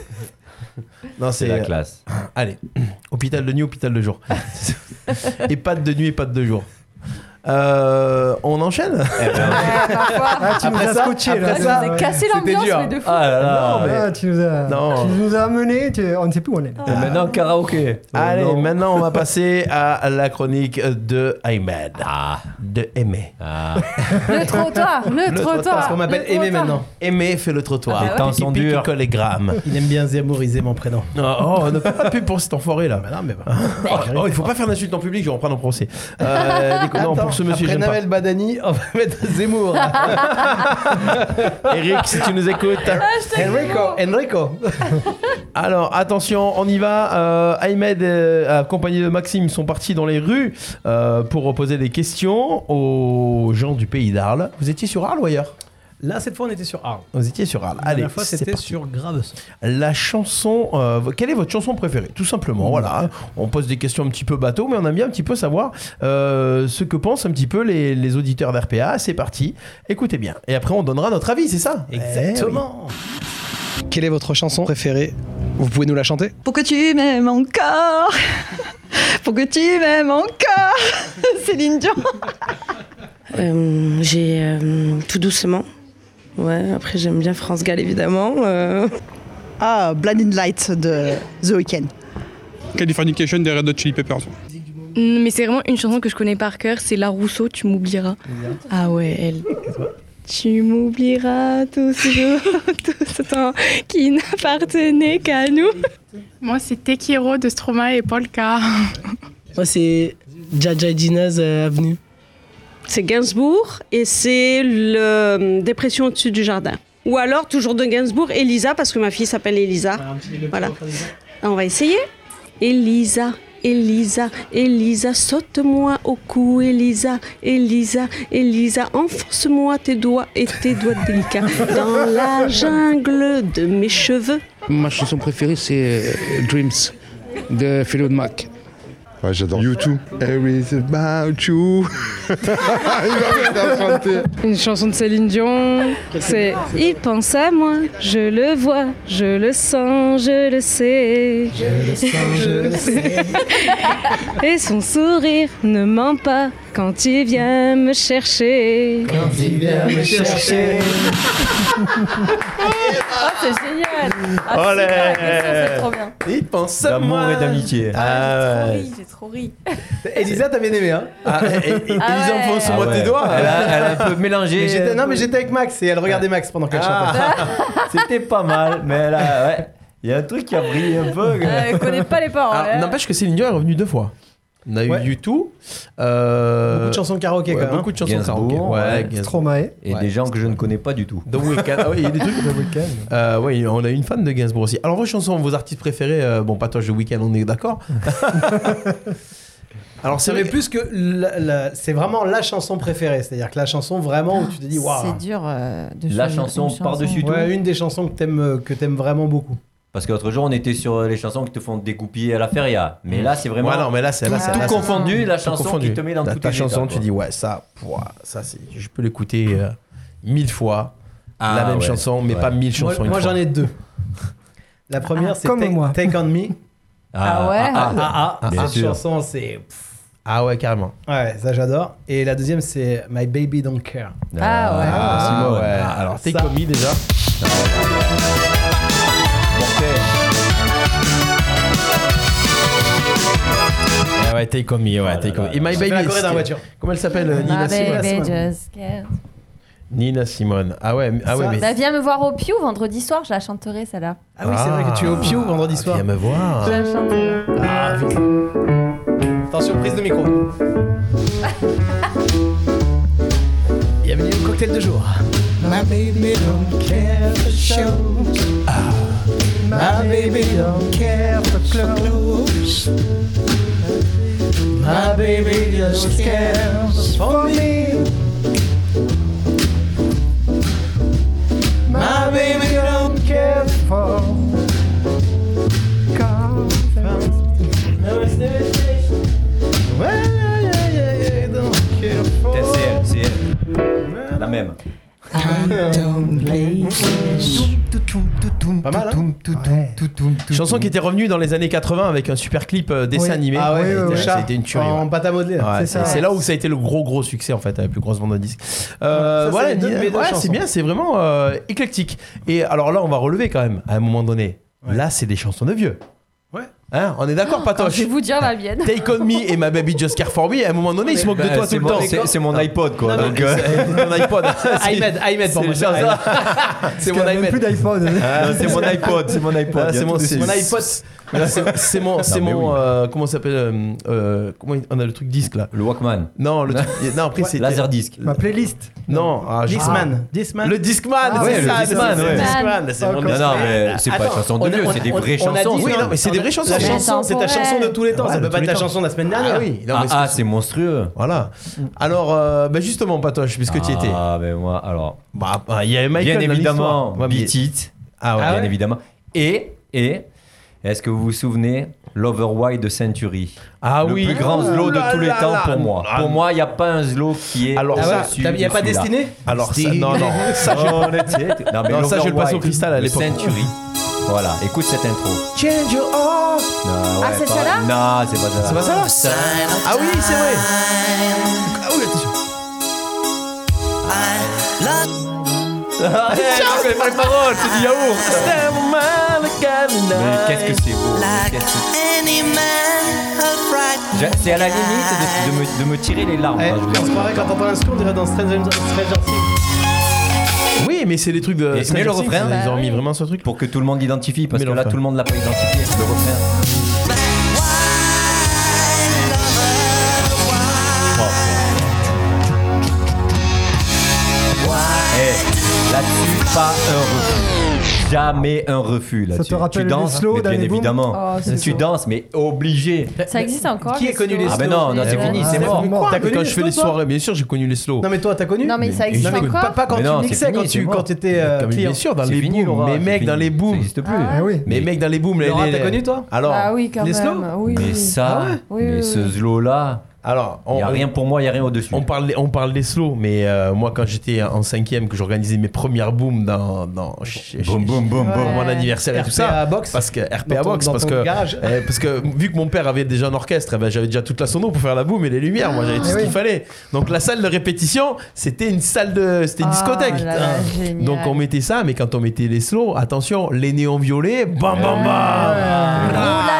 S1: Non, euh,
S3: C'est la
S2: euh,
S3: classe.
S1: Allez, hôpital de nuit, hôpital de jour. et pas de nuit et pas de jour. Euh, on enchaîne
S3: Eh ben,
S5: Ouais, parfois.
S4: Ah, tu nous as scotché là.
S5: Ah,
S4: tu
S5: vous
S4: nous
S5: avez
S4: as-
S5: cassé
S1: C'était
S5: l'ambiance,
S1: dur.
S5: mais de fou.
S3: ah là là.
S1: Non, mais-
S4: Ah, tu nous as,
S1: Non.
S4: tu nous as amené, tu- on ne sait plus où on est.
S3: Et maintenant, karaoké.
S2: Ah,
S1: Allez,
S3: Oh non.
S1: maintenant on va passer à la chronique de Ahmed. De Aimé.
S3: Ah,
S5: Le trottoir, le, trottoir.
S2: Parce qu'on m'appelle
S5: le
S2: Aimé
S5: trottoir.
S2: maintenant.
S1: Aimé fait le trottoir.
S5: Ah,
S3: les temps sont
S1: Pipi qui
S3: durs.
S1: colle les grammes.
S2: Il aime bien zémoriser mon prénom.
S1: Oh, on ne fait pas de pub pour cet enfoiré là.
S2: non, mais bah.
S1: Oh, oh, il faut pas faire d'insulte en public, je vais reprendre en procès. Euh, déco- non,
S2: Attends,
S1: pour ce monsieur,
S2: après
S1: j'aime pas.
S2: Naël Badani, on va mettre Zemmour.
S1: Eric, si tu nous écoutes.
S5: Ah,
S2: Enrico, Enrico.
S1: Alors, attention, on y va. Euh, Ahmed, euh, accompagné de Maxime, sont partis dans les rues euh, pour poser des questions aux gens du pays d'Arles. Vous étiez sur Arles ou ailleurs
S2: Là, cette fois, on était sur Arles.
S1: Vous étiez sur Arles.
S2: La
S1: Allez,
S2: dernière fois,
S1: c'est
S2: c'était
S1: parti.
S2: sur Graves.
S1: La chanson. euh, vo- quelle est votre chanson préférée Tout
S2: Mmh.
S1: simplement, voilà. hein. On pose des questions un petit peu bateau, mais on aime bien un petit peu savoir euh, ce que pensent un petit peu les, les auditeurs d'RPA. C'est parti. Écoutez bien. Et après, on donnera notre avis, c'est ça
S2: Exactement. Eh Quelle est votre chanson préférée Vous pouvez nous la chanter
S10: Pour que tu m'aimes encore. Pour que tu m'aimes encore. Céline Dion.
S6: Euh, j'ai euh, tout doucement. Ouais, après j'aime bien France Gall évidemment. euh.
S10: Ah, Blinding Light de The Weeknd.
S11: Californication des Red Hot Chili Peppers.
S10: Mais c'est vraiment une chanson que je connais par cœur, c'est La Rousseau, tu m'oublieras. Ah ouais, elle. Tu m'oublieras tous ce jour, tout ce temps qui n'appartenait qu'à nous. Moi, c'est Tekiro de Stromae et Polka.
S9: Moi, Oh, c'est Jaja Dinaz euh, Avenue.
S10: C'est Gainsbourg et c'est le hum, Dépression au-dessus du jardin. Ou alors, toujours de Gainsbourg, Elisa, parce que ma fille s'appelle Elisa. Voilà. Ah, On va essayer. Elisa, Elisa, Elisa, saute-moi au cou, Elisa, Elisa, Elisa, enfonce-moi tes doigts et tes doigts délicats dans la jungle de mes cheveux.
S11: Ma chanson préférée, c'est euh, Dreams de Fleetwood Mac.
S12: Ouais, j'adore. You too. Everything about you. Il va bien chanter.
S10: Une chanson de Céline Dion, c'est Il pense à moi, je le vois, je le sens, je le sais. Et son sourire ne ment pas quand il vient me chercher.
S2: Ah,
S5: Oh, c'est génial. Ah,
S1: Olé.
S5: super, la
S2: Eh
S5: question, c'est trop bien.
S1: Il pense à
S3: D'amour
S1: moi.
S3: et d'amitié.
S1: Ah, ouais.
S5: J'ai trop ri,
S2: Elisa, t'as bien aimé, hein
S1: Ah, et- et- et-
S5: Ah
S1: Elisa,
S5: ouais.
S1: enfonce-moi tes doigts.
S3: Elle a, elle a un peu mélangé.
S2: Mais j'étais- Non, mais j'étais avec Max et elle regardait Max pendant qu'elle chantait.
S3: Ah, C'était pas mal, mais là, ouais. Il y a un truc qui a brillé un peu.
S5: j'ai trop ri. Euh, connais pas les paroles.
S1: Alors,
S5: hein.
S1: ah, N'empêche que Céline Dion est revenue deux fois. On a
S2: Ouais.
S1: eu YouTube. Euh,
S2: Beaucoup de chansons karaoké,
S1: ouais,
S2: quand même. hein.
S1: beaucoup de chansons
S3: Gainsbourg,
S1: karaoké.
S3: ouais,
S1: Ouais, Gainsbourg.
S4: Stromae,
S3: Et
S1: Ouais.
S3: des gens que je ne connais pas du tout.
S1: The Weeknd. Ah oui, il y a des trucs.
S4: The Weeknd.
S1: Euh, ouais, on a une fan de Gainsbourg aussi. Alors, vos chansons, vos artistes préférés, euh, bon, pas toi, The Weeknd, on est d'accord. Alors, c'est
S2: C'est
S1: vrai.
S2: plus que la- la- c'est vraiment la chanson préférée, c'est-à-dire que la chanson vraiment où tu te dis waouh.
S5: Ah, C'est dur euh, de
S3: La
S5: choisir
S3: chanson
S5: une
S3: par-dessus tout.
S2: Ouais, une des chansons que t'aimes euh, que t'aimes vraiment beaucoup.
S3: Parce que l'autre jour, on était sur euh, les chansons qui te font découper à la feria. Mais là, c'est vraiment
S1: Ouais, non, mais là, c'est là,
S5: Tout-
S2: Ah,
S1: c'est-
S3: tout
S1: là, c'est-
S3: confondu, la chanson
S1: confondu.
S3: qui te met dans
S1: Ta-
S3: tous
S1: ta
S3: tes
S1: chanson, tu
S3: états, quoi.
S1: dis, ouais, ça, pouah, ça, c'est, je peux l'écouter euh, mille fois.
S3: Ah,
S1: la même
S3: ouais.
S1: chanson, mais
S3: Ouais.
S1: pas mille
S2: Moi,
S1: chansons.
S2: moi,
S1: une
S2: j'en
S1: fois.
S2: ai deux. La première c'est
S4: comme
S2: take,
S4: moi.
S2: Take on me.
S5: Ah ouais
S2: Ah ah, ah,
S3: bien
S2: cette
S3: sûr.
S2: chanson c'est pff,
S1: Ah ouais, carrément.
S2: ouais ça j'adore. Et la deuxième c'est My Baby Don't Care.
S5: Ah ouais.
S1: Ah,
S3: Simone.
S1: ouais. Alors, t'es
S2: Ça.
S1: commis déjà. Ah ouais, t'es commis,
S3: Oh
S1: ouais, t'es commis. Et My
S2: Fais la
S1: Baby.
S2: choré dans la
S1: c'est-
S2: voiture.
S1: Comment elle s'appelle euh, Nina
S5: Ah,
S1: Simone
S5: baby, just care.
S1: Nina Simone. Ah ouais, mais- ah ouais,
S2: Ça,
S1: mais.
S5: Bah, viens me voir au Piu vendredi soir, je la chanterai celle-là.
S2: Ah oui c'est vrai que tu es au Pio vendredi soir.
S1: Viens me voir.
S5: Je la chanterai.
S2: Ah, putain. Attention, prise de micro. Bienvenue au cocktail de jour.
S9: My baby don't care for shows.
S1: Ah,
S9: My baby don't care for clothes.
S1: Ah,
S9: My baby just cares for me. My baby don't care for cars. Well, yeah, yeah, yeah, don't care for.
S3: Putain, C'est elle, c'est elle. La même.
S2: Pas mal, hein Chanson qui était revenue dans les années 80 avec un super clip euh, dessin
S1: Oui.
S2: animé.
S1: Ah ouais, ouais,
S2: C'était-
S1: ouais. Ah,
S2: C'était une tuerie.
S1: En
S2: ouais.
S1: pâte à modeler, là.
S2: Ouais,
S1: C'est
S2: c'est
S1: ça.
S2: c'est là où ça a été le gros gros succès en fait, la plus grosse vente de disques. Euh,
S1: Ça, c'est
S2: voilà,
S1: les deux de mes
S2: ouais,
S1: deux chansons.
S2: c'est bien, c'est vraiment euh, éclectique. Et alors là, on va relever quand même à un moment donné. Là, c'est des chansons de vieux.
S1: Ouais. Ah,
S2: Hein, on est d'accord, Patoche
S5: Je vais vous dire la mienne.
S2: Take on me et ma baby just care for me. À un moment donné, ils se moquent
S3: Bah,
S2: de toi
S3: c'est
S2: tout le
S3: mon-
S2: temps.
S3: c'est- c'est mon iPod, quoi,
S2: Non,
S3: donc,
S2: mais
S3: euh,
S2: c'est ton iPod. C'est-
S3: iMed,
S2: iMed pour
S3: c'est
S2: moi.
S3: déjà ça.
S2: C'est mon iMed.
S4: Plus d'iPhone.
S3: Ah, non, c'est mon iPod, c'est mon iPod.
S2: Ah,
S3: il y a
S2: c'est mon,
S3: tout
S2: c'est mon
S3: dessus.
S2: iPod. C'est- C'est mon, c'est
S3: Non, mais
S2: mon,
S3: oui.
S2: euh, comment ça s'appelle euh, euh, Comment il- on a le truc disque là
S3: Le Walkman.
S2: Non, le truc, non après
S3: Ouais.
S2: c'est
S3: Laserdisc.
S4: Ma playlist.
S2: Non, ah, j'ai-
S4: Discman.
S2: Ah. Le Discman,
S4: Ah,
S2: c'est
S4: ouais, le
S2: ça,
S4: Discman,
S2: c'est-
S4: ouais.
S2: c'est Discman, c'est
S4: Non,
S2: mon Discman.
S3: mais c'est pas
S4: non,
S2: Attends,
S3: une chanson de
S2: on a-
S3: vieux,
S2: on-
S3: c'est des
S2: on-
S3: vraies
S2: on a dit-
S3: chansons.
S2: Oui, non, mais c'est des vraies chansons.
S5: Mais attends,
S2: C'est ta
S5: pour
S2: chanson de
S5: elle.
S2: tous les temps,
S3: Ah
S2: ça
S3: ouais,
S2: peut
S3: de
S2: pas
S3: tous
S2: être ta
S3: les temps.
S2: chanson de la semaine dernière.
S3: Ah oui, non, mais Ah, c'est- c'est monstrueux.
S2: Voilà. Alors, euh, bah, justement, Patoche, puisque tu y étais.
S3: Ah, ben moi, alors.
S2: Bah, bah, il y a Michael
S3: bien
S2: dans
S3: évidemment,
S2: l'histoire. Ouais,
S3: Beat
S2: mais-
S3: It.
S2: Ah ouais.
S3: bien
S2: Ah ouais.
S3: évidemment. Et, et, est-ce que vous vous souvenez L'Overwide de Century.
S2: Ah
S3: le
S2: oui.
S3: plus grand
S2: Oh
S3: slow de
S2: là
S3: tous les
S2: là
S3: temps
S2: là.
S3: pour moi.
S2: Ah.
S3: Pour moi, il n'y a pas un slow qui est.
S2: Alors ça,
S3: au-dessus
S2: t'as- y a
S3: de
S2: pas
S3: celui-là.
S2: Destiné
S3: Oh,
S2: Alors ça, non, non. Ça, je-
S3: On était- Non, mais
S2: Non, ça, je le passe au
S3: Overwide
S2: cristal à
S3: de
S2: l'époque.
S3: Century. Voilà, écoute cette intro.
S2: Change your heart.
S3: Non,
S2: Ah, c'est
S3: pas-
S2: celle-là
S3: Non, c'est pas ça.
S2: C'est pas bah ça, là Ah oui, c'est vrai. Ah oui, attention.
S1: Eh,
S3: Ah, hey, je connais pas les paroles, c'est du yaourt. Mais qu'est-ce que c'est beau. qu'est-ce que-
S9: Any man of right
S3: J'ai- C'est à la limite de, de me, de me tirer les larmes. hein, je vous
S2: on se
S3: avoue.
S2: croirait quand t'entends l'instru, on dirait dans Stranger Stranger Things. Oui, mais c'est des trucs de.
S3: Et- mais
S2: Stranger
S3: le
S2: Things, Bah
S3: refrain,
S2: Ils ont mis vraiment ce truc.
S3: pour que tout le monde l'identifie, parce
S2: Mais
S3: que
S2: le
S3: là
S2: refrain.
S3: tout le monde l'a pas identifié. Le refrain. Eh, là-dessus pas un refus, jamais un refus là-dessus.
S4: te rappelle
S3: tu
S4: les
S3: danses,
S4: slows
S3: mais bien
S4: d'Annie Boom
S3: évidemment.
S5: Oh, c'est
S3: tu danses, mais obligé.
S1: Eh,
S5: Ça existe encore bah
S2: Qui a
S5: les
S2: connu les
S5: slows
S3: Ah ben non, non, c'est
S5: Ouais.
S3: fini, c'est
S2: Ah,
S3: mort.
S2: mais
S5: Quoi
S2: T'as
S1: Mais
S2: connu
S1: quand
S2: les
S1: je fais les
S2: slows, toi
S1: soirées, bien sûr, j'ai connu les slows.
S2: Non, mais toi, t'as connu
S5: Non, mais ça existe
S2: Non, mais
S5: encore
S2: pas, pas quand
S3: Mais non,
S2: tu
S3: c'est
S2: mixais,
S3: fini,
S2: quand
S3: c'est
S2: tu
S3: mort.
S2: quand étais euh,
S3: Comme-
S2: client.
S1: Bien sûr, dans
S3: C'est
S1: les
S3: fini,
S1: booms,
S3: Laura,
S1: mais
S3: c'est
S1: mec,
S3: fini.
S1: dans les
S3: Ça
S1: booms.
S3: n'existe plus.
S4: Ah oui.
S1: Mais mec, dans les booms, les-
S2: Laura,
S1: les-
S2: Ah, t'as connu toi
S1: Alors,
S5: Ah oui, quand
S2: Les
S5: même.
S2: slows
S5: oui,
S3: Mais
S5: oui.
S3: ça,
S5: Oui,
S3: mais
S5: oui,
S3: ce
S5: oui.
S3: slow là,
S2: alors,
S3: il
S2: on,
S3: n'y a rien pour moi, il n'y a rien au-dessus.
S1: On parle, on parle des slows, mais euh, moi quand j'étais en cinquième, que j'organisais mes premières booms dans, dans chez-
S3: Boum,
S1: chez-
S3: boum, boum,
S1: pour
S3: boum.
S1: mon anniversaire et
S2: RPA
S1: tout ça,
S2: box.
S1: parce que RPA
S2: Dans ton-
S1: box,
S2: dans
S1: parce
S2: ton
S1: que
S2: garage.
S1: eh, parce que vu que mon père avait déjà un orchestre, eh ben, j'avais déjà toute la sono pour faire la boum et les lumières, moi j'avais
S5: Ah
S1: tout ce qu'il fallait. Donc la salle de répétition, c'était une salle de, c'était une
S5: Ah
S1: discothèque.
S5: là là, génial.
S1: Donc on mettait ça, mais quand on mettait les slows, attention, les néons violets, bam, bam, bam. Ah.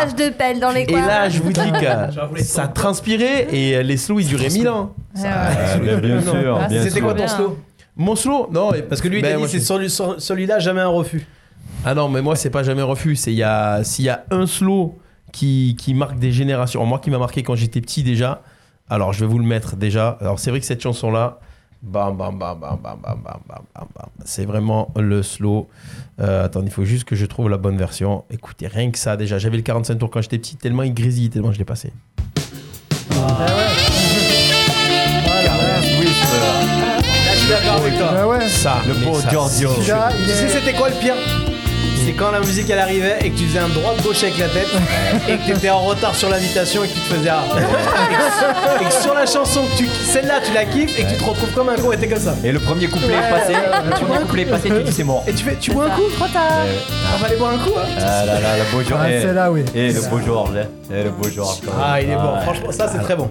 S5: Roulage de pelle dans les
S1: Et
S5: coins.
S1: là, je vous dis que ça transpirait et euh, les slows ils duraient mille ans.
S5: Ouais, ouais.
S3: Ah, ben, bien sûr,
S5: Ah,
S3: bien
S2: C'était
S3: sûr.
S2: quoi ton
S5: Bien.
S2: slow
S1: Mon slow Non, et-
S2: Parce que lui, il
S1: Ben,
S2: a dit
S1: moi,
S2: c'est
S1: je-
S2: celui- celui-là, jamais un refus.
S1: Ah non, mais moi, c'est pas jamais refus. C'est il y a... s'il y a un slow qui, qui marque des générations. Moi qui m'a marqué quand j'étais petit déjà. Alors, je vais vous le mettre déjà. Alors, c'est vrai que cette chanson-là. Bam, bam, bam, bam, bam, bam, bam, bam, bam, bam. C'est vraiment le slow. Euh, attends, il faut juste que je trouve la bonne version. Écoutez, rien que ça déjà. J'avais le 45 tours quand j'étais petit, tellement il grésille, tellement je l'ai passé.
S2: Là, je suis d'accord avec toi.
S4: Bah ouais.
S1: Ça,
S3: Le
S1: mais
S3: beau
S1: ça,
S3: Giorgio.
S1: c'est-
S4: Celui-là, il
S2: Tu sais,
S4: est-
S2: c'était quoi le pire C'est quand la musique elle arrivait et que tu faisais un droit de gauche avec la tête et que t'étais en retard sur l'invitation et que tu te faisais ah. et, que, et que sur la chanson, que tu- celle-là tu la kiffes et que tu te retrouves comme un gros et t'es comme ça.
S3: Et le premier couplet est passé, le premier couplet est passé, tu dis c'est mort.
S2: Et tu fais, tu bois un coup
S5: Trop
S1: Ah,
S5: tard.
S2: On va aller boire un coup hein
S3: Ah là là, le beau Georges.
S4: Ah,
S3: eh,
S4: celle-là, oui.
S3: eh, le beau Georges. eh, eh, le beau Georges. quand même.
S2: Ah, il est bon,
S3: ouais.
S2: franchement, ça c'est très bon.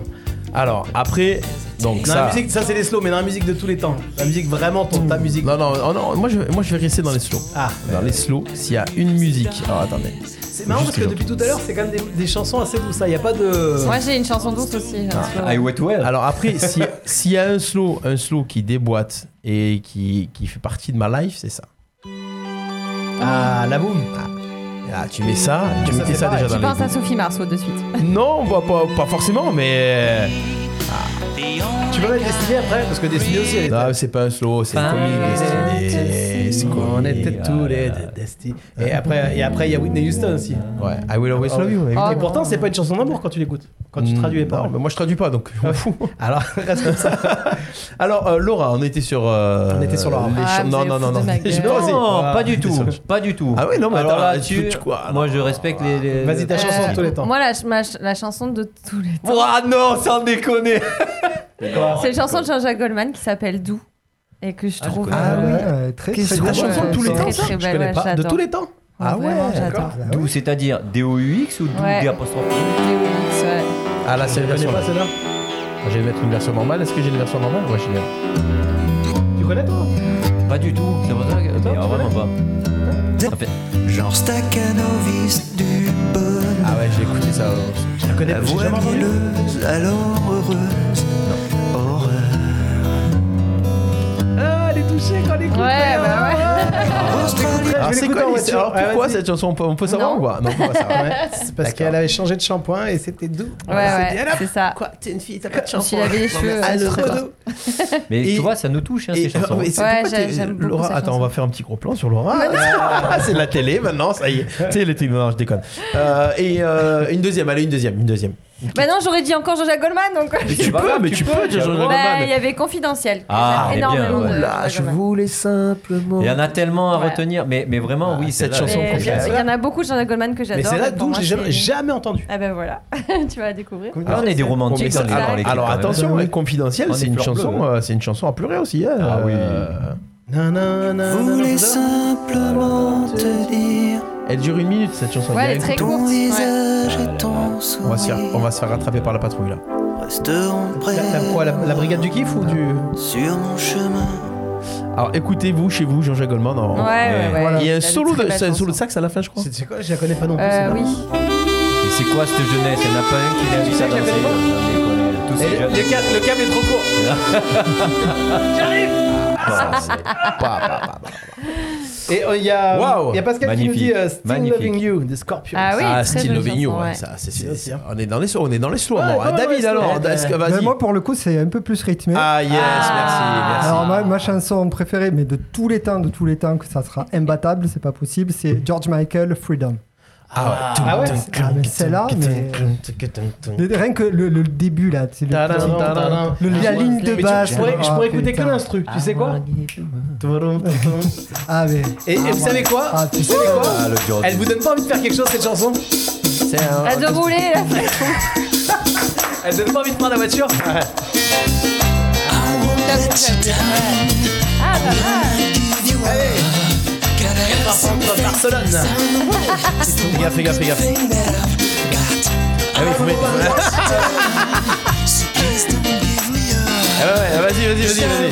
S1: Alors, après, donc
S2: Dans la
S1: ça.
S2: musique, ça c'est les slows, mais dans la musique de tous les temps. La musique vraiment, ton, ta musique.
S1: Non, non, oh non, moi je, moi je vais rester dans les slows.
S2: Ah,
S1: Dans les slows, s'il y a une musique. Alors, attendez.
S2: c'est marrant parce que depuis tout à l'heure, c'est quand même des, des chansons assez douces. Il n'y a pas
S1: Euh,
S2: de.
S5: Moi, j'ai une chanson douce aussi.
S1: Ah.
S5: j'ai un slow.
S3: Highway to Hell.
S1: Alors après, si- s'il y a un slow, un slow qui déboîte et qui, qui fait partie de ma life, c'est ça.
S2: Ah, la boum.
S1: Ah, tu mets ça, tu mettais ça déjà
S5: Tu
S1: dans
S5: penses à Sophie Marceau de suite.
S1: les... Non, bah, pas, pas forcément, mais... euh, ah.
S2: Tu veux la dessiner après Parce que dessiner aussi, elle est
S1: Non, Ah, c'est pas un slow, Ah, c'est comique, destiné. C'est
S2: On était tous les deux destinés. Et après, et après, il y a Whitney Houston aussi.
S1: Ouais, I Will Always Love You.
S5: Ah.
S2: Et pourtant, c'est pas une chanson d'amour quand tu l'écoutes. Ah, Quand
S1: Mm,
S2: tu traduis Ah les paroles.
S1: mais moi je traduis pas donc je m'en fous. Alors, reste comme ça. Alors, euh, Laura, on était sur. euh,
S2: On était sur Laura.
S1: les
S2: Ah,
S1: cha-
S2: vous
S1: non,
S2: avez
S1: non, non,
S2: foutu
S1: non.
S2: de ma
S1: Je sais
S2: gueule.
S1: pas, c'est-
S3: Non,
S1: Ah,
S3: pas du tout,
S1: c'est-
S3: pas du tout.
S1: Ah oui, non, mais
S3: Alors
S1: attends,
S3: là,
S1: tu-
S3: tu-
S1: tu quoi,
S3: moi je respecte les. les- Eh.
S2: Vas-y, ta chanson
S1: Euh,
S2: de tous les temps.
S5: Moi, la, ch- ma ch- la chanson de tous les temps.
S3: Ah non, sans
S1: Ah
S3: déconner.
S1: Oh.
S5: C'est une chanson de Jean-Jacques Goldman qui s'appelle Doux. Et que je trouve.
S4: Ah ouais, euh, très
S5: que
S4: très
S5: je
S4: bon,
S5: trouve,
S4: ouais.
S5: euh, très, très belle, ouais, j'adore.
S1: Ah ouais,
S5: vraiment, j'adore.
S3: D'où c'est-à-dire D-O-U-X ou d'où
S5: Ouais.
S3: D-apostrophe
S5: Déo-X, ouais.
S1: Ah là, c'est la version.
S2: pas celle-là
S1: Je vais mettre une version normale. Est-ce que j'ai une version normale Ouais, génial.
S2: Tu connais toi
S3: Pas du tout, c'est pour ça que. Mais, ah, vraiment pas. Ça fait-
S7: Genre Stakhanovis du bonheur.
S1: Ah ouais, j'ai écouté ça.
S2: Je la connais,
S7: La voix mielleuse, alors heureuse. Horreur.
S2: Ah, elle est touchée quand elle écoute. Ah,
S5: Ouais, bah
S2: ouais.
S1: Alors, c'est quoi l'histoire Alors, pourquoi cette chanson on peut, on peut savoir
S2: Non.
S1: ou pas Non, on peut pas savoir.
S2: C'est Ah, parce qu'elle avait changé de shampoing et c'était doux.
S5: Ouais, ouais, c'est
S1: hein.
S5: ça.
S2: Quoi, t'es une fille, t'as pas de
S5: chance. Il avait les cheveux. euh, très bas.
S3: mais tu vois, ça nous touche hein,
S1: Et- Ah,
S3: ces chansons.
S1: mais c'est
S5: Ouais,
S1: pourquoi
S5: j'ai-
S1: t'es-
S5: j'aime beaucoup
S1: Laura,
S5: cette
S1: attends, on va faire un petit gros plan sur Laura.
S5: Mais non.
S1: Ah, c'est de la télé maintenant, ça y est. tu sais, les trucs, non, je déconne. Euh, et euh, une deuxième, allez, une deuxième, une deuxième.
S5: Bah non, j'aurais dit encore Jean-Jacques Goldman. Donc...
S1: Mais tu peux, mais tu peux dire Jean-Jacques
S5: Bah,
S1: Goldman. eh
S5: il y avait Confidentiel.
S3: Ah,
S5: J'aime
S3: elle est bien,
S5: énormément
S3: ouais.
S5: de
S3: Là,
S5: Jean-Jacques Goldman.
S1: voulais simplement.
S3: Il y en a tellement à
S5: Ouais.
S3: retenir, mais, mais vraiment, oui,
S1: cette
S3: celle-là,
S1: chanson,
S3: elle est
S5: Et
S3: bien.
S5: Il y en a beaucoup de Jean-Jacques Goldman que
S2: Mais
S5: j'adore.
S2: c'est là
S5: donc pour
S2: d'où
S5: moi,
S2: j'ai jamais,
S5: c'est-
S2: jamais entendu.
S5: Ah ben voilà, tu vas découvrir.
S3: Ah, on est des romantiques
S1: Bon, mais
S3: dans les-
S1: ça-
S3: dans
S1: alors,
S3: l'équipe,
S1: alors,
S3: quand même.
S1: attention, ouais, confidentiel,
S3: On
S1: c'est
S3: est
S1: une
S3: fleur bleue,
S1: chanson,
S3: hein.
S1: euh, c'est une chanson à pleurer aussi. hein,
S3: Ah oui.
S1: euh,
S2: Non, non, non.
S7: Voulais simplement te dire
S1: Elle dure une minute cette chanson.
S7: Ouais,
S1: Il y a
S7: elle est
S1: une-
S7: très courte. Ton visage et ton
S1: on va, se faire, on va se faire rattraper par la patrouille là.
S7: resteront près
S2: La,
S5: Euh,
S2: quoi, la, la brigade du kiff ou du.
S7: sur mon chemin.
S1: Alors écoutez-vous chez vous, Jean-Jacques Goldman. en-
S5: Ouais, ouais, ouais.
S1: Il y a un
S5: C'est
S1: solo
S5: une très
S1: de,
S5: belle
S1: c'est un solo de sax à la fin, je crois.
S2: C'est quoi Je la connais pas non plus.
S5: Euh,
S2: celle-là.
S5: oui.
S3: Mais c'est quoi cette jeunesse Il n'y en a pas un qui l'invite à danser. Non, mais hein, Tous ces jeunes.
S2: câble, le câble est trop court.
S1: Ah, bah,
S2: Et euh, il y a,
S1: Waouh.
S2: il y a Pascal qui nous
S3: Magnifique.
S2: dit euh, Still
S3: Magnifique.
S2: Loving You de Scorpion.
S5: Ah oui,
S1: ah,
S5: très
S1: Still
S5: bonne
S1: Loving
S5: chanson,
S1: You, ouais,
S5: ouais.
S1: ça, c'est- c'est- c'est- on est dans les slow, on est dans les slow. à
S2: Ouais,
S1: mort.
S2: ouais, ouais,
S1: David,
S2: slow.
S1: alors,
S2: Ouais,
S1: est-ce que-
S2: ouais.
S1: vas-y.
S4: Ben, moi, pour le coup, c'est un peu plus rythmé.
S1: Ah yes, merci, merci.
S4: Alors, ma, ma chanson préférée, mais de tous les temps, de tous les temps, que ça sera imbattable, c'est pas possible, c'est George Michael Freedom.
S1: Ah,
S2: Ah ouais,
S4: Ah, mais celle-là, mais. mais Rien que le, le début là, c'est le,
S2: Tadam, tadam.
S4: le- la ligne
S2: Ah, Mais
S4: de
S2: tu-
S4: basse.
S2: Je pourrais, je
S4: Ah,
S2: pourrais écouter que
S4: putain.
S2: l'instru, tu sais quoi
S5: Ah,
S4: Ah mais.
S2: Et, et vous savez quoi
S4: Ah,
S2: Vous
S4: tu sais
S2: savez quoi
S3: Ah, le George.
S2: Elle vous donne pas envie de faire quelque chose cette chanson
S1: C'est un-
S5: À deux roulés, la
S2: Elle donne pas envie de prendre la voiture
S5: Ah, pas mal.
S2: Elle part prendre Barcelone
S1: Fais gaffe, fais gaffe, fais gaffe. Ah oui, faut mettre- Ah ouais, ouais, vas-y, vas-y, vas-y, vas-y.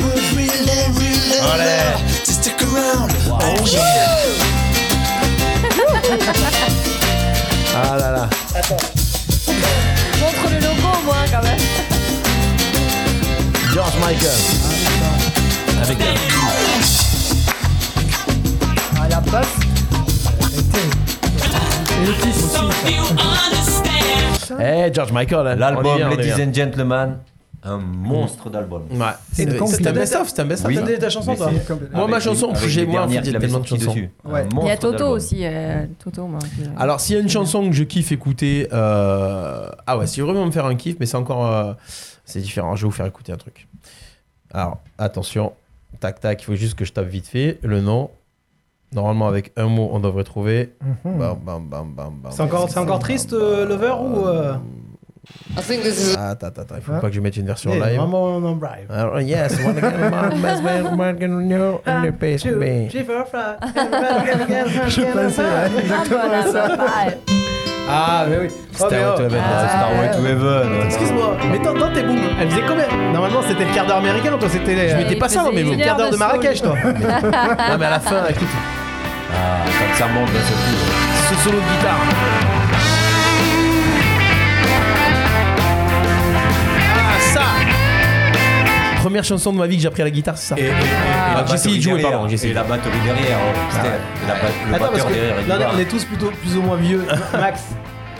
S1: Oh, Ah là là.
S5: Montre le logo au moins quand même.
S1: George Michael. Avec
S4: À la basse. Et le kick aussi.
S1: Eh, George Michael, hein. On y
S3: L'album
S1: vient, on y
S3: Ladies
S1: vient.
S3: and Gentlemen, un monstre d'album.
S1: Ouais, c'est
S4: une
S1: c'est un
S4: compilation.
S1: best-of, c'est un best-of.
S3: Oui.
S1: ça.
S2: T'as ta chanson
S3: Mais
S2: toi
S3: c'est-
S4: Comme-
S1: Moi,
S3: Avec
S1: ma
S3: les-
S1: chanson,
S3: avec
S1: j'ai
S3: les
S1: moi, en fait,
S3: dernières
S1: il y a
S3: qu'il avait
S1: tellement de
S3: sorties
S1: chansons.
S3: dessus. Un
S4: Ouais.
S5: Il y a
S3: monstre
S5: Toto
S3: d'album.
S5: aussi. euh, Toto, moi. qui-
S1: Alors, s'il y a une chanson que je kiffe écouter, euh, ah ouais, si vraiment me faire un kiff, mais c'est encore, euh, c'est différent. Je vais vous faire écouter un truc. Alors, attention, tac tac, il faut juste que je tape vite fait le nom. Normalement, avec un mot, on devrait trouver. Bam, bam, bam, bam, bam.
S2: Mhm. C'est encore, c'est encore triste euh, Lover ou euh,
S1: Ah, Attends, attends, attends, il faut pas que je mette une version
S2: eh,
S1: live.
S2: Maman on Brive
S1: Alors, yes, wanna get my best man, wanna get new in the
S2: Ah,
S1: best man.
S2: Je
S4: pensais, ouais.
S5: Ah, voilà, pas mal.
S2: Ah mais oui Oh, mais
S1: Stairway
S2: oh.
S1: to Heaven.
S3: Ah, c'est Star Way to Heaven.
S2: Excuse-moi, mais dans, dans tes booms, elle faisait combien Normalement c'était le quart d'heure américain, toi c'était les-
S1: Je mettais pas ça dans mes
S5: Il faisait
S1: mots.
S5: une
S2: le euh, quart d'heure de
S5: soul.
S2: Marrakech toi
S1: Non, mais à la fin, écoute,
S3: Ah, quand ça monte dans ce coup.
S1: ce solo de guitare. Ah ça première chanson de ma vie que j'ai appris à la guitare, c'est ça.
S3: Et
S1: Ah,
S3: la
S1: j'ai essayé de
S3: batterie
S1: jouer,
S3: derrière,
S1: pardon. j'ai essayé.
S3: Et la batterie derrière.
S1: Ah.
S3: oh, putain, la ba- le
S2: Attends, parce
S3: batteur
S2: que
S3: derrière. il
S2: non,
S3: doit-
S2: non, on est tous plutôt plus ou moins vieux. Max,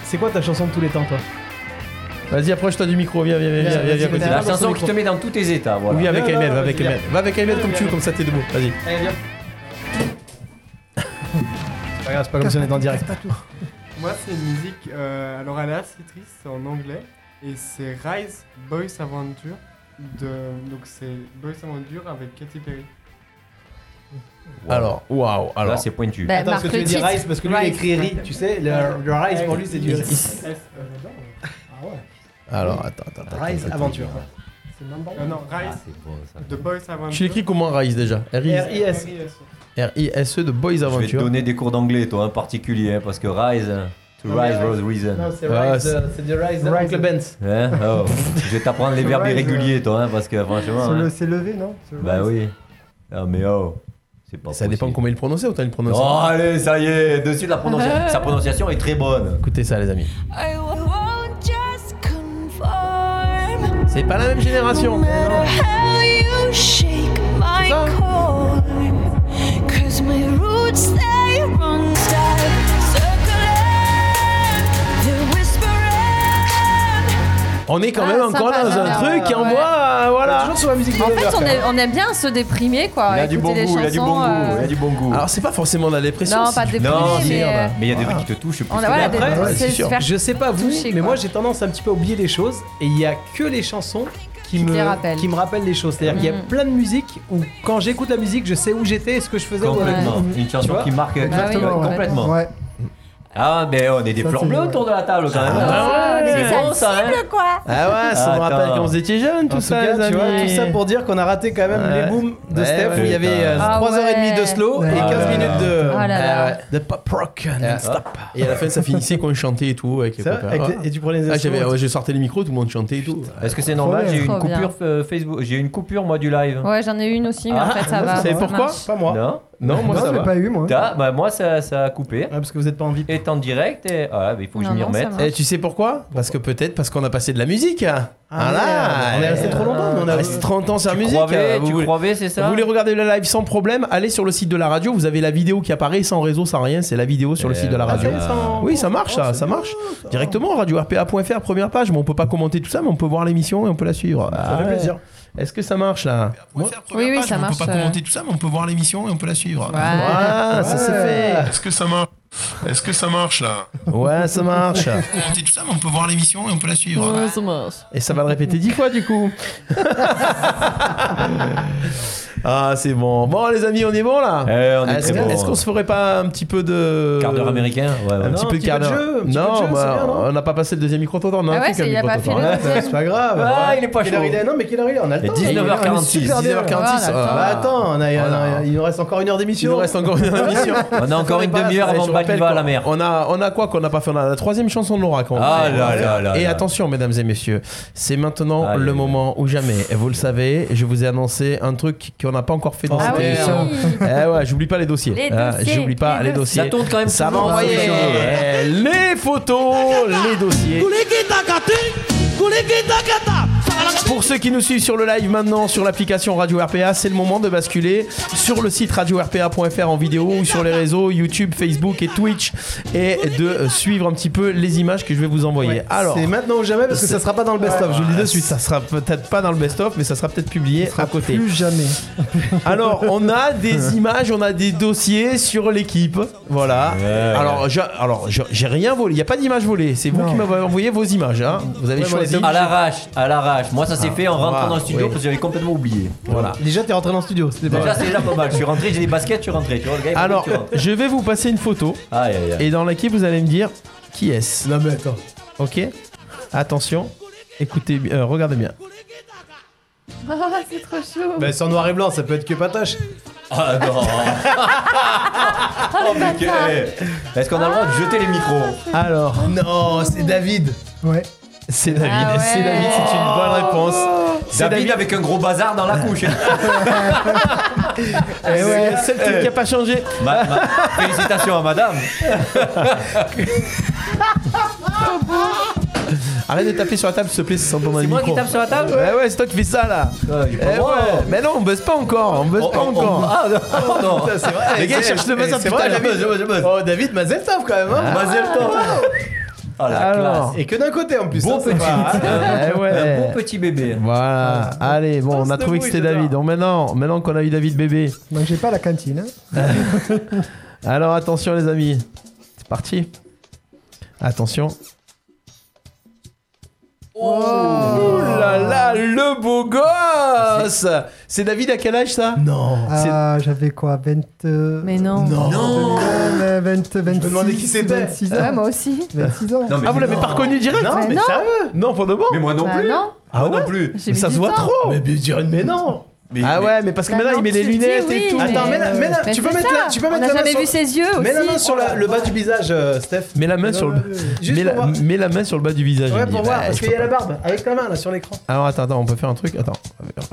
S2: c'est quoi ta chanson de tous les temps, toi
S1: Vas-y, approche-toi du micro, viens, viens, viens, viens,
S2: Vas-y,
S1: viens, viens,
S2: vas-y,
S1: viens,
S2: vas-y.
S3: La chanson qui te met dans tous tes états. Voilà.
S1: Oui, avec
S3: Non,
S1: Ahmed,
S3: non,
S1: va
S3: non,
S1: avec
S3: viens.
S1: Ahmed. Va avec Ahmed comme tu veux, comme ça t'es debout. Vas-y.
S2: Allez, viens. C'est pas grave, c'est pas comme si on est en direct.
S13: Moi, c'est une musique. euh, alors, elle est assez triste, c'est en anglais. Et c'est Rise Boys Adventure. De, donc, c'est Boys Adventure avec Katy Perry.
S1: Alors, waouh, alors.
S3: Là, c'est pointu.
S5: Bah,
S2: Attends, parce
S5: marque
S2: que tu
S5: le
S2: veux dire
S5: titre.
S2: Rice, parce que lui, il
S5: Rice.
S2: écrit Ri, tu sais, le, le Rice pour lui, c'est du.
S13: S, euh,
S1: Alors, attends, attends, attends.
S2: Rise
S1: attends,
S2: Aventure.
S3: hein.
S13: C'est number one. Euh, non, Rise.
S3: Ah,
S13: The Boys Adventure.
S1: Tu l'écris comment, Rise, déjà
S13: R.I.S..
S1: R-I-S-E E de Boys
S3: Je vais te
S1: Adventure.
S3: donner des cours d'anglais, toi, en particulier, hein, parce que Rise, hein, to
S2: Non, mais
S3: Rise
S2: Rise-
S3: was Reason.
S2: Non, c'est
S3: Ah,
S2: Rice, euh, c'est du Rice, de Uncle Benz.
S3: Hein Oh, Je vais t'apprendre les verbes
S4: Rise,
S3: irréguliers, toi, hein, parce que franchement.
S4: C'est
S3: hein.
S4: le- c'est levé, non C'est-
S3: Bah oui. Ah, mais oh. C'est pas
S1: Ça dépend comment il le prononçait, autant il le prononçait.
S3: Oh, allez, ça y est, de suite, la prononciation, sa prononciation est très bonne.
S1: Écoutez ça, les amis.
S14: I won't just conform.
S1: C'est pas la même génération.
S14: No matter how you shake my core. Cause my roots, they run deep. Circling, they're whispering.
S1: On est quand même
S5: Ah,
S1: encore
S5: sympa,
S1: dans un
S5: sympa.
S1: truc qui
S5: Ouais.
S1: envoie, euh, voilà.
S2: Toujours sur la musique
S5: En fait, on aime, on aime bien se déprimer, quoi.
S1: Il a du
S5: écouter
S1: bon
S5: Bah, les
S1: goût, il a du
S5: chansons,
S1: bon goût,
S5: euh,
S1: il a
S3: du bon goût.
S1: Alors c'est pas forcément la dépression.
S5: Non,
S1: c'est
S5: pas
S1: du-
S5: déprimer, Non, mais, euh,
S3: Mais
S13: Ah.
S3: il y a des trucs qui te touchent
S5: On a- voilà, des-
S2: Après,
S5: c'est se faire
S2: Je sais pas vous,
S5: toucher,
S2: mais
S5: quoi.
S2: moi, j'ai tendance à un petit peu à oublier les choses. Et il y a que les chansons qui
S5: te
S2: me,
S5: les rappellent.
S2: qui me rappellent les choses. C'est-à-dire qu'il y a
S5: Mhm.
S2: plein de musiques où, quand j'écoute la musique, je sais où j'étais et ce que je faisais.
S3: Complètement. Une chanson qui marque
S4: Bah
S3: exactement,
S2: exactement.
S3: Bah complètement. Ah, mais on est des
S2: Ça,
S3: fleurs
S2: c'est-
S3: bleues autour de la table quand même.
S1: Ah
S3: ouais,
S1: ouais,
S3: c'est bon ça, hein.
S14: quoi.
S1: Ah ouais, ça me
S3: Attends.
S1: rappelle quand vous étiez jeunes, tout
S2: En
S1: ça,
S2: tout
S1: les
S2: cas, tu vois,
S1: amis.
S2: tout ça pour dire qu'on a raté quand même
S1: Ouais.
S2: les booms de
S1: Ouais,
S2: Steph
S1: ouais,
S2: où il y avait
S1: putain.
S2: euh,
S1: Ah
S2: 3h30 de slow et 15
S1: Ah là là.
S2: minutes de.
S5: Oh
S1: Ah là là.
S2: Ah ouais.
S1: The pop rock non-stop. Et à la fin, ça finissait qu'on chantait et tout. Avec les
S2: C'est vrai
S1: copains.
S2: Avec les-
S1: Ouais.
S2: et tu prenais les
S1: ah, j'avais,
S2: instruments.
S1: ouais, Je sortais les micros, tout le monde chantait et tout.
S3: Est-ce que c'est normal J'ai eu une
S5: Trop bien.
S3: coupure euh, Facebook, j'ai eu une coupure moi du live.
S5: Ouais, j'en ai une aussi, mais en fait, ça va.
S1: savez
S5: ça
S1: pourquoi
S5: marche.
S2: Pas moi.
S3: Non,
S1: Non, moi, Non, ça je l'ai va. pas eu, moi.
S3: T'as- bah, moi ça, ça a coupé.
S2: parce que vous êtes pas en vie.
S3: Et en direct, et ah, bah, il faut que
S5: Non,
S3: je m'y
S5: non, ça
S3: remette.
S5: marche.
S1: Et Eh, tu sais pourquoi Parce que peut-être parce qu'on a passé de la musique. hein.
S2: Ah,
S1: voilà.
S2: merde, on est resté
S1: Eh,
S2: trop longtemps, mais on a-
S1: On est resté 30 ans sur la musique.
S3: croyais-
S1: hein.
S3: tu
S1: voulez-
S3: croyais, c'est ça
S1: Vous voulez regarder le live sans problème Allez sur le site de la radio. Vous avez la vidéo qui apparaît sans réseau, sans rien. C'est la vidéo sur le
S3: Eh,
S1: site de la
S3: bah,
S1: radio.
S3: c'est
S2: sans-
S1: Oui, ça marche, ça, ça marche. Directement, radio-rpa.fr, première page. Mais on peut pas commenter tout ça, mais on peut voir l'émission et on peut la suivre. Ah
S2: fait
S1: ouais.
S2: plaisir.
S1: Est-ce que ça marche là
S5: Oui, oui, ça marche. euh,
S1: tout ça, mais on peut voir l'émission et on peut la suivre.
S5: Ouais.
S1: Voilà, ça c'est fait.
S12: Est-ce que ça marche Est-ce que ça marche là
S1: Ouais, ça marche.
S12: tout ça, mais on peut voir l'émission et on peut la suivre.
S1: Et ça va le répéter dix fois du coup. ah, c'est bon. Bon, les amis, on est bon là.
S3: Eh, on est
S1: Est-ce
S3: très
S1: que-
S3: bon.
S1: est-ce qu'on se Ah ferait pas un petit peu de
S3: Quart d'heure américain ouais, ouais.
S1: Un petit
S2: Non,
S1: peu
S2: un
S1: de
S2: petit
S1: quart
S2: peu de
S1: d'heure.
S2: jeu, un petit peu
S1: non,
S2: de jeu, c'est
S1: bah,
S2: bien, non
S1: on n'a pas passé le deuxième micro-trottoir. On a
S5: Ah
S1: un
S5: ouais,
S1: truc
S5: c'est-
S1: à
S5: il a pas fait
S1: micro-trottoir.
S5: le deuxième.
S2: C'est pas grave.
S3: Ah, il est pas
S2: Quelle heure
S3: chaud.
S2: il est Non, mais quelle heure il est On a le
S3: Et
S2: temps.
S3: 19h46.
S2: On est super bien.
S1: 19h46.
S5: Voilà,
S1: ah,
S2: Bah, attends, on a- on a- il nous reste encore une heure
S1: Il
S2: d'émission.
S1: nous reste encore une émission.
S3: On a encore une
S1: Allez,
S3: demi-heure
S1: je
S3: avant
S1: rappelle
S3: Baliva à la
S1: qu'on-
S3: mer.
S1: On a, on a quoi qu'on n'a pas fait On a la troisième chanson de Laura. qu'on
S3: Ah
S1: fait.
S3: là là là
S1: Et
S3: là.
S1: attention, mesdames et messieurs, c'est maintenant
S3: Aïe.
S1: le moment ou jamais. Et Vous le savez, je vous ai annoncé un truc qu'on n'a pas encore fait dans
S2: Ah
S1: cette
S2: oui.
S1: émission. Eh ouais, j'oublie pas les dossiers.
S5: Les
S1: Ah,
S5: dossiers,
S1: j'oublie pas
S5: les
S1: les dossiers.
S3: Ça tourne quand même
S1: Ça va
S3: toujours, hein,
S1: envoyer
S3: ce show.
S1: Eh, les photos, les dossiers. Pour ceux qui nous suivent sur le live maintenant sur l'application Radio RPA, c'est le moment de basculer sur le site radio-rpa.fr en vidéo ou sur les réseaux YouTube, Facebook et Twitch et de suivre un petit peu les images que je vais vous envoyer. Alors,
S2: C'est maintenant ou jamais parce que ça sera pas dans le best-of, je vous le dis de suite.
S1: ça sera peut-être pas dans le best-of, mais ça sera peut-être publié à côté.
S4: Plus jamais.
S1: Alors, on a des images, on a des dossiers sur l'équipe. Voilà. Alors, je- alors je- j'ai rien volé. Il n'y a pas d'image volée. C'est vous
S4: Non.
S1: qui m'avez envoyé vos images. hein. Vous avez
S2: Ouais,
S1: choisi.
S3: À l'arrache, à l'arrache. Moi ça
S1: Ah,
S3: s'est fait en rentrant
S1: voilà,
S3: dans le studio
S1: oui.
S3: parce que j'avais complètement oublié.
S1: Voilà.
S2: Déjà, t'es rentré dans le studio, c'était pas
S3: Déjà
S2: mal.
S3: c'est déjà pas mal. Je suis rentré, j'ai des baskets, je suis rentré. Tu vois le gars il m'a dit,
S1: Alors,
S3: tu rentres.
S1: je vais vous passer une photo
S3: Aïe aïe aïe.
S1: et dans laquelle vous allez me dire qui est-ce.
S2: Non, mais attends.
S1: Ok Attention. Écoutez, bi- euh, regardez bien.
S5: Ah, c'est trop chaud.
S2: Bah, c'est en noir et blanc, ça peut être que patache.
S3: Ah non Oh mais que- Est-ce qu'on a le droit de jeter les micros
S1: Alors,
S2: Non, c'est David.
S4: Ouais.
S1: c'est David.
S5: Ah ouais.
S1: C'est David, c'est une bonne réponse. C'est
S3: David,
S1: David.
S3: avec un gros bazar dans la couche. hein.
S1: Eh ouais, C'est le truc qui a pas changé.
S3: Ma- ma- Félicitations à madame.
S1: Arrête de taper sur la table, s'il te plaît, c'est sans pour
S3: C'est moi qui tape sur la table
S1: Ouais, ouais, c'est toi qui fais ça là.
S3: pas
S1: Eh
S3: moi. hein.
S1: ouais. Mais non, on buzz pas encore, on
S3: Oh,
S1: buzz pas encore.
S2: Ah non,
S1: non. Les
S3: Eh,
S1: gars, ils cherchent le buzz à
S2: C'est vrai, David. Oh, David Mazeltov quand même. hein.
S3: Mazeltov. Ah. Oh la
S1: Alors.
S2: Et que d'un côté en plus.
S3: Bon
S2: hein, c'est
S3: petit.
S2: pas-
S1: Eh ouais.
S3: Un bon petit bébé.
S1: Voilà, allez, bon, on a trouvé que c'était David. Donc maintenant, maintenant qu'on a eu David bébé.
S4: Donc j'ai pas la cantine. hein.
S1: Alors attention les amis, c'est parti. Attention. Oh là là, le beau gosse C'est David à quel âge ça Non.
S4: Ah, j'avais quoi 20. euh,
S5: Mais non.
S1: Non.
S4: euh, 20, 26,
S2: demandais qui c'était.
S4: 26
S5: Ouais,
S4: ans.
S5: Ah, moi aussi.
S4: 26 ans.
S1: ah vous l'avez pas reconnu direct
S2: Non, mais
S5: non.
S2: sérieux
S1: Non, pour de bon
S3: Mais moi non
S5: Bah
S3: plus.
S5: non.
S1: Ah ouais
S3: non plus.
S5: J'ai
S1: Mais
S5: mis
S1: ça
S5: du
S1: se voit
S5: temps.
S1: trop
S2: Mais Björn, mais non.
S3: Mais-
S1: Ah
S3: mais-
S1: ouais, mais parce que
S5: Bah
S1: maintenant
S5: non,
S1: il met
S5: tu
S1: les
S5: le dis,
S1: lunettes
S5: oui,
S1: et tout.
S5: mais-
S2: Attends, mets la, mets la-
S5: Mais
S2: tu peux
S5: c'est
S2: mettre
S5: ça.
S2: là, tu peux
S5: On
S2: mettre
S5: n'a
S2: la main
S5: jamais
S2: sur-
S5: vu ses yeux
S2: Mets la main
S5: aussi.
S2: sur la- le bas du visage, euh, Steph.
S1: Mets la main sur le,
S2: Juste
S1: mets
S2: pour
S1: la,
S2: voir.
S1: mets la main sur le bas du visage. il
S2: Ouais,
S1: me
S2: pour
S1: dit.
S2: voir,
S1: Ouais,
S2: parce
S1: je
S2: qu'il y a
S1: peux
S2: la barbe avec la main là sur l'écran.
S1: pas. Alors attends, attends, on peut faire un truc. Attends,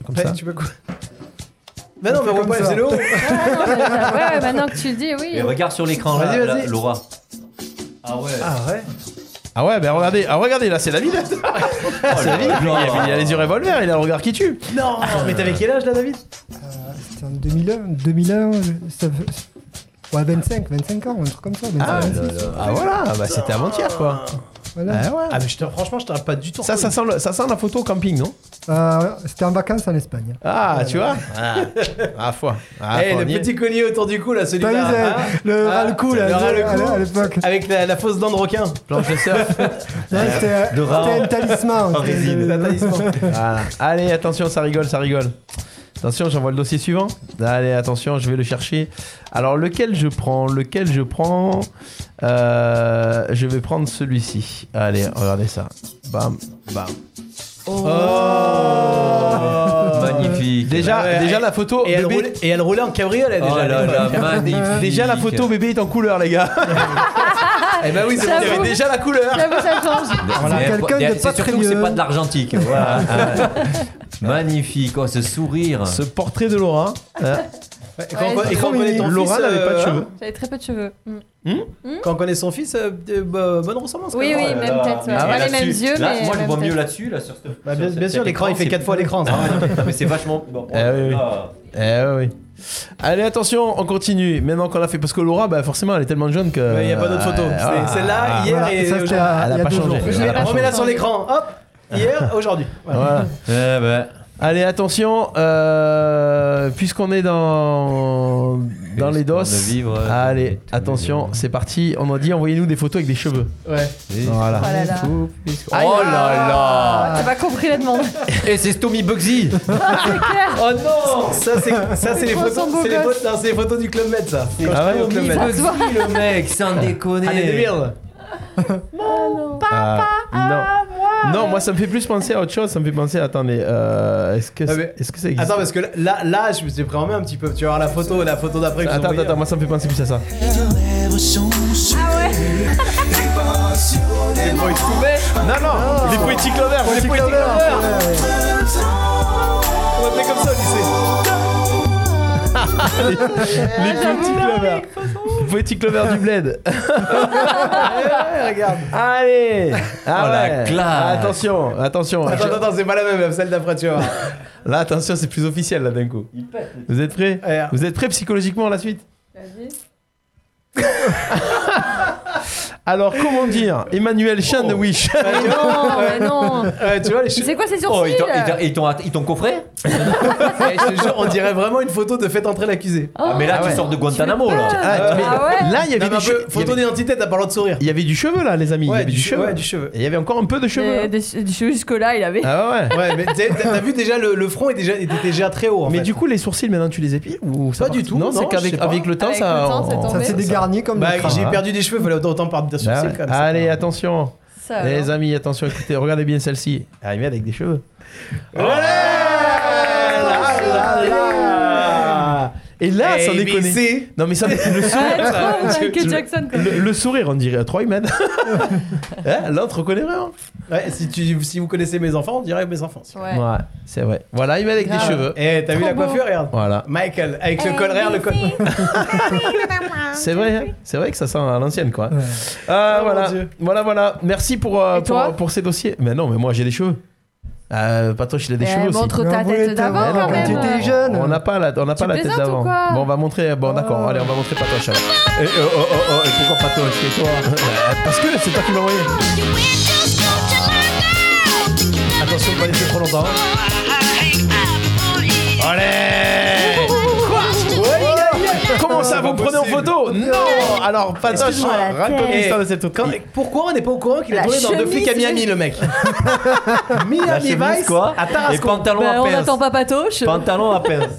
S1: comme ça.
S2: Ouais, Tu peux quoi Bah non, mais on
S4: comme
S2: voit pas,
S4: ça.
S2: c'est le haut.
S5: Ouais, ouais, maintenant que tu le dis, oui.
S3: Et regarde sur l'écran là,
S2: Vas-y,
S3: là,
S2: vas-y.
S3: Laura. Ah ouais.
S2: Ah ouais.
S1: Ah ouais, ben regardez, ah regardez, là c'est David. Ah, c'est David. Il a, il a les yeux revolver, il a le regard qui tue.
S2: Non, mais t'avais quel âge là, David
S4: C'était en 2001. 2001, je- ça fait- Ouais, 25, 25 ans, un truc comme ça. 25,
S1: Ah,
S4: 26.
S1: Ah voilà, bah c'était avant-hier quoi.
S4: Voilà.
S1: Ah ouais.
S2: Ah, mais je te- franchement, je t'aurais pas du tout.
S1: Ça, ça sent, le- ça sent la photo au camping, non
S4: Euh, C'était en vacances en Espagne.
S1: Ah, tu vois Ah, ah, foi. Ah,
S2: Eh,
S1: foi,
S2: le
S1: on y est.
S2: petit collier autour du cou là,
S4: T'as vu
S2: celui-là.
S4: ça,
S2: hein
S4: le
S2: Ah,
S4: ras le cou là
S2: le Ah,
S4: à-
S2: ras-le-cou.
S4: à l'époque.
S2: Avec la, la fausse dent de requin.
S1: Planche de surf.
S4: Non, C'était
S3: de rat
S4: c'était un talisman.
S3: en
S4: c'était-
S3: résine.
S2: La talisman.
S1: Voilà. Allez, attention, ça rigole, ça rigole. Attention, j'envoie le dossier suivant. Allez, attention, je vais le chercher. Alors, lequel je prends Lequel je prends Euh, Je vais prendre celui-ci. Allez, regardez ça. Bam, bam. Oh
S3: Magnifique.
S1: Déjà,
S2: Ouais,
S1: déjà la photo.
S2: Et elle,
S1: bébé-
S2: roulait, et elle roulait en cabriolet
S3: Oh
S2: déjà. à
S3: là là,
S2: l'époque.
S3: magnifique.
S1: déjà la photo bébé est en couleur, les gars.
S2: Eh ben oui, c'est
S1: Il y avait
S5: J'avoue.
S1: déjà la couleur.
S5: J'avoue, ça change.
S4: Voilà,
S3: Mais-
S4: quelqu'un
S3: mais
S4: de
S3: c'est
S4: pas
S3: surtout
S4: très
S3: que c'est
S4: vieux.
S3: pas de l'argentique. Voilà. Magnifique, oh, ce sourire.
S1: Ce portrait de Laura. hein.
S2: Et quand, on-
S5: Ouais,
S2: et quand on connaît ton
S1: Laura
S2: fils,
S1: n'avait pas de
S2: euh,
S1: cheveux.
S5: J'avais très peu de cheveux. Mm.
S2: Quand on connaît son fils, euh, de- bo- bonne ressemblance. quand
S5: Oui,
S2: même.
S5: oui,
S3: Oh là
S5: même
S3: là.
S5: tête. ouais.
S3: Ah,
S5: Pas les mêmes
S3: là-dessus,
S5: yeux,
S3: là,
S5: mais.
S3: Moi, je
S5: même
S3: vois mieux
S5: tête.
S3: là-dessus, là, sur ce.
S2: Bah,
S3: sur
S2: bien,
S3: cet
S2: bien sûr, l'écran il
S3: écran,
S2: fait
S3: c'est
S2: 4 fois
S3: plus-
S2: l'écran. ça.
S3: Ah ouais, mais c'est vachement. Bon,
S1: Eh oui, oui.
S3: ah.
S1: Eh oui, oui. Allez, attention, on continue. Maintenant qu'on a fait. Parce que Laura, bah, forcément, elle est tellement jeune que.
S2: Mais Il n'y a pas d'autre photo.
S1: Euh,
S2: C'est-
S1: ah,
S2: Celle-là,
S1: ah,
S2: hier
S4: Voilà,
S2: et
S4: ça, c'était
S2: aujourd'hui.
S4: à-
S1: Elle
S4: il y
S1: a
S4: a
S1: pas
S4: deux
S1: changé.
S4: jours.
S1: Elle a pas
S2: Remets-la
S1: changé.
S2: sur l'écran. Hop Hier, aujourd'hui. Voilà.
S1: Voilà.
S3: Eh ben.
S1: Allez, attention, euh, puisqu'on est dans, dans les dos.
S3: Puisqu'on veut vivre, euh,
S1: Allez,
S3: tous les
S1: attention,
S3: jours.
S1: c'est parti. On a dit envoyez-nous des photos avec des cheveux.
S2: Ouais.
S1: Voilà.
S5: Oh là là.
S1: Oh là là
S5: T'as pas compris la demande.
S3: Et Eh, c'est Stomy Bugsy.
S2: Oh non Ça, c'est ça, c'est les,
S5: Ils
S2: photos-
S5: sont beaux
S2: c'est les
S5: gosses.
S2: photos- non, c'est les photos du Club Med, ça. Quand
S1: Ah
S2: je
S1: ouais,
S2: au Club
S3: Bugsy,
S2: Med.
S3: le mec,
S1: Ah.
S3: sans déconner.
S2: Allez, délire.
S1: Papa
S2: Ah,
S1: non. non, moi ça me fait plus penser à autre chose. Ça me fait penser. Attendez, euh, est-ce que
S2: Ah,
S1: c'est-
S2: mais-
S1: est-ce que ça existe
S2: Attends, parce que là, là je me suis préparé un petit peu. Tu vas voir la photo, la photo d'après que je vous
S1: Attends,
S2: envoyais.
S1: attends, moi ça me fait penser plus à ça. Non, non, les poétiques lovers, Ah. les poétiques lovers.
S2: On va appeler comme ça au lycée.
S1: Les
S5: Ah,
S1: poétiques lovers. Les poétiques lovers du bled.
S2: Ouais, regarde.
S1: Allez ah
S3: Oh, la
S1: ouais.
S3: classe.
S1: Attention, attention.
S2: Attends, attends, c'est pas la même, celle d'après, tu vois.
S1: Là, attention, c'est plus officiel là d'un coup. Vous êtes prêts
S2: Ouais.
S1: Vous êtes prêts psychologiquement à la suite
S5: Vas-y.
S1: Alors, comment dire
S2: Oh.
S1: Emmanuel Chan de Wish.
S2: Ah
S5: Mais non, mais non.
S2: Ouais, Euh, tu vois, les cheveux.
S5: C'est quoi ces
S3: Oh,
S5: sourcils
S3: ils t'ont- ils t'ont- ils t'ont ils t'ont coffré
S2: Ouais, je te jure, on dirait vraiment une photo de faites entrer l'accusé.
S5: Oh,
S3: Ah, Mais là,
S1: Ah ouais.
S3: tu sors de Guantanamo, là.
S1: Ah, mais
S5: Ah ouais
S1: Là, il y
S2: Non,
S1: avait
S2: mais
S1: des
S2: un
S1: cheveux.
S2: peu, photo d'identité, t'as pas le droit de sourire.
S1: Il y avait du cheveu là, les amis. il y
S2: Ouais,
S1: avait du, cheveu.
S2: ouais, du cheveu.
S1: Et il y avait encore un peu de cheveux. là.
S5: Des- Des des cheveux jusque-là, il avait.
S1: Ah ouais. ouais.
S2: Ouais, mais t'es- t'as t'as vu déjà le, le front est déjà, était déjà très haut. En
S1: Mais
S2: fait.
S1: du coup, les sourcils maintenant, tu les épiles ou ça
S2: Pas
S1: part-
S2: du tout,
S1: Non,
S2: non,
S1: c'est
S2: je sais
S1: qu'avec
S2: pas.
S1: avec le temps,
S5: Avec
S1: ça.
S5: le temps, c'est
S1: on-
S5: tombé.
S4: Ça s'est dégarni comme
S2: Bah,
S4: le crâne.
S2: j'ai
S1: hein.
S2: perdu des cheveux, fallait autant, autant parler de sourcils
S1: Ah ouais.
S2: quand même.
S1: Allez, attention.
S5: Ça, alors.
S1: Eh, Les amis, attention, écoutez, regardez bien celle-ci. Arrivée avec des cheveux. Ah, Et là,
S5: Eh,
S1: sans déconner.
S2: ABC.
S1: Non, mais ça, le, sou-
S5: Ah, trop Michael Jackson, quoi.
S1: le- le sourire, on dirait Troyman. hein, L'autre reconnaît vraiment.
S2: Ouais, si, tu, si vous connaissez mes enfants, on dirait mes enfants.
S5: Ouais.
S1: Ouais, c'est vrai. Voilà, il met avec des
S5: Grave.
S1: cheveux.
S2: Eh, t'as vu
S5: Trop
S2: la
S5: beau.
S2: coiffure, regarde.
S1: Voilà.
S2: Michael, avec le col rare, le col.
S1: C'est vrai, hein. c'est vrai que ça sent à l'ancienne quoi. Ah,
S5: Oh,
S1: voilà, voilà, voilà. Merci pour, euh, pour, pour ces dossiers. Mais non, mais moi j'ai des cheveux. Euh, Patoche, il a des
S5: Eh,
S1: cheveux aussi.
S5: montre ta tête d'avant, quand
S1: Mais non.
S5: même. Tu étais
S4: jeune.
S1: On n'a pas la, on n'a pas la tête
S5: plaisantes
S1: d'avant.
S5: ou quoi
S1: Bon, on va montrer. Bon, d'accord. Allez, on va montrer Patoche. alors. Et, euh, oh, oh, oh, et pourquoi Patoche Et toi Bah, Parce que c'est toi qui m'as envoyé.
S2: Attention, pas laisser trop longtemps.
S1: Allez Comment ça, vous me prenez en photo Non Alors, Patoche,
S2: Excuse-moi, la
S1: raconte
S2: tête.
S1: l'histoire de cette photo.
S2: Pourquoi on n'est pas au courant qu'il a
S1: La
S2: tourné dans deux
S1: chemise,
S2: flics à Miami,
S1: c'est-
S2: le mec
S1: La
S2: Miami
S1: chemise,
S2: Vice
S1: quoi
S2: à Tarascon.
S3: Et pantalon
S1: Bah,
S3: à pince.
S5: pas Patoche.
S3: Pantalon à pince.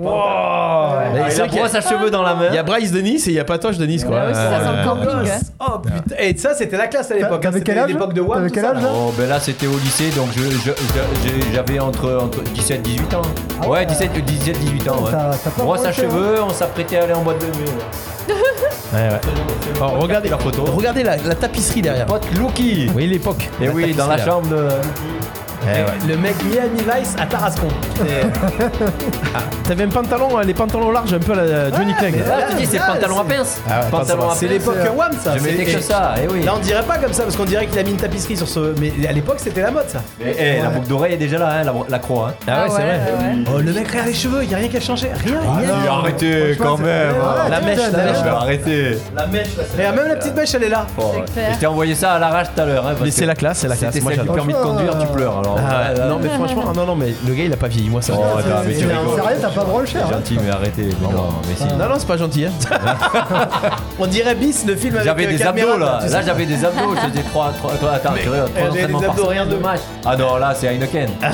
S1: Mais
S3: Ah, Il
S1: c'est
S3: a
S1: vrai qu'il y a-
S3: brosse à cheveux dans la main.
S1: Il y a Bryce de Nice et il y a Patoche de Nice, quoi.
S3: ouais, ça sent le camping,
S1: Euh,
S3: hein.
S2: Oh putain, et ça c'était la classe à l'époque. hein.
S4: t'avais quel
S2: C'était
S4: âge
S2: l'époque de WAP.
S4: T'avais
S2: tout
S4: quel
S2: ça.
S4: âge, là
S3: Oh, ben là c'était au lycée donc je- je- je- je- j'avais entre, entre 17 18 ans. Ouais, 17 17 18 ans. Ouais.
S1: Ah Ça- ça peut
S3: Brosse à
S1: remonter, hein.
S3: cheveux, on s'apprêtait à aller en boîte de nuit.
S1: Ouais, ouais. Alors, regardez leurs photos. Regardez la, la tapisserie derrière.
S3: Pote Loki.
S1: Oui, Bah, l'époque.
S3: Et
S1: La
S3: Eh oui, dans la
S1: tapisserie, là.
S3: chambre de
S1: Eh ouais.
S2: Le mec Miami Vice à Tarascon.
S1: Ah, T'avais un pantalon, euh, les pantalons larges, un peu à la Johnny Clegg.
S2: mais
S3: Ah,
S2: là, je te dis, c'est pantalon à pince.
S1: Ah ouais,
S3: Pantalon à
S2: C'est
S3: pince.
S2: l'époque WAM ça.
S3: Je mettais
S2: C'est-
S3: que ça, eh oui.
S2: Là on dirait pas comme ça parce qu'on dirait qu'il a mis une tapisserie sur ce. Mais à l'époque c'était la mode ça.
S3: Eh, eh, la boucle d'oreille est déjà là, hein, la, la croix. hein.
S1: Ah ouais, c'est vrai.
S3: Mm.
S2: Oh le mec regarde les cheveux, y a rien qui a changé. Rien. rien.
S3: Mais Arrêtez quand même. hein.
S2: La mèche, la mèche.
S3: Je vais arrêter.
S2: Et même la petite mèche elle est là.
S3: Oh, ouais. Je t'ai envoyé ça à l'arrache tout à l'heure. hein, parce
S1: Mais c'est
S3: que
S1: la classe, c'est la classe.
S3: C'était
S1: Moi,
S3: celle du
S1: j'adore.
S3: permis de conduire, tu pleures alors.
S1: Ah, ouais.
S3: Ouais,
S1: non,
S3: ouais.
S1: mais franchement, ah, non, non, mais le gars il a pas vieilli, moi ça.
S3: Oh,
S1: va.
S3: attends, mais tu rigoles.
S4: Sérieux, t'as pas le droit de le
S3: C'est
S4: faire.
S3: gentil, mais arrêtez. Non, non, mais si.
S1: Non, non, c'est pas gentil. Hein.
S2: On dirait bis le film avec
S3: J'avais
S2: euh,
S3: des
S2: Cameron,
S3: abdos là,
S2: tu sais.
S3: là j'avais des abdos, je faisais 3, 3, attends, tu regardes, trois
S2: elle avait des
S3: entraînements par
S2: abdos, rien
S3: semaine.
S2: de mal.
S3: Ah non, là c'est Heineken. Ah,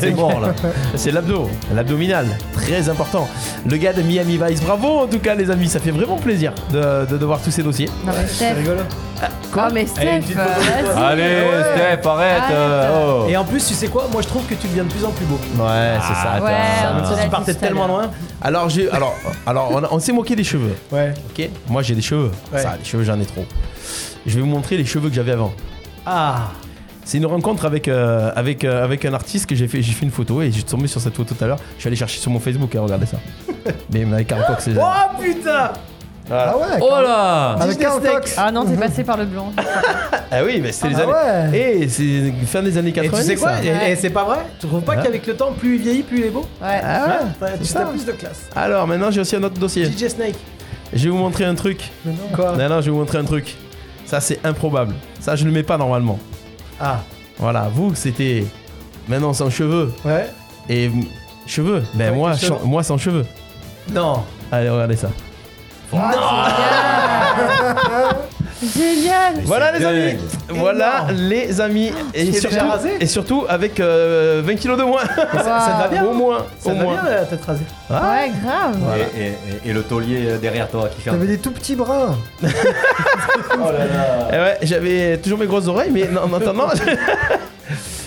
S3: c'est mort là.
S1: C'est l'abdo, l'abdominal, très important. Le gars de Miami Vice, bravo en tout cas les amis, ça fait vraiment plaisir de, de, de voir tous ces dossiers.
S5: Non, mais Steph.
S4: hein.
S5: Ah, mais Steph. euh, vas-y.
S3: Allez Steph, arrête. euh, oh.
S2: Et en plus, tu sais quoi Moi, je trouve que tu deviens de plus en plus beau.
S1: Ouais, c'est ça.
S5: Ah. ouais, on te l'a dit
S2: partais
S5: tout à
S2: tellement
S5: l'heure.
S2: loin.
S1: Alors, j'ai, alors, alors on, a- on s'est moqué des cheveux.
S2: Ouais.
S1: Ok Moi j'ai des cheveux.
S2: Ouais.
S1: Ça, les cheveux, j'en ai trop. Je vais vous montrer les cheveux que j'avais avant.
S2: Ah.
S1: C'est une rencontre avec, euh, avec, euh, avec un artiste que j'ai fait. J'ai fait une photo et j'ai tombé sur cette photo tout à l'heure. Je suis allé chercher sur mon Facebook, hein, regardez ça. Mais avec un coq, c'est.
S2: Oh putain
S1: Voilà.
S4: Ah ouais
S3: Oh là
S4: Avec un coq.
S5: Ah non, t'es passé par le blanc.
S1: Ah oui, mais c'était les années.
S4: Ah ouais
S1: Eh, c'est fin des années
S2: Et
S1: 80.
S2: tu sais quoi
S1: ça.
S2: Et, et c'est pas vrai Tu trouves pas
S1: Ouais.
S2: qu'avec le temps, plus il vieillit, plus il est beau
S5: Ouais.
S1: Ah ouais
S2: T'as- Tu
S1: ça.
S2: as plus de classe.
S1: Alors maintenant j'ai aussi un autre dossier.
S2: DJ Snake.
S1: Je vais vous montrer un truc.
S4: euh,
S2: Quoi
S1: Non, non, je vais vous montrer un truc. Ça c'est improbable. Ça je le mets pas normalement.
S2: Ah.
S1: Voilà, vous c'était maintenant sans cheveux.
S2: Ouais.
S1: Et mm, cheveux Ben moi,
S2: tes cheveux.
S1: chan- moi sans cheveux.
S2: Non.
S1: Allez, regardez ça.
S5: Génial.
S1: Voilà les
S3: dingue.
S1: amis Voilà les amis Et,
S2: Tu t'es déjà
S1: surtout,
S2: rasé
S1: et surtout avec euh, 20 kilos de moins
S2: Ça, ça te va bien hein
S1: Au moins,
S2: Ça
S1: au
S2: te va
S1: moins.
S2: bien la tête rasée.
S1: Ah.
S5: Ouais, grave.
S1: Voilà.
S3: Et, et- et- et le taulier derrière toi qui fait un...
S4: T'avais des tout petits bras.
S3: Oh là là
S1: Eh ouais, j'avais toujours mes grosses oreilles, mais non, en attendant.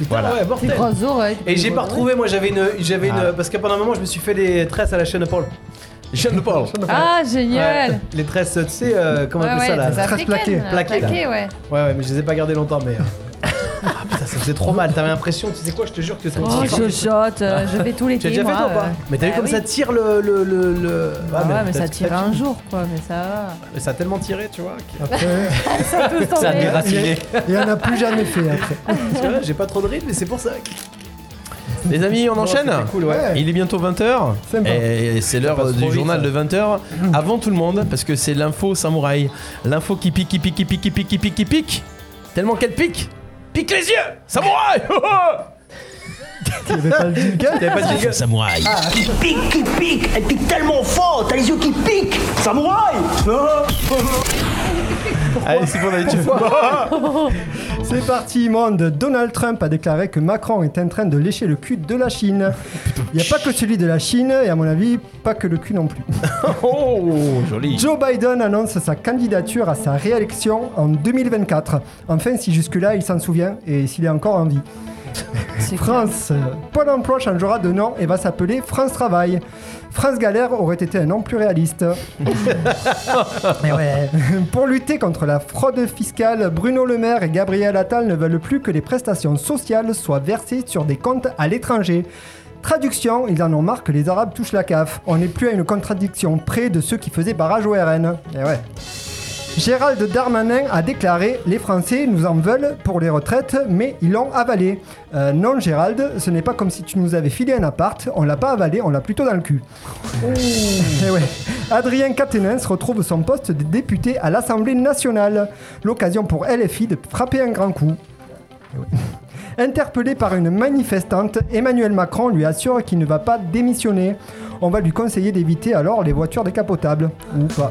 S1: voilà.
S2: Ouais,
S5: Tes
S2: mortel.
S5: grosses oreilles.
S2: Et j'ai pas retrouvé, moi j'avais une. j'avais une
S1: Ah.
S2: Parce que pendant un moment, je me suis fait les tresses à la chaîne de Paul.
S1: Jeanne de Paul.
S5: Ah, génial.
S2: Ouais. Les tresses, tu sais, euh, comment on
S5: Ouais,
S2: appelle ça là
S5: ouais,
S4: Stress plaqué.
S5: plaqué.
S2: Plaqué, là.
S5: Plaqué, ouais.
S2: Ouais, ouais, mais je les ai pas gardées longtemps, mais. euh, ah putain, ça faisait trop mal. T'avais l'impression, tu sais quoi, je te jure que ton
S5: Oh,
S2: petit-
S5: je chote, euh, je vais tous les
S2: Tu as déjà fait toi ou pas Mais t'as vu comme ça tire le. le, le, le-
S5: Bah Ah ouais, mais
S2: t'as-
S5: ça tire
S2: t'as-
S5: un jour, quoi, mais ça
S2: Mais ça a tellement tiré, tu vois. que-
S4: Après,
S5: va. Tout le temps,
S3: Ça
S5: mais-
S3: déraciné.
S4: et on n'a plus jamais fait après.
S2: tu vois, J'ai pas trop de rythme, mais c'est pour ça.
S1: Les amis, on enchaîne
S2: C'est cool, ouais.
S1: Il est bientôt 20h
S4: Sympa.
S1: et c'est l'heure
S2: passe
S1: du
S2: trop vite,
S1: journal
S2: ça.
S1: de 20h avant tout le monde parce que c'est l'info samouraï, l'info qui pique, qui pique, qui pique, qui pique, qui pique, qui pique, tellement qu'elle pique, pique les yeux, samouraï. Oh, oh
S4: Il n'y avait pas le jingle.
S1: T'avais pas de jingle Samouraï.
S2: Ah.
S9: Qui pique, qui pique, elle pique tellement fort, t'as les yeux qui piquent, samouraï
S2: Ah,
S1: Allez, c'est bon, allez, tu
S4: C'est parti, monde. Donald Trump a déclaré que Macron est en train de lécher le cul de la Chine. Il n'y a pas que celui de la Chine, et à mon avis, pas que le cul non plus.
S1: Oh, joli.
S4: Joe Biden annonce sa candidature à sa réélection en 2024. Enfin, si jusque-là, il s'en souvient, et s'il est encore en vie.
S5: C'est
S4: France, euh, Pôle emploi changera de nom et va s'appeler France Travail. France Galère aurait été un nom plus réaliste. Mais ouais. Pour lutter contre la fraude fiscale, Bruno Le Maire et Gabriel Attal ne veulent plus que les prestations sociales soient versées sur des comptes à l'étranger. Traduction, ils en ont marre que les Arabes touchent la CAF. On n'est plus à une contradiction près de ceux qui faisaient barrage au RN. Eh ouais. Gérald Darmanin a déclaré Les Français nous en veulent pour les retraites, mais ils l'ont avalé. Euh, non, Gérald, ce n'est pas comme si tu nous avais filé un appart, on l'a pas avalé, on l'a plutôt dans le cul. Eh ouais. Adrien Catenins retrouve son poste de député à l'Assemblée nationale. L'occasion pour LFI de frapper un grand coup. Eh Interpellé par une manifestante, Emmanuel Macron lui assure qu'il ne va pas démissionner. On va lui conseiller d'éviter alors les voitures décapotables. Ou pas.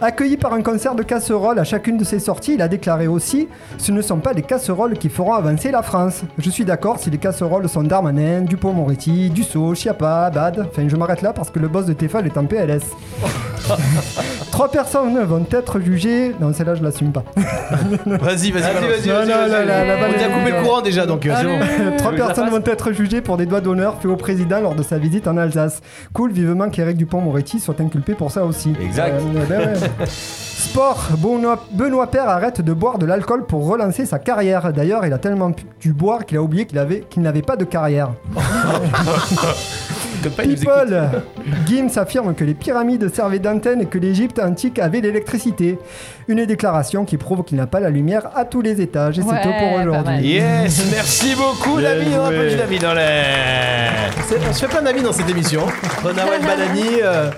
S4: Accueilli par un concert de casseroles à chacune de ses sorties, il a déclaré aussi Ce ne sont pas les casseroles qui feront avancer la France. Je suis d'accord si les casseroles sont Darmanin, Dupont-Moretti, Dussault, Chiappa, Bad. Enfin, je m'arrête là parce que le boss de Tefal est en PLS. Trois personnes vont être jugées. Non, celle-là, je l'assume pas.
S1: Vas-y, vas-y,
S2: vas-y,
S4: Non,
S2: vas-y,
S4: non,
S2: vas-y.
S4: non, la- la balle
S2: On
S4: est
S2: t'a coupé le
S4: dedans.
S2: courant déjà, donc euh,
S5: Ah,
S2: c'est
S4: Allez.
S2: bon.
S4: Trois personnes vont être jugées pour des doigts d'honneur faits au président lors de sa visite en Alsace. Cool, vivement qu'Éric Dupont-Moretti soit inculpé pour ça aussi.
S3: Exact.
S4: Euh, ben ouais. Sport, Benoît, Benoît Père arrête de boire de l'alcool pour relancer sa carrière. D'ailleurs, il a tellement pu- dû boire qu'il a oublié qu'il avait- qu'il n'avait pas de carrière.
S1: Comme pas, il nous écoute.
S4: People Gims affirme que les pyramides servaient d'antenne et que l'Égypte antique avait l'électricité. Une déclaration qui prouve qu'il n'a pas la lumière à tous les étages. Et
S1: Ouais,
S4: c'est tout pour
S1: pas
S4: aujourd'hui.
S1: Yes, merci beaucoup
S2: Bien
S1: David, on
S2: joué.
S1: applaudit David dans l'air.
S2: C'est- On se fait plein d'amis dans cette émission. Renawel Banani, euh,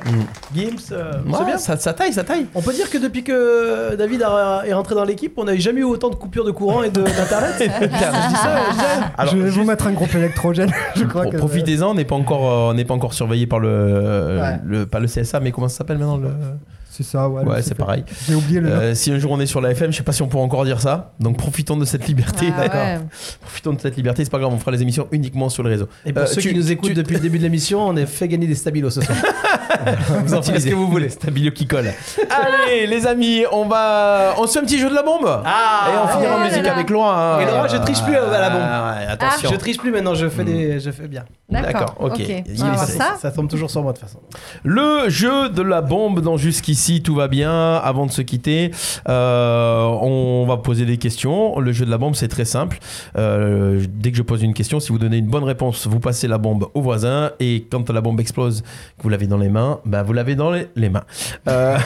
S2: Gims, euh,
S1: Mm. Ouais,
S2: c'est bien.
S1: ça, ça taille, ça taille.
S2: On peut dire que depuis que David a- est rentré dans l'équipe, on n'a jamais eu autant de coupures de courant et de- d'internet. je dis ça, je dis ça.
S1: Alors,
S4: je vais vous mettre un groupe électrogène. je crois
S1: Bon,
S4: que
S1: Profitez-en, on n'est pas encore, euh, on n'est pas encore surveillé par le, euh,
S4: Ouais.
S1: le- pas le CSA, mais comment ça s'appelle maintenant le.
S4: C'est ça, ouais.
S1: Ouais, c'est pareil.
S4: J'ai oublié le nom.
S1: Euh, si un jour on est sur la FM, je sais pas si on pourra encore dire ça. Donc profitons de cette liberté.
S2: Ah ouais.
S1: Profitons de cette liberté. C'est pas grave, on fera les émissions uniquement sur le réseau.
S2: Et pour
S1: Euh,
S2: ceux
S1: tu-
S2: qui nous écoutent
S1: tu-
S2: depuis le début de l'émission, on a fait gagner des stabilos ce soir.
S1: vous en ce que vous voulez. Stabilo qui colle. Allez, les amis, on va, on se fait un petit jeu de la bombe. et on finira en
S2: Ah, là
S1: musique
S2: là.
S1: avec Laurent. hein.
S2: Et Laura, je triche plus euh, à la bombe.
S1: Ah, ouais, attention.
S2: Je triche plus maintenant, je fais, des, je fais bien.
S1: D'accord, ok. Il est-
S5: Ah, bah,
S2: ça, ça tombe toujours sur moi de toute façon.
S1: Ah, Le jeu de la bombe dans Jusqu'ici, tout va bien. Avant de se quitter, euh, on va poser des questions. Le jeu de la bombe, c'est très simple. Euh, dès que je pose une question, si vous donnez une bonne réponse, vous passez la bombe au voisin. Et quand la bombe explose, que vous l'avez dans les mains, bah, vous l'avez dans les, les mains. Euh,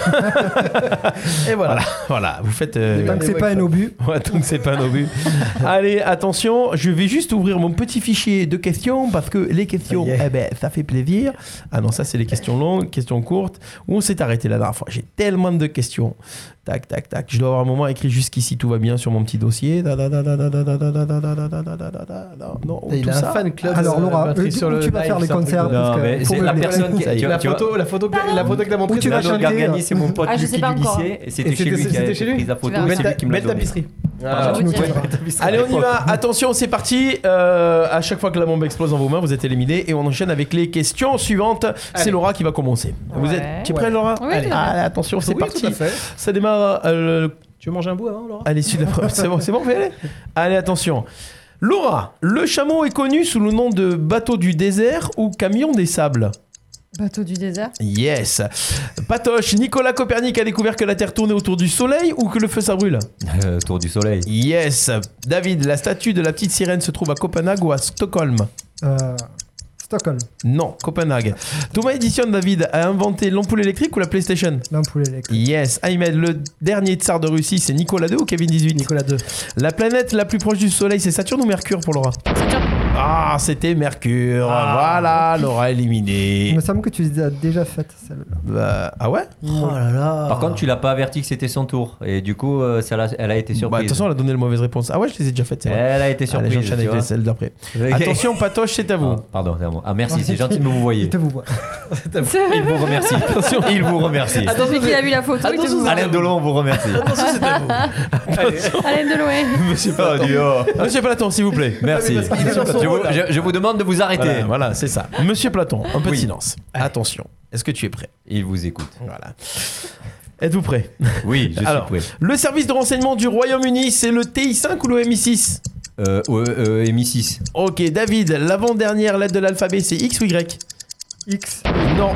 S2: Et voilà.
S1: voilà, vous faites. euh,
S4: Tant que c'est pas un obus.
S1: Ouais, tant que c'est pas un obus. Allez, attention, je vais juste ouvrir mon petit fichier de questions parce que les questions, eh ben, ça fait plaisir. Ah non, ça, c'est les questions longues, questions courtes. Où on s'est arrêté la dernière fois J'ai tellement de questions. Tac, tac, tac. Je dois avoir un moment écrit jusqu'ici, tout va bien sur mon petit dossier. Da, da, da, da, da, da, da, da, da, da, da, da, da, da, da, da. Non,
S2: Il
S1: tout
S2: a un
S1: ça. Ah,
S2: fan club,
S4: Alors,
S2: euh,
S4: Laura,
S2: Patrick,
S4: euh, du
S2: sur
S4: coup,
S2: le
S4: tu vas
S2: live,
S4: faire les
S2: c'est un truc
S4: concerts
S2: de-
S4: parce que-
S3: mais
S4: faut
S3: c'est
S4: me
S3: la
S4: le-
S3: personne qui
S4: Ça y
S1: bah,
S4: est.
S3: tu
S2: La
S3: vois- tu
S2: photo,
S3: vois-
S2: la photo, la photo que t'as montrée,
S4: Ou tu
S2: c'est
S4: vas
S2: la-
S3: Nano
S4: chanter,
S3: Gargani, c'est mon pote
S5: Ah, je
S3: Lucky
S5: sais pas
S3: du
S5: encore.
S3: lycée, et
S2: Et
S3: c'était chez
S2: c'était-
S3: lui qui
S2: c'était
S3: avait
S2: chez lui
S3: pris la photo,
S5: Tu verras.
S3: c'est lui qui me l'a
S2: Belle
S3: donné.
S2: tapisserie.
S3: Ah,
S4: Tu nous diras.
S1: Allez, on y va. Attention, c'est parti. Euh, à chaque fois que la bombe explose dans vos mains, vous êtes éliminé et on enchaîne avec les questions suivantes. C'est
S2: Allez.
S1: Laura qui va commencer. Vous
S5: Ouais.
S1: êtes, tu es prêt, Laura
S5: Oui,
S1: Allez.
S5: tout à fait.
S1: Allez, attention, c'est
S2: Oui,
S1: parti.
S2: tout à fait.
S1: Ça démarre euh, le-
S2: Tu veux manger un bout avant, Laura
S1: à l'issue de la première. C'est bon, c'est bon, vous y allez Allez, attention. Laura, le chameau est connu sous le nom de bateau du désert ou camion des sables
S5: Bateau du désert.
S1: Yes. Patoche, Nicolas Copernic a découvert que la Terre tournait autour du Soleil ou que le feu ça brûle
S3: Euh, Tour du soleil.
S1: Yes. David, la statue de la petite sirène se trouve à Copenhague ou à Stockholm
S4: Euh, Stockholm,
S1: Non, Copenhague. Thomas Edison, David, a inventé l'ampoule électrique ou la PlayStation
S4: l'ampoule électrique.
S1: Yes. Ahmed, le dernier tsar de Russie, c'est Nicolas II ou Kevin 18
S2: Nicolas 2.
S1: La planète la plus proche du Soleil, c'est Saturne ou Mercure pour Laura Ah, c'était Mercure.
S2: Ah.
S1: Voilà, Laura
S4: Il
S1: éliminée.
S4: me semble que tu les as déjà faites, celle-là.
S1: Bah, ah ouais
S2: Oh là là.
S3: Par contre, tu l'as pas averti que c'était son tour. Et du coup, euh, ça l'a- elle a été
S1: Bah, de toute
S3: surprise.
S1: façon, elle a donné la mauvaise réponse. Ah ouais, je les ai déjà faites. c'est vrai.
S3: Elle a été
S2: Ah,
S1: Allez,
S3: surprise.
S1: j'enchaîne
S3: tu
S1: avec
S3: vois.
S1: les- celles d'après.
S3: Ok.
S1: Attention, Patoche, c'est à vous.
S3: Ah, pardon, c'est à moi. Ah, merci, c'est gentil de me vous voyez.
S4: Il te vous voit.
S3: Il vous remercie. Attention, il vous remercie.
S2: Attention,
S5: Depuis qu'il a vu la photo, il te
S2: Attention,
S5: Ah vous-
S3: Alain Delon vous remercie.
S2: Attention, c'était à vous. Allez.
S5: Alain Deloué.
S1: Monsieur
S3: Oh,
S1: Palaton.
S3: dis oh.
S1: Monsieur Platon, s'il vous plaît.
S3: Merci.
S2: parce qu'il est dans son
S3: Je vous,
S2: rôle, là.
S3: je- je vous demande de vous arrêter.
S1: Voilà, voilà, c'est ça. Monsieur Platon, un peu de
S3: Oui.
S1: silence. Attention. Est-ce que tu es prêt
S3: Il vous écoute.
S1: Voilà. Êtes-vous prêt
S3: Oui, je
S1: Alors,
S3: suis prêt.
S1: Le service de renseignement du Royaume-Uni, c'est le TI5 ou le MI6
S3: Euh, euh, euh, MI6.
S1: Ok, David, l'avant-dernière lettre de l'alphabet, c'est X ou Y
S4: X.
S1: Non.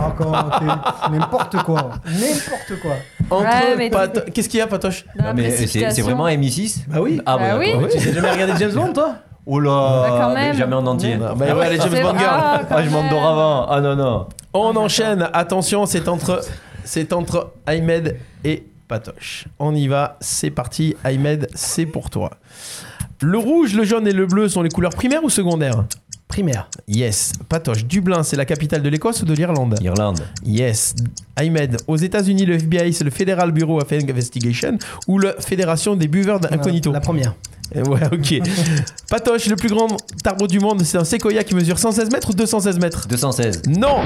S4: Ah, quand t'es- N'importe quoi. N'importe quoi.
S1: Entre
S5: Ouais, mais-
S1: Pato- Qu'est-ce qu'il y a, Patoche
S5: Dans la
S3: Non, mais c'est- c'est
S5: précipitation.
S3: vraiment MI6
S2: Bah oui.
S3: Ah,
S5: Bah oui.
S3: d'accord.
S2: Tu n'as jamais regardé James Bond, toi
S3: Oh là
S1: Bah, quand même.
S3: Jamais en entier.
S1: Bah, bah, ouais, les James C'est- Bond girls. Ah, quand
S3: Ah, je m'endors avant. Ah non, non.
S1: On enchaîne, attention, c'est entre, c'est entre Ahmed et Patoche. On y va, c'est parti, Ahmed, c'est pour toi. Le rouge, le jaune et le bleu sont les couleurs primaires ou secondaires Primaires. Yes. Patoche, Dublin, c'est la capitale de l'Écosse ou de l'Irlande Irlande. Yes. Ahmed, aux États-Unis, le FBI, c'est le Federal Bureau of Investigation ou la Fédération des buveurs d'incognito La première. Ouais, ok. Patoche, le plus grand arbre du monde, c'est un séquoia qui mesure 116 mètres ou 216 mètres
S3: 216.
S1: Non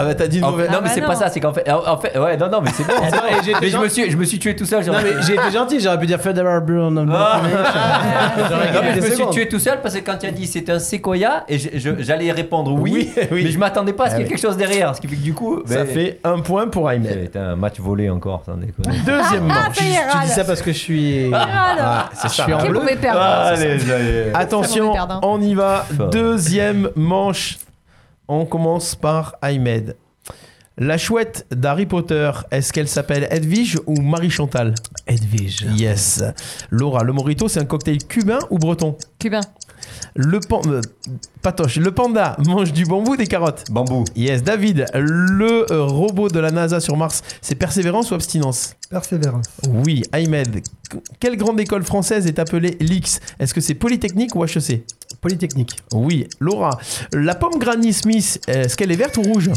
S3: Ah bah t'as dit
S1: mauvaise-
S3: Non
S1: Ah
S3: mais
S1: bah
S3: c'est
S1: non.
S3: pas ça, c'est qu'en fait, en en fait, ouais, non non mais c'est bon. c'est bon.
S2: et j'ai été
S3: mais je me
S2: gentil.
S3: suis, je me suis tué tout seul.
S2: Non, mais j'ai été gentil, j'aurais pu dire Federal Bureau of
S3: Non, mais je Ah, me suis
S2: Investigation.
S3: tué tout seul parce que quand tu as dit c'est un séquoia et je- je- j'allais répondre oui, mais je m'attendais pas à ce qu'il y ait
S1: Ah,
S3: quelque chose derrière, ce qui fait que du coup ben,
S1: Ça fait un point pour Ayman.
S3: C'était un match volé encore, sans déconner.
S1: Deuxième manche.
S2: Ah, Tu dis ça parce que je suis.
S1: Ah, c'est ça.
S2: Je suis en
S1: Quel
S2: bleu.
S1: mauvais perdant.
S3: Ah, Allez, allez.
S1: Ah, Attention, on y va. Deuxième manche. On commence par Ahmed. La chouette d'Harry Potter, est-ce qu'elle s'appelle Edwige ou Marie Chantal Edwige. Yes. Laura, le morito, c'est un cocktail cubain ou breton Cubain. Le pan... euh, Patoche, le panda mange du bambou ou des carottes Bambou. Yes. David, le euh, robot de la NASA sur Mars, c'est persévérance ou abstinence
S4: Persévérance.
S1: oui, Ahmed. Qu- Quelle grande école française est appelée l'IX Est-ce que c'est Polytechnique ou HEC Polytechnique. Oui. Laura, la pomme Granny Smith, est-ce qu'elle est verte ou rouge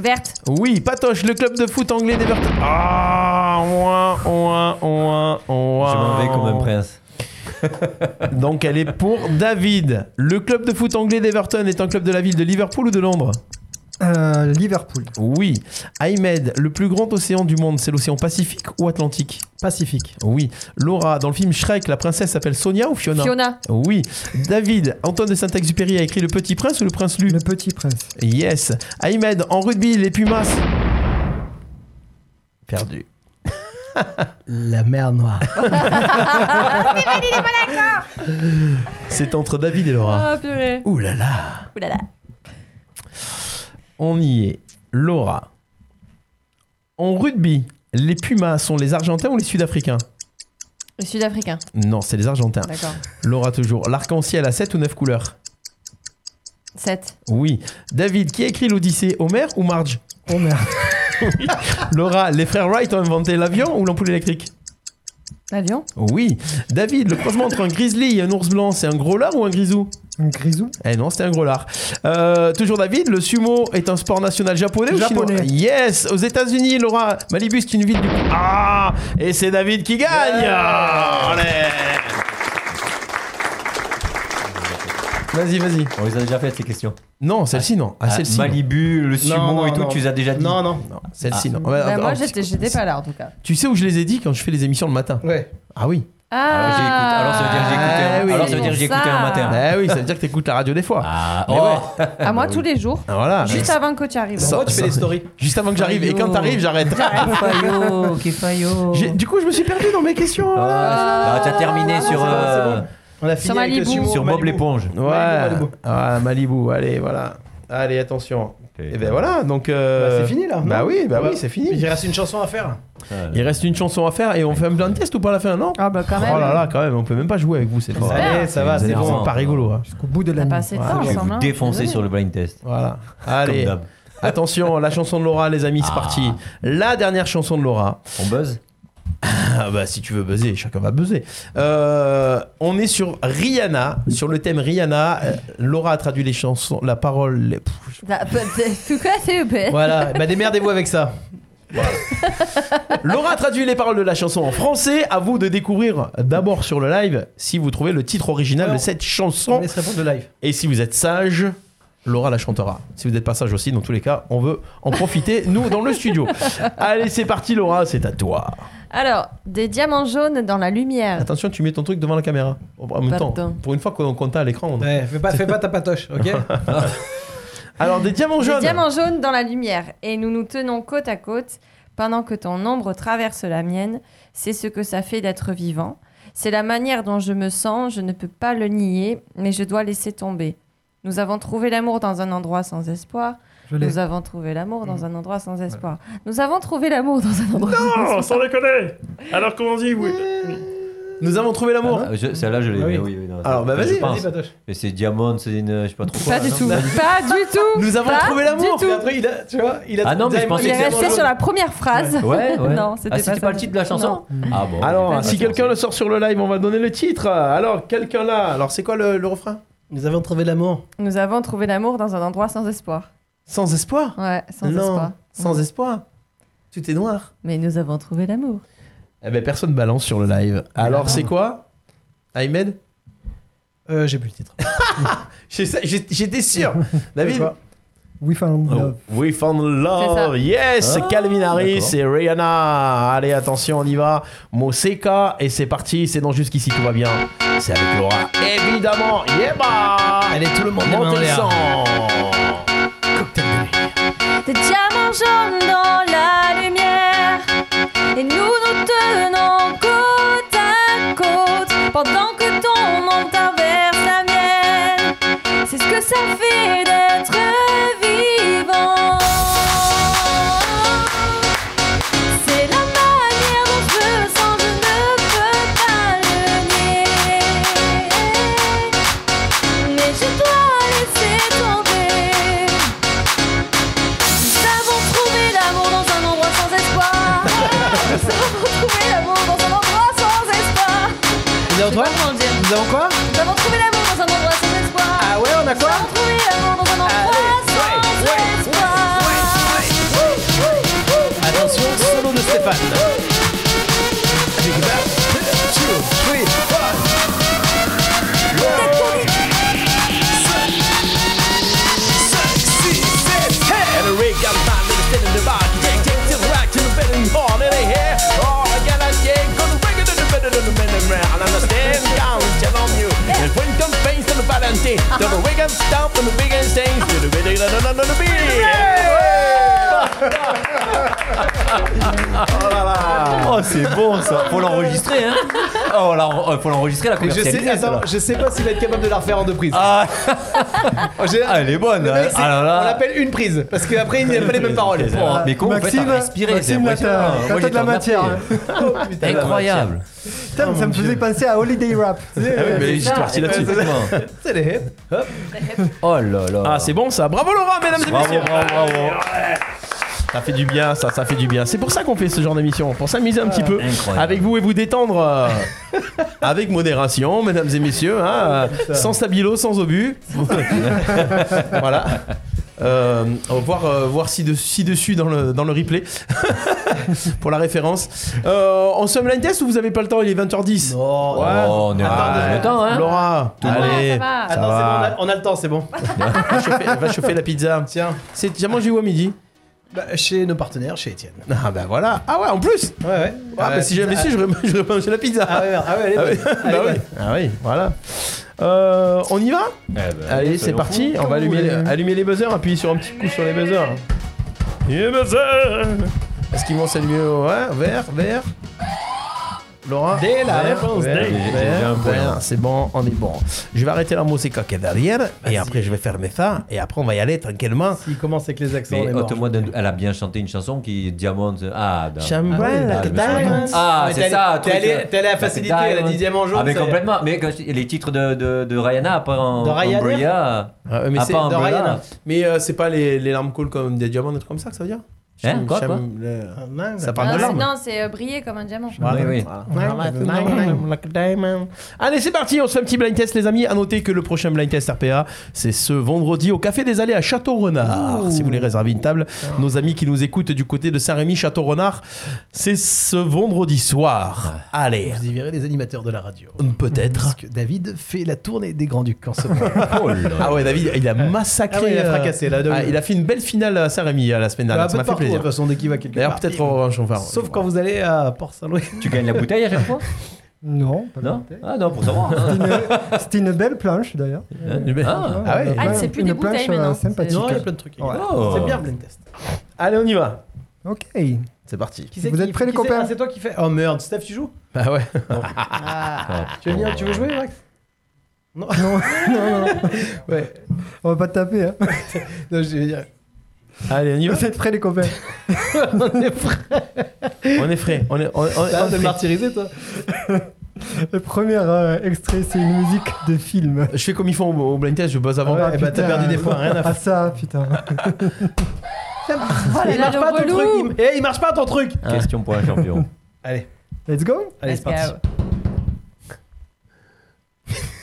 S5: Verte.
S1: Oui. Patoche, le club de foot anglais des Verts. Ah, ouin, ouin, ouin, ouin.
S3: Je m'en vais comme un prince.
S1: Donc elle est pour David. Le club de foot anglais d'Everton est un club de la ville de Liverpool ou de Londres
S4: Euh,
S1: Liverpool. Oui. Ahmed, le plus grand océan du monde, c'est l'océan Pacifique ou Atlantique Pacifique. Oui. Laura, dans le film Shrek, la princesse s'appelle Sonia ou
S5: Oh,
S1: Fiona
S5: Fiona.
S1: Oui. David, Antoine de Saint-Exupéry a écrit Le Petit Prince ou Le Prince Lu Le Petit Prince. Yes. Ahmed, en rugby, les Pumas. Perdu.
S2: La mer noire.
S1: C'est entre David et Laura.
S5: Ah, purée.
S1: Ouh là là.
S5: Ouh là là.
S1: On y est. Laura. En rugby, les Pumas sont les Argentins ou les Sud-Africains
S5: Les Sud-Africains.
S1: Non, c'est les Argentins.
S5: D'accord.
S1: Laura toujours. L'arc-en-ciel a 7 ou 9 couleurs
S5: 7.
S1: Oui. David, qui a écrit l'Odyssée Homer ou Marge Homer. Laura, les frères Wright ont inventé l'avion ou l'ampoule électrique
S5: L'avion
S1: Oui. David, le croisement entre un grizzly et un ours blanc, c'est un gros lard ou un grisou Un grisou Eh non, c'était un gros lard. Euh, toujours David, le sumo est un sport national japonais ou chinois
S2: Japonais.
S1: Yes, aux États-Unis, Laura. Malibu, c'est une ville du. Ah Et c'est David qui gagne Ah, allez. Vas-y, vas-y.
S3: On les a déjà faites ces questions.
S1: Non, celle-ci non. Ah,
S3: Ah,
S1: celle-ci.
S3: Malibu, le sumo
S1: Non, non,
S3: et tout,
S1: non.
S3: tu les as déjà dit.
S1: Non, non. Celle-ci non. Ouais, ah,
S5: Bah,
S1: attends,
S5: moi,
S1: attends,
S5: j'étais j'étais pas là, en tout cas.
S1: Tu sais où je les ai dit quand je fais les émissions le matin Ouais. Ah oui.
S5: Ah
S3: Alors, ça veut dire que j'ai écouté un-
S1: Ah oui.
S3: alors, ça veut dire que j'ai écouté un matin.
S1: Ah oui, ça veut dire que t'écoutes la radio des fois. Ah,
S3: oh.
S5: À moi, bah, tous les jours.
S1: Voilà.
S5: Juste avant que tu arrives.
S1: Sans- sans- Juste avant que j'arrive. Et quand t'arrives, j'arrête.
S5: Faillot,
S1: J'ai- Du coup, je me suis perdu dans mes questions.
S3: Ah, t'as terminé sur. euh,
S1: On a
S3: Sur fini avec le Malibu. sumo.
S1: Sur Bah, Bob
S3: Malibu.
S1: l'éponge. Ouais.
S3: Malibu, Malibu.
S1: Ah, Malibu, allez, voilà. Allez, attention. Et ben voilà, donc. euh,
S2: Bah, c'est fini là.
S1: Bah oui, bah oui, c'est fini.
S2: Il reste une chanson à faire.
S1: Il reste une chanson à faire et on fait un blind test ou pas à la fin, non
S5: Ah bah quand
S1: Oh là là, quand même, on peut même pas jouer avec vous cette fois.
S2: Allez, ça va, c'est bon.
S1: pas rigolo. hein.
S4: Au bout de la nuit.
S5: C'est
S1: Ouais.
S5: fort,
S3: Je vais
S5: ensemble,
S3: vous
S5: hein.
S3: défoncer
S5: Désolé.
S3: sur le blind test.
S1: Voilà. Allez.
S3: d'hab.
S1: Attention, la chanson de Laura, les amis, c'est parti. La dernière chanson de Laura.
S3: On buzz
S1: Ah bah si tu veux buzzer, chacun va buzzer. Euh, on est sur Rihanna, sur le thème Rihanna. Euh, Laura a traduit les chansons, la parole. les- Pff,
S5: Bah, bah, Tout cas, c'est bête.
S1: Voilà, bah démerdez-vous avec ça. Voilà. Laura traduit les paroles de la chanson en français. À vous de découvrir d'abord sur le live si vous trouvez le titre original de cette chanson. Et si vous êtes sage, Laura la chantera. Si vous n'êtes pas sage aussi, dans tous les cas, on veut en profiter, nous, dans le studio. Allez, c'est parti, Laura, c'est à toi.
S5: Alors, des diamants jaunes dans la lumière.
S1: Attention, tu mets ton truc devant la caméra. En même temps,
S5: Pardon.
S1: pour une fois qu'on compte à l'écran. on-
S2: Ouais, Eh, fais pas, fais pas ta patoche, ok
S1: Alors, des diamants jaunes.
S5: Des diamants jaunes dans la lumière. Et nous nous tenons côte à côte pendant que ton ombre traverse la mienne. C'est ce que ça fait d'être vivant. C'est la manière dont je me sens. Je ne peux pas le nier, mais je dois laisser tomber. Nous avons trouvé l'amour dans un endroit sans espoir.
S1: Je l'ai.
S5: Nous avons trouvé l'amour dans un endroit sans espoir. Nous avons trouvé l'amour dans un endroit sans espoir.
S1: sans déconner Alors, comment on dit Nous avons trouvé l'amour.
S3: Ah, je- Celle-là, je l'ai.
S1: Ah oui.
S3: mais oui, oui, non,
S1: Alors, bah,
S3: je
S1: vas-y,
S3: pense.
S1: vas-y, Patoche.
S3: Mais c'est Diamond, c'est une. Je sais pas trop quoi.
S5: Pas
S3: là,
S5: du
S3: non
S5: tout. Pas du tout.
S1: Nous avons
S5: Pas
S1: trouvé l'amour.
S5: du tout.
S2: Après, il a, tu vois, il a
S3: Ah non, mais je pensais
S5: Il
S3: que
S5: est
S3: c'était
S5: resté
S3: un
S5: sur
S3: jeu.
S5: la première phrase.
S3: Ouais, ouais.
S5: non, c'était
S3: Ah,
S5: pas,
S3: c'était
S5: ça.
S3: pas le titre de la chanson Ah bon.
S1: Alors,
S3: d'accord.
S1: si quelqu'un le sort sur le live, on va donner le titre. Alors, quelqu'un là. Alors, c'est quoi le, le refrain
S2: Nous avons trouvé l'amour.
S5: Nous avons trouvé l'amour dans un endroit sans espoir.
S1: Sans espoir
S5: Ouais, sans
S1: Non,
S5: espoir.
S1: sans espoir. Tout est noir.
S5: Mais nous avons trouvé l'amour.
S1: Eh ben, personne balance sur le live. Alors, c'est quoi Ahmed
S2: Euh, j'ai plus le titre.
S1: J'ai ça- j'ai- J'étais sûr. David
S4: We
S3: Oh.
S4: found love.
S1: Oh, We found love,
S4: C'est ça.
S1: yes,
S4: Ah,
S1: Calvin Harris
S4: d'accord.
S1: et Rihanna. Allez, attention, on y va. Moseka, et c'est parti, c'est dans jusqu'ici, tout va bien. C'est avec Laura, évidemment. Yeah, bah
S2: Allez, tout le monde, les mains en
S1: Montez le
S2: l'air.
S1: sang.
S14: Des diamants jaunes dans la lumière Et nous nous tenons côte à côte Pendant que ton monde inverse la mienne C'est ce que ça fait d'être vivant C'est la manière dont je me sens, je ne peux pas le nier Mais je dois laisser tomber nous avons trouvé l'amour dans un endroit sans espoir. Nous avons trouvé l'amour dans un endroit sans espoir.
S2: Nous avons quoi Nous avons quoi
S14: Nous avons trouvé l'amour dans un endroit sans espoir.
S2: Ah ouais, on a quoi
S14: Nous avons trouvé l'amour dans un endroit sans espoir.
S2: Attention, solo de Stéphane. Big bang, two, three, four.
S1: And Rick, I'm fine, let me sit in the rock. Take, take, till the rock, till the bed in the hall, and they hear. Oh, I got a shake, gonna break it in the bed, in the bed, in the round. And I stand down, tell on you. And when it comes face to the Valentine, to the wicked stomp and the biggest things, to the biggest, no, no, no, no, Oh là là
S3: Oh, c'est bon ça. Faut l'enregistrer, hein. Oh, là, on- faut l'enregistrer, la
S2: Mais je sais,
S3: commercialiser.
S2: attends,
S3: celle-là.
S2: je sais pas s'il va être capable de la refaire en deux prises.
S3: Ah,
S2: En général,
S3: elle est bonne.
S2: le
S3: hein.
S2: mec, c'est-
S3: Ah là là.
S2: On l'appelle une prise parce qu'après il n'y a pas les mêmes paroles.
S3: C'est ça. Oh, Mais comment on fait
S4: Maxime,
S3: à respirer
S4: Maxime, là, t'as- t'as de la matière.
S3: C'est incroyable.
S4: Putain,
S3: Oh,
S4: mais ça me faisait penser à Holiday Rap. Tu sais,
S1: Ah oui,
S4: euh,
S1: mais
S4: c'est
S1: j'étais
S4: ça.
S1: parti là-dessus.
S2: C'est les hip.
S3: Oh là là.
S1: Ah, c'est bon ça. Bravo Laura, mesdames et
S3: Bravo,
S1: messieurs.
S3: bravo, bravo.
S1: Ouais. Ça fait du bien, ça, ça fait du bien. C'est pour ça qu'on fait ce genre d'émission, pour s'amuser un petit peu
S3: Ah, Incroyable.
S1: avec vous et vous détendre euh, avec modération, mesdames et messieurs, hein, euh, sans stabilo, sans obus. voilà. Euh, voir euh, voir ci, de- ci dessus dans le dans le replay pour la référence. Euh, on se met blind test ou vous avez pas le temps Il est 20h10.
S2: Non.
S3: Oh, on est
S1: Ah,
S3: là.
S1: le temps, hein Laura, allez, ça
S2: Attends, Ah, c'est bon, on
S1: va.
S2: a- on a le temps, c'est bon.
S1: va, chauffer, va chauffer la pizza.
S2: Tiens.
S1: C'est déjà mangé où à midi
S2: Bah, chez nos partenaires, chez Étienne.
S1: Ah bah voilà. Ah ouais, en plus.
S2: Ouais, ouais.
S1: Ah bah si j'avais su, j'aurais j'aurais pas mangé la pizza.
S2: Ah ouais, ah ouais, elle est
S1: Ah oui,
S2: bonne. Elle est
S1: bah oui.
S2: bonne.
S1: Ah oui, voilà. Euh, on y va Allez,
S3: soyons
S1: c'est parti. On va
S3: fous. Comme vous
S1: allumer,
S3: voulez.
S1: allumer les buzzers. Appuyez sur un petit coup sur les buzzers. Les buzzers Est-ce qu'ils vont s'allumer au ouais, vert, vert Laura
S2: Dès la
S1: vert,
S2: réponse,
S1: vert,
S2: dès.
S1: vert,
S3: J'ai un point.
S1: vert. C'est bon, on est bon. Je vais arrêter la musique qui est derrière et après je vais fermer ça et après on va y aller tranquillement.
S2: Il commence avec les accents. on est
S3: Mais
S2: mort.
S3: moi elle a bien chanté une chanson qui est Diamond. Ah, d'accord.
S1: Chambrella,
S3: Ah, je me
S1: Diamond.
S3: souviens. Ah,
S2: Mais
S3: c'est
S2: t'es
S3: ça. euh,
S2: allé- t'es allé- t'es allé à faciliter, elle a dit Diamant jaune,
S3: Ah, mais
S2: ça y est.
S3: complètement. Mais quand je- les titres de, de, de Rihanna, à part en
S2: De Rihanna
S3: Umbrella.
S1: Ah, ouais, mais
S3: à
S1: c'est
S3: part
S1: de
S3: Umbrella.
S1: Rihanna. Mais euh, c'est pas les, les larmes cool comme des diamants, des trucs comme ça que ça veut dire
S3: Hein,
S1: Cham-
S3: quoi, quoi
S1: cham- le-
S2: Ah, mince.
S1: Ça
S5: Non,
S1: parle de
S5: c'est-
S1: larmes
S5: Non, c'est euh, briller comme un diamant.
S1: Voilà.
S3: Oui, oui.
S1: Voilà. Allez, c'est parti, on se fait un petit blind test, les amis. À noter que le prochain blind test RPA, c'est ce vendredi au Café des Allées à Château-Renard. Si vous voulez réserver une table,
S3: Ah.
S1: nos amis qui nous écoutent du côté de Saint-Rémy, Château-Renard, c'est ce vendredi soir.
S3: Ah.
S1: Allez,
S2: Vous y verrez les animateurs de la radio.
S1: peut-être.
S2: Parce que David fait la tournée des Grands Ducs en ce moment.
S3: Oh là.
S1: Ah ouais, David, il a massacré.
S2: Ah ouais, il a
S1: euh,
S2: fracassé, là, de-
S1: ah, il a fait une belle finale à Saint-Rémy euh, la semaine
S2: Bah,
S1: dernière.
S2: un
S1: Ça
S2: peu
S1: m'a fait
S2: partout, de toute
S1: plaisir.
S2: façon, dès qu'il va quelque part.
S1: D'ailleurs, peut-être au Orange, on va.
S2: Sauf quand vous allez à Port-Saint-Louis.
S3: Tu gagnes la bouteille à chaque fois
S4: Non, pas
S3: Non Ah, non, pour savoir. hein.
S4: C'était une belle planche d'ailleurs.
S3: Ah.
S1: Ah ouais.
S5: Ah,
S4: Une
S5: c'est plus des
S4: planche,
S5: bouteilles
S4: euh,
S5: maintenant.
S4: sympathique.
S2: Non, il y a plein de trucs.
S3: Oh.
S2: C'est bien, blind test.
S1: Allez, on y va.
S4: Ok.
S1: C'est parti.
S2: Qui c'est
S4: Vous
S2: qui-
S4: êtes prêts,
S2: qui
S4: les
S2: c'est
S4: copains
S2: Ah, c'est toi qui fais. Oh merde, Steph, tu joues
S1: Bah ouais. Ah.
S2: Tu veux venir Tu veux jouer, Max
S4: Non, non, non.
S2: Ouais.
S4: On va pas te taper. Hein.
S2: Non, je vais dire.
S1: Allez, on y va.
S4: Vous êtes prêts les copains
S2: On est prêts.
S1: On est frais. On est, on, on-
S2: T'as
S1: on
S2: hâte de
S1: est
S2: le
S1: frais.
S2: martyriser, toi
S4: Le premier euh, extrait, c'est une musique de film.
S1: Je fais comme ils font au, au blind test, je bosse avant.
S4: Ah,
S1: Eh
S2: bah,
S1: ben,
S4: putain. Ah, ça, putain.
S2: Voilà, il, marche pas ton truc. Il... eh, il marche pas ton truc.
S3: Question pour un champion.
S2: Allez.
S4: Let's go
S2: Allez, c'est parti.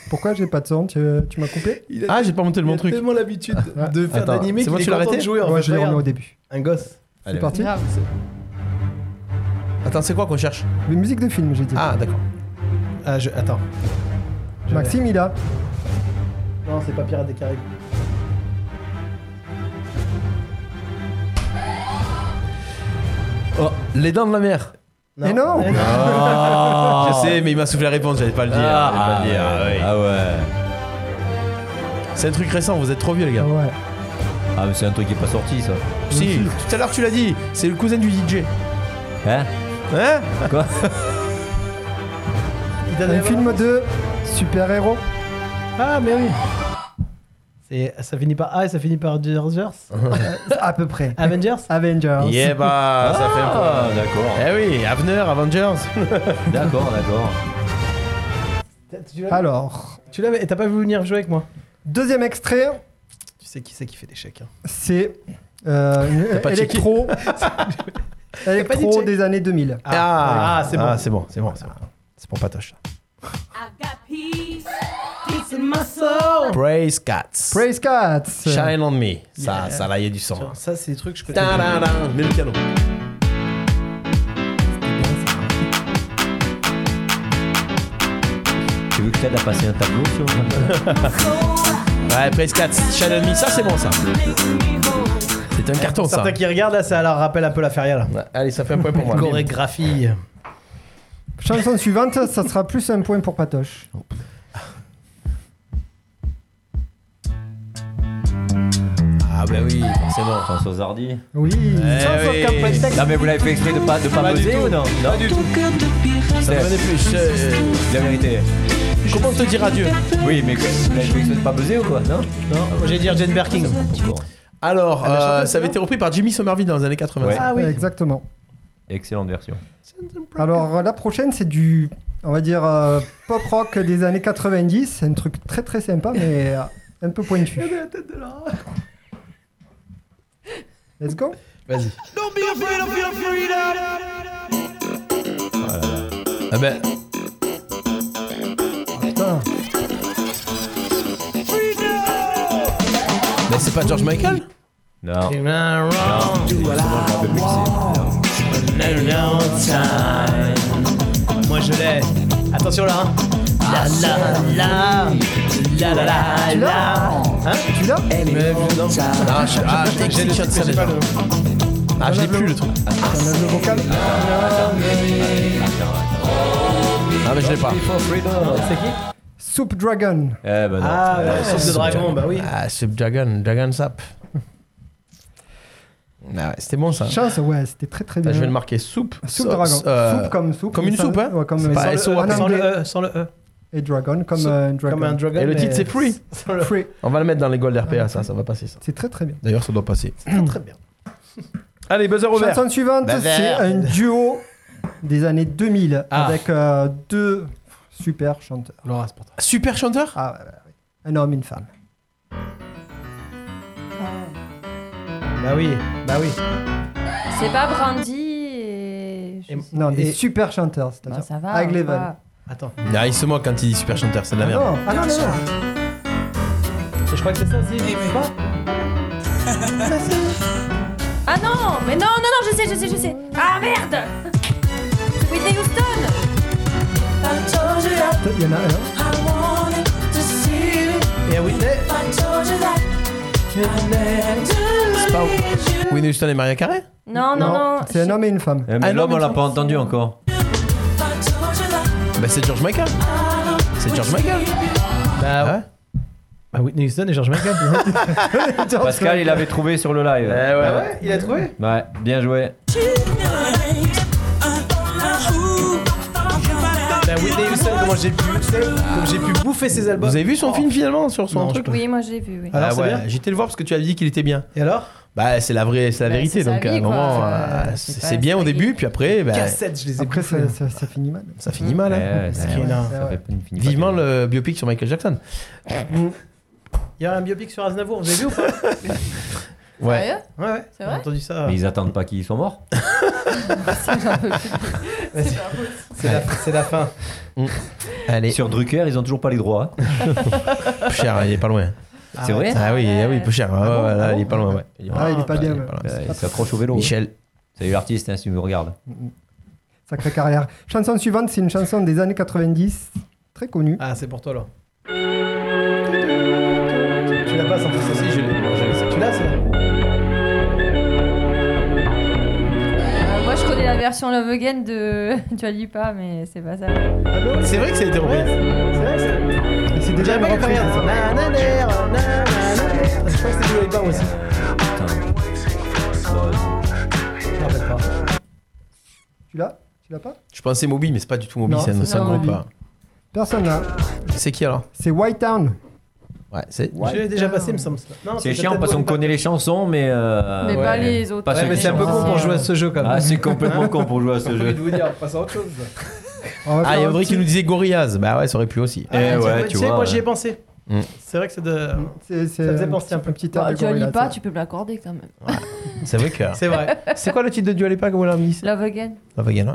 S4: Pourquoi j'ai pas de son Tu, tu m'as coupé
S1: Ah, j'ai pas monté le bon truc. Ah.
S2: J'ai tellement l'habitude de faire
S1: Attends,
S2: d'animé
S1: c'est moi
S2: qu'il
S1: qui
S2: est
S1: l'ai
S2: content
S1: arrêté
S2: de jouer. en
S4: Moi,
S2: fait.
S4: je l'ai
S2: Regarde.
S4: remis au début.
S2: Un gosse.
S1: Allez,
S4: C'est parti
S1: vas-y. Attends, c'est quoi qu'on cherche
S4: Une musique de film, j'ai dit.
S1: Ah, d'accord.
S2: Ah, je... Attends.
S4: Maxime, il a.
S2: Non, c'est pas Pirates des Caraïbes.
S1: Oh, les dents de la mer.
S4: Mais non
S2: Ah.
S1: Je sais, mais il m'a soufflé la réponse, j'allais pas le dire.
S3: Ah,
S1: j'allais pas le dire,
S3: ah ouais.
S2: Ah.
S1: C'est un truc récent, vous êtes trop vieux, les gars.
S4: Ah, Ouais.
S3: Ah, mais c'est un truc qui est pas sorti ça.
S1: Si, tout à l'heure tu l'as dit, c'est le cousin du DJ.
S3: Hein
S1: Hein
S3: Quoi
S4: Il donne un film de super-héros.
S2: Ah, mais oui. C'est- Ça finit par A et ça finit par Avengers.
S4: à peu près.
S2: Avengers
S4: Avengers.
S1: Yeah, bah, ça fait un
S3: Ah,
S1: point.
S3: d'accord.
S1: Eh oui, Avener, Avengers.
S3: D'accord, d'accord.
S4: Alors,
S2: Tu l'avais et t'as pas voulu venir jouer avec moi
S4: deuxième extrait,
S2: Tu sais qui c'est qui fait des chèques. hein.
S4: c'est euh, une-
S1: T'as pas checké
S4: électro,
S2: pas dit
S4: électro
S2: check
S4: des années 2000.
S1: Ah,
S2: ah, c'est bon.
S1: c'est bon, c'est bon, c'est bon. C'est pour Patoche. Praise Cats.
S4: Praise Cats.
S1: Shine on me. Ça, ça là, il y a du sang.
S2: Ça, c'est des trucs que je connais.
S1: Ta-da-da. Mets le piano.
S3: Tu veux que t'aides à passer un tableau sur
S1: Ouais, Praise Cats, Shine on me. Ça, c'est bon, ça. C'est un carton, ça.
S2: Certains qui regardent là, ça leur rappelle un peu la feria là.
S1: Ouais, Allez, ça fait un point pour moi.
S2: Chorégraphie.
S4: Chanson suivante, ça sera plus un point pour Patoche.
S1: Ah,
S3: ben
S1: bah oui, forcément.
S3: François Hardy
S4: Oui.
S3: Eh oui. Non mais vous l'avez fait exprès de pas de pas
S1: Pas du
S3: buzzer
S1: tout.
S3: ou non Non du tout.
S1: Ça me venait plus. je-
S3: La vérité.
S1: Comment te dire adieu
S3: Oui mais vous l'avez fait exprès de pas buzzer ou quoi Non
S2: Non, moi, j'allais dire Jane Birkin.
S3: Bon.
S1: Alors, euh, ça avait été repris par Jimmy Somerville dans les années 80.
S3: Ouais.
S2: Ah oui.
S4: Exactement.
S3: Excellente version.
S4: Alors, la prochaine, c'est du, on va dire, euh, pop rock des années 90. C'est un truc très très sympa, mais euh, un peu pointu. Let's go.
S1: Vas-y.
S9: Don't be afraid of your freedom.
S1: Ah ben,
S4: Putain.
S1: mais c'est pas George Michael
S3: Non.
S2: Moi je l'ai. Attention là. hein.
S1: Ah,
S2: La la la la la la
S4: Tu l'as
S2: la. Hein
S4: Tu l'as
S2: Mais non.
S1: Ah, je, ah, je- je- je- je- je- je- Ah, je l'ai plus le truc.
S4: On a le vocal
S1: Ah, mais je l'ai pas.
S2: Ah, C'est qui
S4: Soup Dragon.
S3: Eh ben non.
S2: Ah, ouais, Soupe de dragon, bah oui.
S1: Ah, c'est Dragon, Dragon Sap. Ah, ouais, c'était bon ça.
S4: Chance, ouais, c'était très très
S1: Putain,
S4: bien.
S1: je vais le marquer soupe.
S4: Soupe
S1: so-
S4: dragon.
S1: euh,
S4: soupe comme soupe.
S1: Comme une
S4: Ça-
S1: soupe, hein
S4: ouais, comme
S1: C'est
S4: euh,
S1: pas
S4: sans le-
S1: S.O.A.P.
S4: en
S2: Sans le
S4: anglais.
S2: E, sans le E.
S4: Et dragon, comme
S2: Soupe.
S4: un dragon.
S2: Comme un dragon.
S1: Et le
S2: mais-
S1: titre c'est Free.
S2: Sans le E.
S4: Free.
S1: On va le mettre dans les gold RPA, ça, ça va passer ça.
S4: C'est très très bien.
S1: D'ailleurs, ça doit passer.
S2: Très bien.
S1: Allez, buzzer au vert.
S4: Chanson suivante,
S1: Bah,
S4: c'est
S1: vert.
S4: un duo des années 2000
S1: Ah.
S4: avec euh, deux super chanteurs.
S2: Laura, c'est pour toi.
S1: Super chanteur
S4: Ah, ouais, ouais, ouais. Un homme, une femme.
S2: Bah oui, bah oui.
S14: euh,
S5: C'est pas Brandy et. je
S2: Et-
S5: sais-
S4: Non, des
S2: Et-
S4: super chanteurs, c'est-à-dire
S5: Bah, ça va.
S4: avec
S5: on
S4: les
S5: va.
S4: vannes.
S2: Attends.
S1: Ah, il se moque quand il dit super chanteur, c'est de la
S4: Ah
S1: merde.
S4: non, ah non, non, non.
S2: Je crois que c'est ça aussi. c'est pas
S14: Ah non, mais non, non, non, je sais, je sais, je sais. Ah merde Whitney Houston
S4: Il y en a un. hein.
S1: Eh
S2: Et à Whitney.
S1: C'est pas Whitney Houston et Maria Carey
S5: Non, non, non.
S4: C'est un homme et une femme.
S3: Eh,
S1: Ah,
S3: mais
S1: non,
S3: l'homme on
S1: mais
S3: l'a
S1: tu-
S3: pas entendu encore.
S1: Bah, c'est George Michael. C'est George Michael. Hein?
S2: Bah
S1: ouais.
S2: Bah Whitney Houston et George Michael.
S3: Pascal il l'avait trouvé sur le live.
S2: Ah ouais, il a trouvé
S3: Ouais, bien joué.
S2: Bah Whitney Houston, comment j'ai pu, comme j'ai pu bouffer ses albums.
S1: Vous avez vu son film finalement sur son
S2: Non,
S1: truc
S2: je
S1: là
S5: Oui, moi j'ai vu, oui.
S2: Alors,
S1: Ah
S2: c'est
S1: ouais,
S2: bien
S1: j'étais le voir parce que tu avais dit qu'il était bien.
S2: Et alors
S1: Bah, c'est la vraie, c'est la
S4: Bah,
S1: vérité.
S4: c'est sa
S1: Donc, à un
S4: vie, quoi.
S1: moment,
S4: Euh,
S1: euh,
S4: c'est
S1: c'est
S4: pas-
S1: c'est bien au début, puis après, bah,
S4: Cassettes, je les ai
S1: après,
S4: bouffées.
S1: ça-
S4: ça, ça finit mal.
S1: ça finit mal. hein.
S3: Eh Ouais,
S1: Parce
S3: ouais,
S1: qu'il y en a-
S3: ouais,
S2: Ah
S3: ça fait- il finit Euh, pas
S1: Vivement le biopic sur Michael Jackson.
S2: Il y a un biopic sur Aznavour, vous avez vu ou pas
S1: Ouais.
S2: Ouais, ouais.
S1: C'est
S2: J'ai
S1: vrai
S2: entendu ça.
S3: Mais ils attendent pas qu'ils soient morts.
S2: C'est la, c'est la fin.
S1: Mm. Allez.
S3: Sur Drucker, ils ont toujours pas les droits. hein.
S1: Peu cher, il est pas loin.
S3: C'est
S2: Eh
S3: vrai
S1: Ah oui, ah oui, peu cher. Ah ouais, là, il est pas loin. Ouais.
S4: Ah, il est pas bien, là.
S1: loin.
S3: Euh, Il s'accroche au vélo.
S1: Michel.
S3: Salut l'artiste, hein, si tu me regardes.
S4: Sacrée carrière. Chanson suivante, c'est une chanson des années 90, très connue.
S2: Ah, c'est pour toi, là. Tu l'as pas sans plus aussi, je l'ai. Tu l'as, c'est
S5: Euh, moi, je connais la version Love Again de. tu as dit pas, mais c'est pas ça.
S1: C'est vrai que ça a été repris.
S4: C'est déjà
S2: une reprise. Nananère, nananère. Je crois que c'est du Olipa aussi. Je me rappelle pas.
S4: Tu l'as Tu l'as pas
S1: Je pensais Moby, mais c'est pas du tout Moby,
S4: Non,
S1: c'est un
S4: c'est
S1: c'est un
S4: pas
S1: groupe.
S4: Moby.
S1: hein.
S4: Personne là.
S1: C'est qui alors
S4: C'est White Town.
S1: Ouais, c'est.
S2: Je l'ai déjà passé, il me semble. Non,
S3: C'est
S2: c'était
S3: chiant
S2: peut-être
S3: parce qu'on
S2: Olipa.
S3: connaît les chansons, mais. euh,
S2: Mais pas les autres. Ouais,
S3: ceux
S2: mais
S3: qui
S2: c'est un peu
S3: chantent.
S2: con pour jouer à ce jeu, quand même. Hein
S3: Ah, c'est complètement con pour jouer à ce
S2: J'ai envie
S3: jeu.
S2: de vous dire, passe à autre chose.
S1: Ah, il y a Audrey qui nous disait Gorillaz. Bah ouais, ça aurait plu aussi.
S2: Ah, tiens, ouais, Mm. tu sais, moi j'y ai pensé.
S1: Mm.
S2: C'est vrai que c'est de.
S4: C'est,
S2: ça faisait penser un peu
S4: petit
S5: Bah, tu as dit pas, tu peux me l'accorder quand même.
S1: C'est vrai que.
S2: C'est vrai.
S1: C'est quoi le titre de Dua Lipa que vous l'avez mis
S5: Love Again.
S1: Love Again, ouais.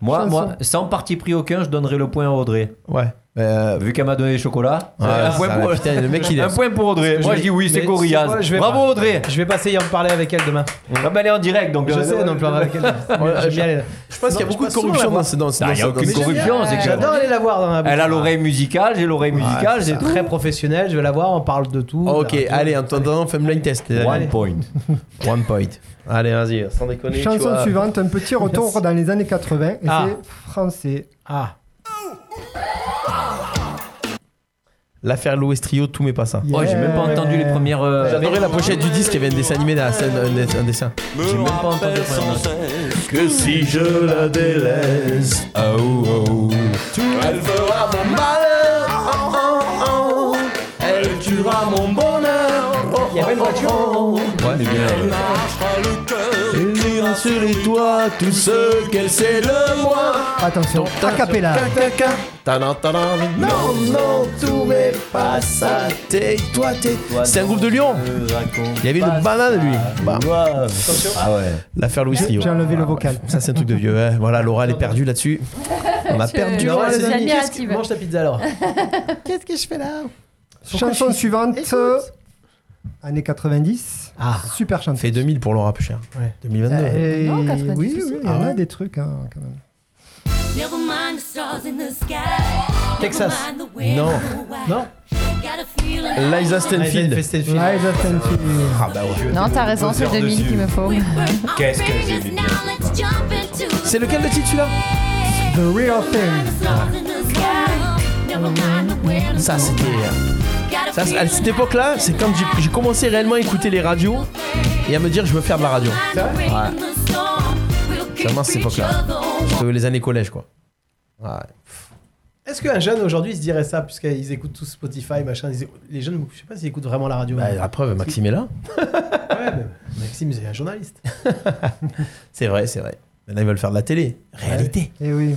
S3: Moi,
S1: Chanson.
S3: moi, sans parti pris aucun, je donnerai le point à Audrey.
S1: Ouais. Euh,
S3: Vu qu'elle m'a donné les chocolats,
S1: Ah,
S3: un, point
S1: ça,
S3: pour...
S1: putain, le mec, il est-
S3: un point pour Audrey.
S2: Parce que
S3: Moi,
S2: je
S3: je dis oui,
S2: vais-
S3: c'est
S2: mais
S3: Gorillaz.
S2: c'est quoi, je vais
S3: Bravo
S2: pas-
S3: Audrey.
S2: Je vais pas essayer d'en parler avec elle demain.
S3: Ah, bah, elle est en direct, donc
S2: Je
S3: euh,
S2: sais, donc parler avec elle. J'aime bien aller la-
S1: Je pense qu'il y a
S2: Non,
S1: beaucoup de
S2: je passe souvent
S1: corruption
S2: la voir.
S1: dans ce dans ce-
S3: Ah,
S1: dans
S3: il y a
S1: ce-
S3: aucune
S1: dans ce-
S3: corruption, c'est que
S2: J'adore aller la voir dans la
S3: Elle a
S2: boutique.
S3: l'oreille musicale, j'ai l'oreille musicale, j'ai tout.
S2: Très professionnelle, je vais la voir, on parle de tout.
S1: Ok, allez, en attendant, fais un blind test. les amis.
S3: One point.
S1: One point. Allez, vas-y, sans déconner. tu
S4: Chanson
S1: vois.
S4: suivante, un petit retour dans les années 80, et
S1: Ah.
S4: c'est français.
S2: Ah.
S1: L'affaire Louis Trio, tout mais pas ça.
S3: Oh, j'ai même pas entendu les premières. euh,
S1: J'adorais la pochette du disque, il y avait un dessin animé dans la scène, un, dess- un dessin.
S3: J'ai même pas entendu les premières notes.
S7: Que si je la délaisse, oh oh, elle fera mon malheur, oh, oh, oh. elle tuera mon bonheur. Il y avait une voiture.
S3: Ouais, mais bien. euh,
S7: Unira sur les toits tous ceux qu'elle sait le moins.
S4: Attention, acapella.
S1: Tadam, tadam.
S7: Non, non, tout mais pas ça. Tais-toi, tais-toi.
S1: C'est un groupe de Lyon.
S3: Euh,
S1: Il y avait une banane, lui. Bah.
S3: Ah ouais.
S1: L'affaire Louis Trio.
S4: J'ai enlevé le vocal.
S1: Ça, c'est un truc de vieux. hein. Voilà, Laura, elle est perdue là-dessus. On a
S5: Je-
S1: perdu.
S5: je-
S1: Laura,
S5: je
S1: les
S5: suis
S1: amis.
S5: admirative.
S2: Mange ta pizza alors.
S9: Qu'est-ce que je fais là
S4: Chanson suivante, euh, années 90.
S1: Ah.
S4: Super chanson.
S1: Fait 2000 pour Laura, plus cher.
S2: Ouais.
S1: 2022.
S4: Et-
S5: Non, 90
S4: oui,
S5: aussi.
S4: oui, il
S1: Ah
S4: y en a des trucs hein, quand même.
S15: Never mind the stars in the sky.
S2: Texas.
S1: Non.
S2: Non
S15: Got a feeling.
S1: Liza Stenfield.
S4: Liza Stenfield.
S1: Ah bah, ouais.
S5: Non, t'as raison, c'est 2000 qu'il me faut.
S3: Qu'est-ce que j'ai dit
S1: C'est lequel le titre, celui-là
S4: The Real Thing.
S1: Ça, c'était. Ça, c'est- à cette époque-là, c'est quand j'ai j'ai commencé réellement à écouter les radios et à me dire je veux faire de la radio. C'est vraiment à cette époque-là. J'étais les années collège, quoi. Ouais.
S2: Est-ce qu'un jeune aujourd'hui se dirait ça, puisqu'ils écoutent tous Spotify, machin ils éc- Les jeunes, je sais pas s'ils écoutent vraiment la radio.
S1: Bah, la preuve, Maxime est là.
S2: Ouais, mais Maxime, c'est un journaliste.
S1: C'est vrai, c'est vrai. Maintenant, ils veulent faire de la télé. Réalité.
S4: Et oui.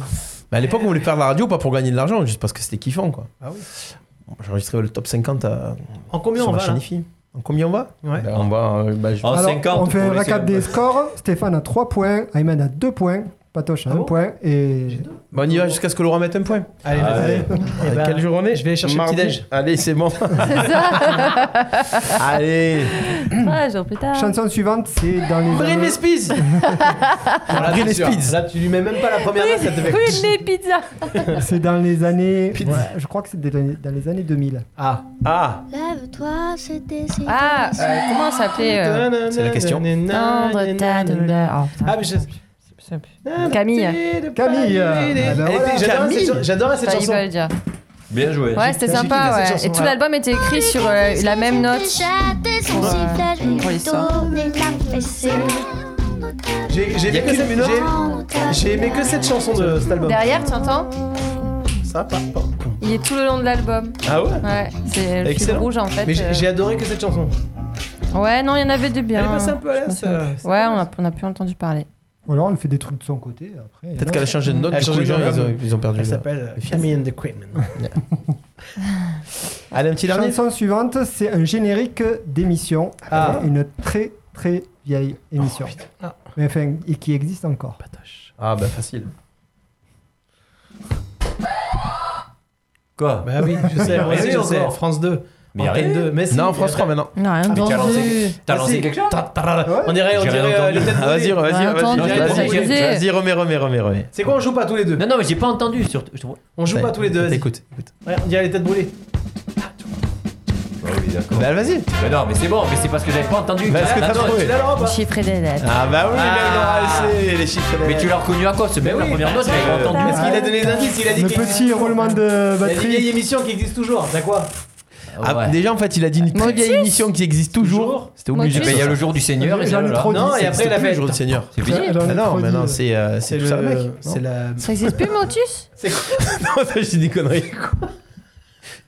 S1: Mais à l'époque, on voulait faire de la radio pas pour gagner de l'argent, juste parce que c'était kiffant, quoi.
S2: Ah oui.
S1: J'enregistrais le top 50 à...
S2: En combien
S1: sur
S2: on
S1: ma
S2: va là
S1: chaîne IFI. En combien on va
S2: Ouais.
S1: Ben, On va. euh, bah, je-
S3: En
S4: Alors,
S3: 50,
S4: on fait
S3: pour
S4: un
S3: laisser
S4: récap
S3: le
S4: des
S3: poste.
S4: scores. Stéphane a 3 points, Ayman a 2 points, Patoche a
S1: Ah
S4: 1
S2: bon
S4: point et
S1: Bah, on y va jusqu'à ce que Laura mette un point.
S2: Allez, vas-y.
S1: Allez.
S2: Eh
S1: Euh,
S2: ben,
S1: Quelle journée
S2: Je vais chercher le
S1: Mardi.
S2: petit-déj.
S1: Allez, c'est bon. Allez.
S5: Trois jours plus Ah, tard.
S4: chanson suivante, c'est dans les
S2: Britney
S4: années...
S2: Spears Bon, là,
S1: Britney
S2: t'es sûr.
S1: Spears.
S2: Là, tu lui mets même pas la première note, ça te fait...
S5: Britney Pizza.
S4: c'est dans les années ouais, je crois que c'est des- dans les années 2000.
S2: Ah
S1: Ah,
S15: Lève-toi, c'est décidé.
S5: Ah, euh, comment ça s'appelait euh,
S1: c'est la question.
S5: Tendre ta douleur. Oh, putain,
S2: Ah, mais je...
S5: je sais plus. Camille.
S4: Camille. Ah ben
S2: Elle
S4: voilà.
S2: était- j'adore cette
S1: Camille.
S2: chan- J'adorais cette
S5: Failli
S2: chanson.
S5: pas le dire.
S3: Bien joué.
S5: Ouais, c'était
S2: j'ai
S5: sympa.
S2: kiffé cette
S5: Ouais.
S2: chanson,
S5: Et tout
S2: ouais.
S5: l'album était écrit sur euh, la même note. pour l'histoire.
S2: J'ai j'ai aimé, que cette- j'ai- j'ai aimé que cette chanson de cet album.
S5: Derrière, tu entends
S2: Ça, pas- pas-
S5: Il est tout le long de l'album.
S1: Ah ouais
S5: Ouais, c'est le fil
S1: Excellent.
S5: rouge en fait.
S2: Mais j'ai
S5: euh,
S2: j'ai adoré que cette chanson.
S5: Ouais, non, il y en avait de bien.
S4: Elle est passée un peu à
S5: Je me
S4: l'as,
S5: souviens
S4: euh,
S5: plus.
S4: c'est
S5: Ouais, on a, on a plus entendu parler.
S4: Ou alors elle fait des trucs de son côté. après, et
S1: Peut-être
S4: non.
S1: qu'elle a changé de note, du coup, les gens, ils ont, ils ont perdu.
S4: Elle
S1: le-
S4: s'appelle
S1: le fil.
S2: Camille euh, and the Queen.
S1: Allez, un petit
S4: La
S1: dernier.
S4: chanson suivante, c'est un générique d'émission.
S1: Ah. Oh,
S4: Une très très vieille émission. Mais enfin, et qui existe encore.
S1: Ah, bah facile.
S3: Quoi
S2: Bah oui, je sais, moi aussi, je sais. France 2.
S1: Mais
S2: Antenne
S1: arrête.
S2: 2. Mais si,
S1: Non, France 3 maintenant.
S5: Non, rien
S1: Mais t'as
S5: entendu.
S1: lancé- T'as
S2: Ah,
S1: lancé
S2: si.
S1: quelque chose
S2: Ta- ta- ta- ta- On dirait, on dirait euh, les têtes
S1: Ah, Vas-y, vas-y, vas-y.
S2: brûlées. J'ai rien entendu.
S1: Vas-y, vas-y, remets, remets, remets, remets.
S2: C'est quoi, on joue pas tous les deux
S3: Non, non, mais j'ai pas entendu surtout. je te vois.
S2: On joue
S1: Ouais,
S2: pas tous les deux, vas-y.
S1: Écoute, écoute.
S2: Ouais, On dirait les têtes brûlées.
S3: Bah oui, d'accord.
S1: Bah vas-y.
S3: Bah non, mais c'est bon, mais c'est parce que j'avais pas entendu.
S1: Bah, est-ce que
S3: Ah,
S1: t'as
S3: non,
S1: trouvé
S3: tu l'as, Laurent, ou pas
S5: Chiffrer des lettres.
S1: Ah, bah oui, là, il aura
S3: Ah.
S1: essayé les chiffres.
S3: Mais tu l'as reconnu à quoi ce
S2: Mais
S3: mec la
S2: oui.
S3: première note, je l'avais
S2: Euh,
S3: entendu.
S2: Parce qu'il a donné des indices, il a dit
S4: Le
S2: qu'il existe
S4: petit roulement de
S2: Il y a des vieilles
S4: batterie.
S2: émissions qui existent toujours. T'as quoi
S1: Ah, Déjà, en fait, il a dit une très vieille émission qui existe toujours. C'était obligé.
S3: Eh ben, il y a le jour du Seigneur et ça, là, là.
S2: Non, et après,
S1: c'est
S2: la
S1: plus le
S2: fête.
S1: jour du Seigneur.
S3: C'est fini.
S4: Euh,
S1: Ah Non, mais non, c'est euh,
S2: C'est
S1: c'est tout ça,
S2: le-
S1: mec.
S2: c'est la-
S5: Ah. Ça existe plus, Motus
S1: Non, ça, j'ai des conneries. quoi.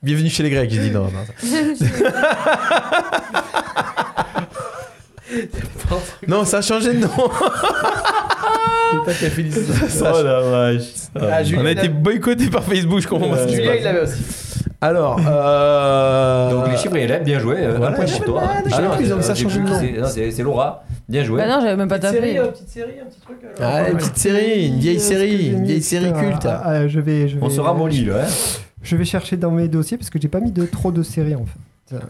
S1: Bienvenue chez les Grecs, j'ai dit non. non. Non, ça a changé de nom. Ça-
S3: Oh la vache.
S1: Ah, on a été boycotté par Facebook, je comprends pas ce qui se
S2: Julien,
S1: passe.
S2: il l'avait aussi.
S1: Alors, euh...
S3: Donc les chiffres, il est bien joué. euh, Un
S1: Voilà,
S3: point chez toi.
S1: j'ai
S3: non,
S1: compris, ils ont- ça
S3: j'ai
S1: change
S3: cru
S1: de
S3: que
S1: nom.
S3: c'est- non, C'est c'est Laura. Bien joué.
S5: Bah non, j'avais même pas tapé.
S1: Ah, une petite série, une vieille série, une vieille série culte.
S4: Ah, ah, je vais, je vais,
S3: On se ramollit, là, hein.
S4: Je vais chercher dans mes dossiers parce que j'ai pas mis de trop de séries en fait.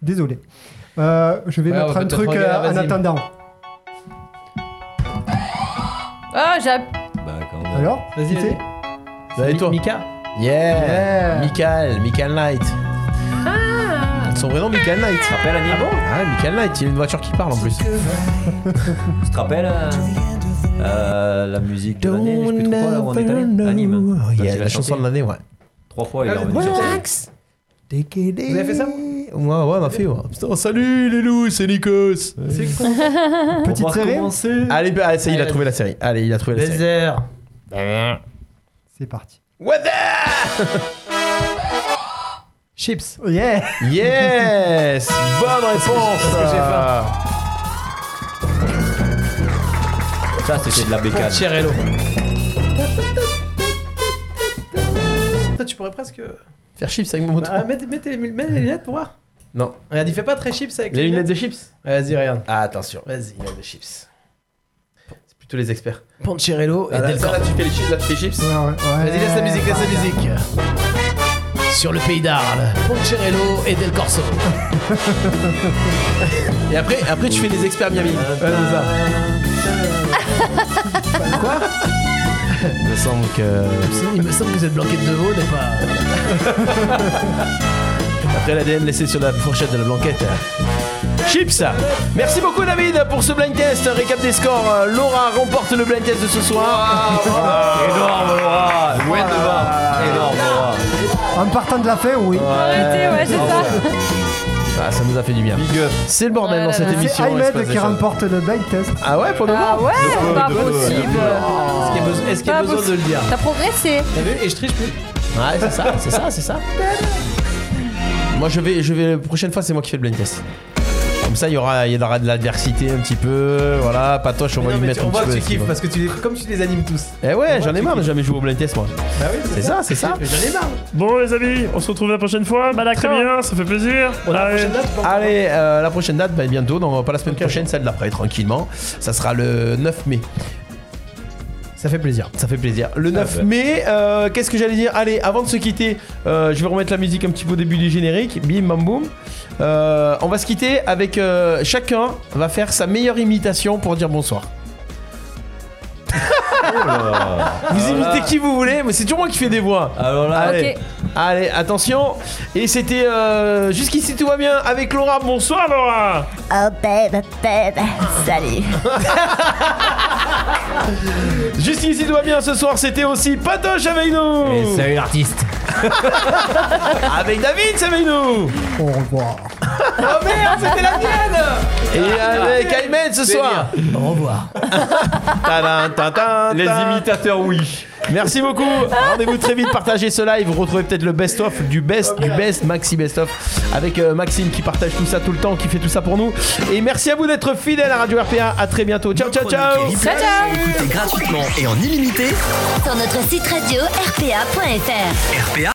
S4: Désolé. Euh, je vais
S2: Ouais, on
S4: mettre
S2: va
S4: un
S2: peut-être
S4: truc
S2: regarder,
S4: euh, en
S2: vas-y.
S4: attendant.
S5: Ah, j'ai.
S3: Bah,
S4: Alors
S1: Ah,
S2: Vas-y,
S4: Qui c'est
S2: vas-y.
S1: Allez, toi.
S2: Mika
S1: Yeah. Michael, Michael Knight. Son vrai nom, Michael Knight. Tu te
S3: rappelles, Annie
S1: Ah, Michael Knight, il a une voiture qui parle en plus.
S3: Tu te rappelles euh, euh, la musique de l'année Je sais plus trop quoi, là, où on est allé À Nîmes.
S1: Il y
S3: Quand
S1: a
S3: il
S1: la
S3: a
S1: chanson
S3: chanté.
S1: de l'année, ouais.
S3: Trois fois, il est
S1: Ah,
S3: revenu sur scène.
S1: Vous
S2: avez fait ça
S1: Ouais, ouais, on a fait. ouais. Putain, salut les loups, c'est Nikos.
S4: Petite série
S1: Allez, bah, ça y est, il a trouvé la série. Allez, il a trouvé la série.
S2: Désert.
S4: C'est parti.
S2: Chips.
S4: Yeah
S1: Yes Bonne réponse
S3: Ça, c'était de la bécane.
S2: Cherello. Toi, tu pourrais presque.
S1: Faire chips avec mon moto.
S2: Bah, mets, mets tes- mets les lunettes pour voir.
S1: Non.
S2: Regarde, il fait pas très chips avec
S1: Les lunettes de chips
S2: Vas-y, regarde.
S1: Ah, attention.
S2: Vas-y, lunettes de chips.
S1: C'est plutôt les experts.
S2: Pancherello et
S1: Ah, là,
S2: Delcorte.
S1: là, tu fais les chips, là, tu fais les chips.
S2: Vas-y, laisse la musique, laisse la musique. Sur le pays d'Arles, Poncherello et Del Corso.
S1: Et après, après tu fais les experts Miami.
S2: Quoi
S1: Il me semble que.
S2: Il me semble que cette blanquette de veau n'est pas.
S1: Après l'ADN laissé sur la fourchette de la blanquette. Chips Merci beaucoup David pour ce blind test. Récap des scores. euh, Laura remporte le blind test de ce soir.
S3: Énorme, Laura. Loin devant. Énorme, Laura.
S4: En partant de la fin, oui.
S5: Arrêtez, ouais, c'est ça.
S1: Ah, ça nous a fait du bien.
S3: Big up.
S1: C'est le
S5: Oh
S1: bordel dans cette
S4: C'est
S1: émission. il se passe
S4: Ahmed
S1: des
S4: qui
S1: choses.
S4: remporte le blind test.
S1: Ah ouais, pour le
S5: Ah
S1: moment
S5: ouais, c'est pas
S1: de peu,
S5: possible.
S2: Est-ce qu'il y a besoin, est-ce qu'il y a
S5: Pas
S2: besoin de le dire
S5: T'as progressé.
S2: T'as vu Et je triche plus.
S1: Ouais, c'est ça, c'est ça, c'est ça. Moi, je vais, je vais. La prochaine fois, c'est moi qui fais le blind test. Comme ça, il y aura, il y aura de l'adversité un petit peu. Voilà, patoche, on va
S2: Non,
S1: lui
S2: mais
S1: mettre
S2: tu- on
S1: un
S2: voit
S1: petit peu.
S2: que
S1: tu
S2: tu
S1: vois.
S2: kiffes parce que tu les, comme tu les animes tous.
S1: Eh ouais, j'en ai marre de jamais jouer au blind test, moi.
S2: Bah oui,
S1: C'est ça, c'est ça.
S2: J'en ai marre.
S16: Bon les amis, on se retrouve la prochaine fois. Bah d'accord. Très bien, ça fait plaisir.
S1: Ah,
S16: Allez.
S1: Allez, euh, la prochaine date, bah, bientôt, non, pas la semaine prochaine, celle d'après, tranquillement. Ça sera le 9 mai.
S2: Ça fait plaisir.
S1: Ça fait plaisir. Le 9
S3: ouais.
S1: mai, euh, qu'est-ce que j'allais dire Allez, avant de se quitter, euh, je vais remettre la musique un petit peu au début du générique. Bim, bam, boum. Euh, on va se quitter avec euh, chacun va faire sa meilleure imitation pour dire bonsoir. Vous imitez qui vous voulez, mais c'est toujours moi qui fais des voix.
S3: Alors là,
S1: Allez,
S5: Ok.
S1: allez, attention. Et c'était euh, jusqu'ici tout va bien avec Laura. Bonsoir Laura.
S14: Oh babe, babe, salut.
S1: Jusqu'ici tout va bien ce soir. C'était aussi Patoche avec nous.
S3: Et salut l'artiste.
S1: Avec David, c'est avec nous.
S4: Au revoir.
S2: Oh merde, c'était la mienne
S1: Et avec Aymen ce soir.
S2: Au revoir.
S1: Tadam, tadam,
S3: Les
S1: tadam.
S3: imitateurs, oui.
S1: Merci beaucoup. Rendez-vous très vite. Partagez ce live. Vous retrouvez peut-être le best-of du best, du best, Maxi Best-of. Avec euh, Maxime qui partage tout ça tout le temps, qui fait tout ça pour nous. Et merci à vous d'être fidèles à Radio RPA. À très bientôt. Ciao, ciao, ciao.
S15: Ciao, ciao.
S17: Écoutez gratuitement et en illimité
S15: Sur notre site radio rpa.fr.
S17: RPA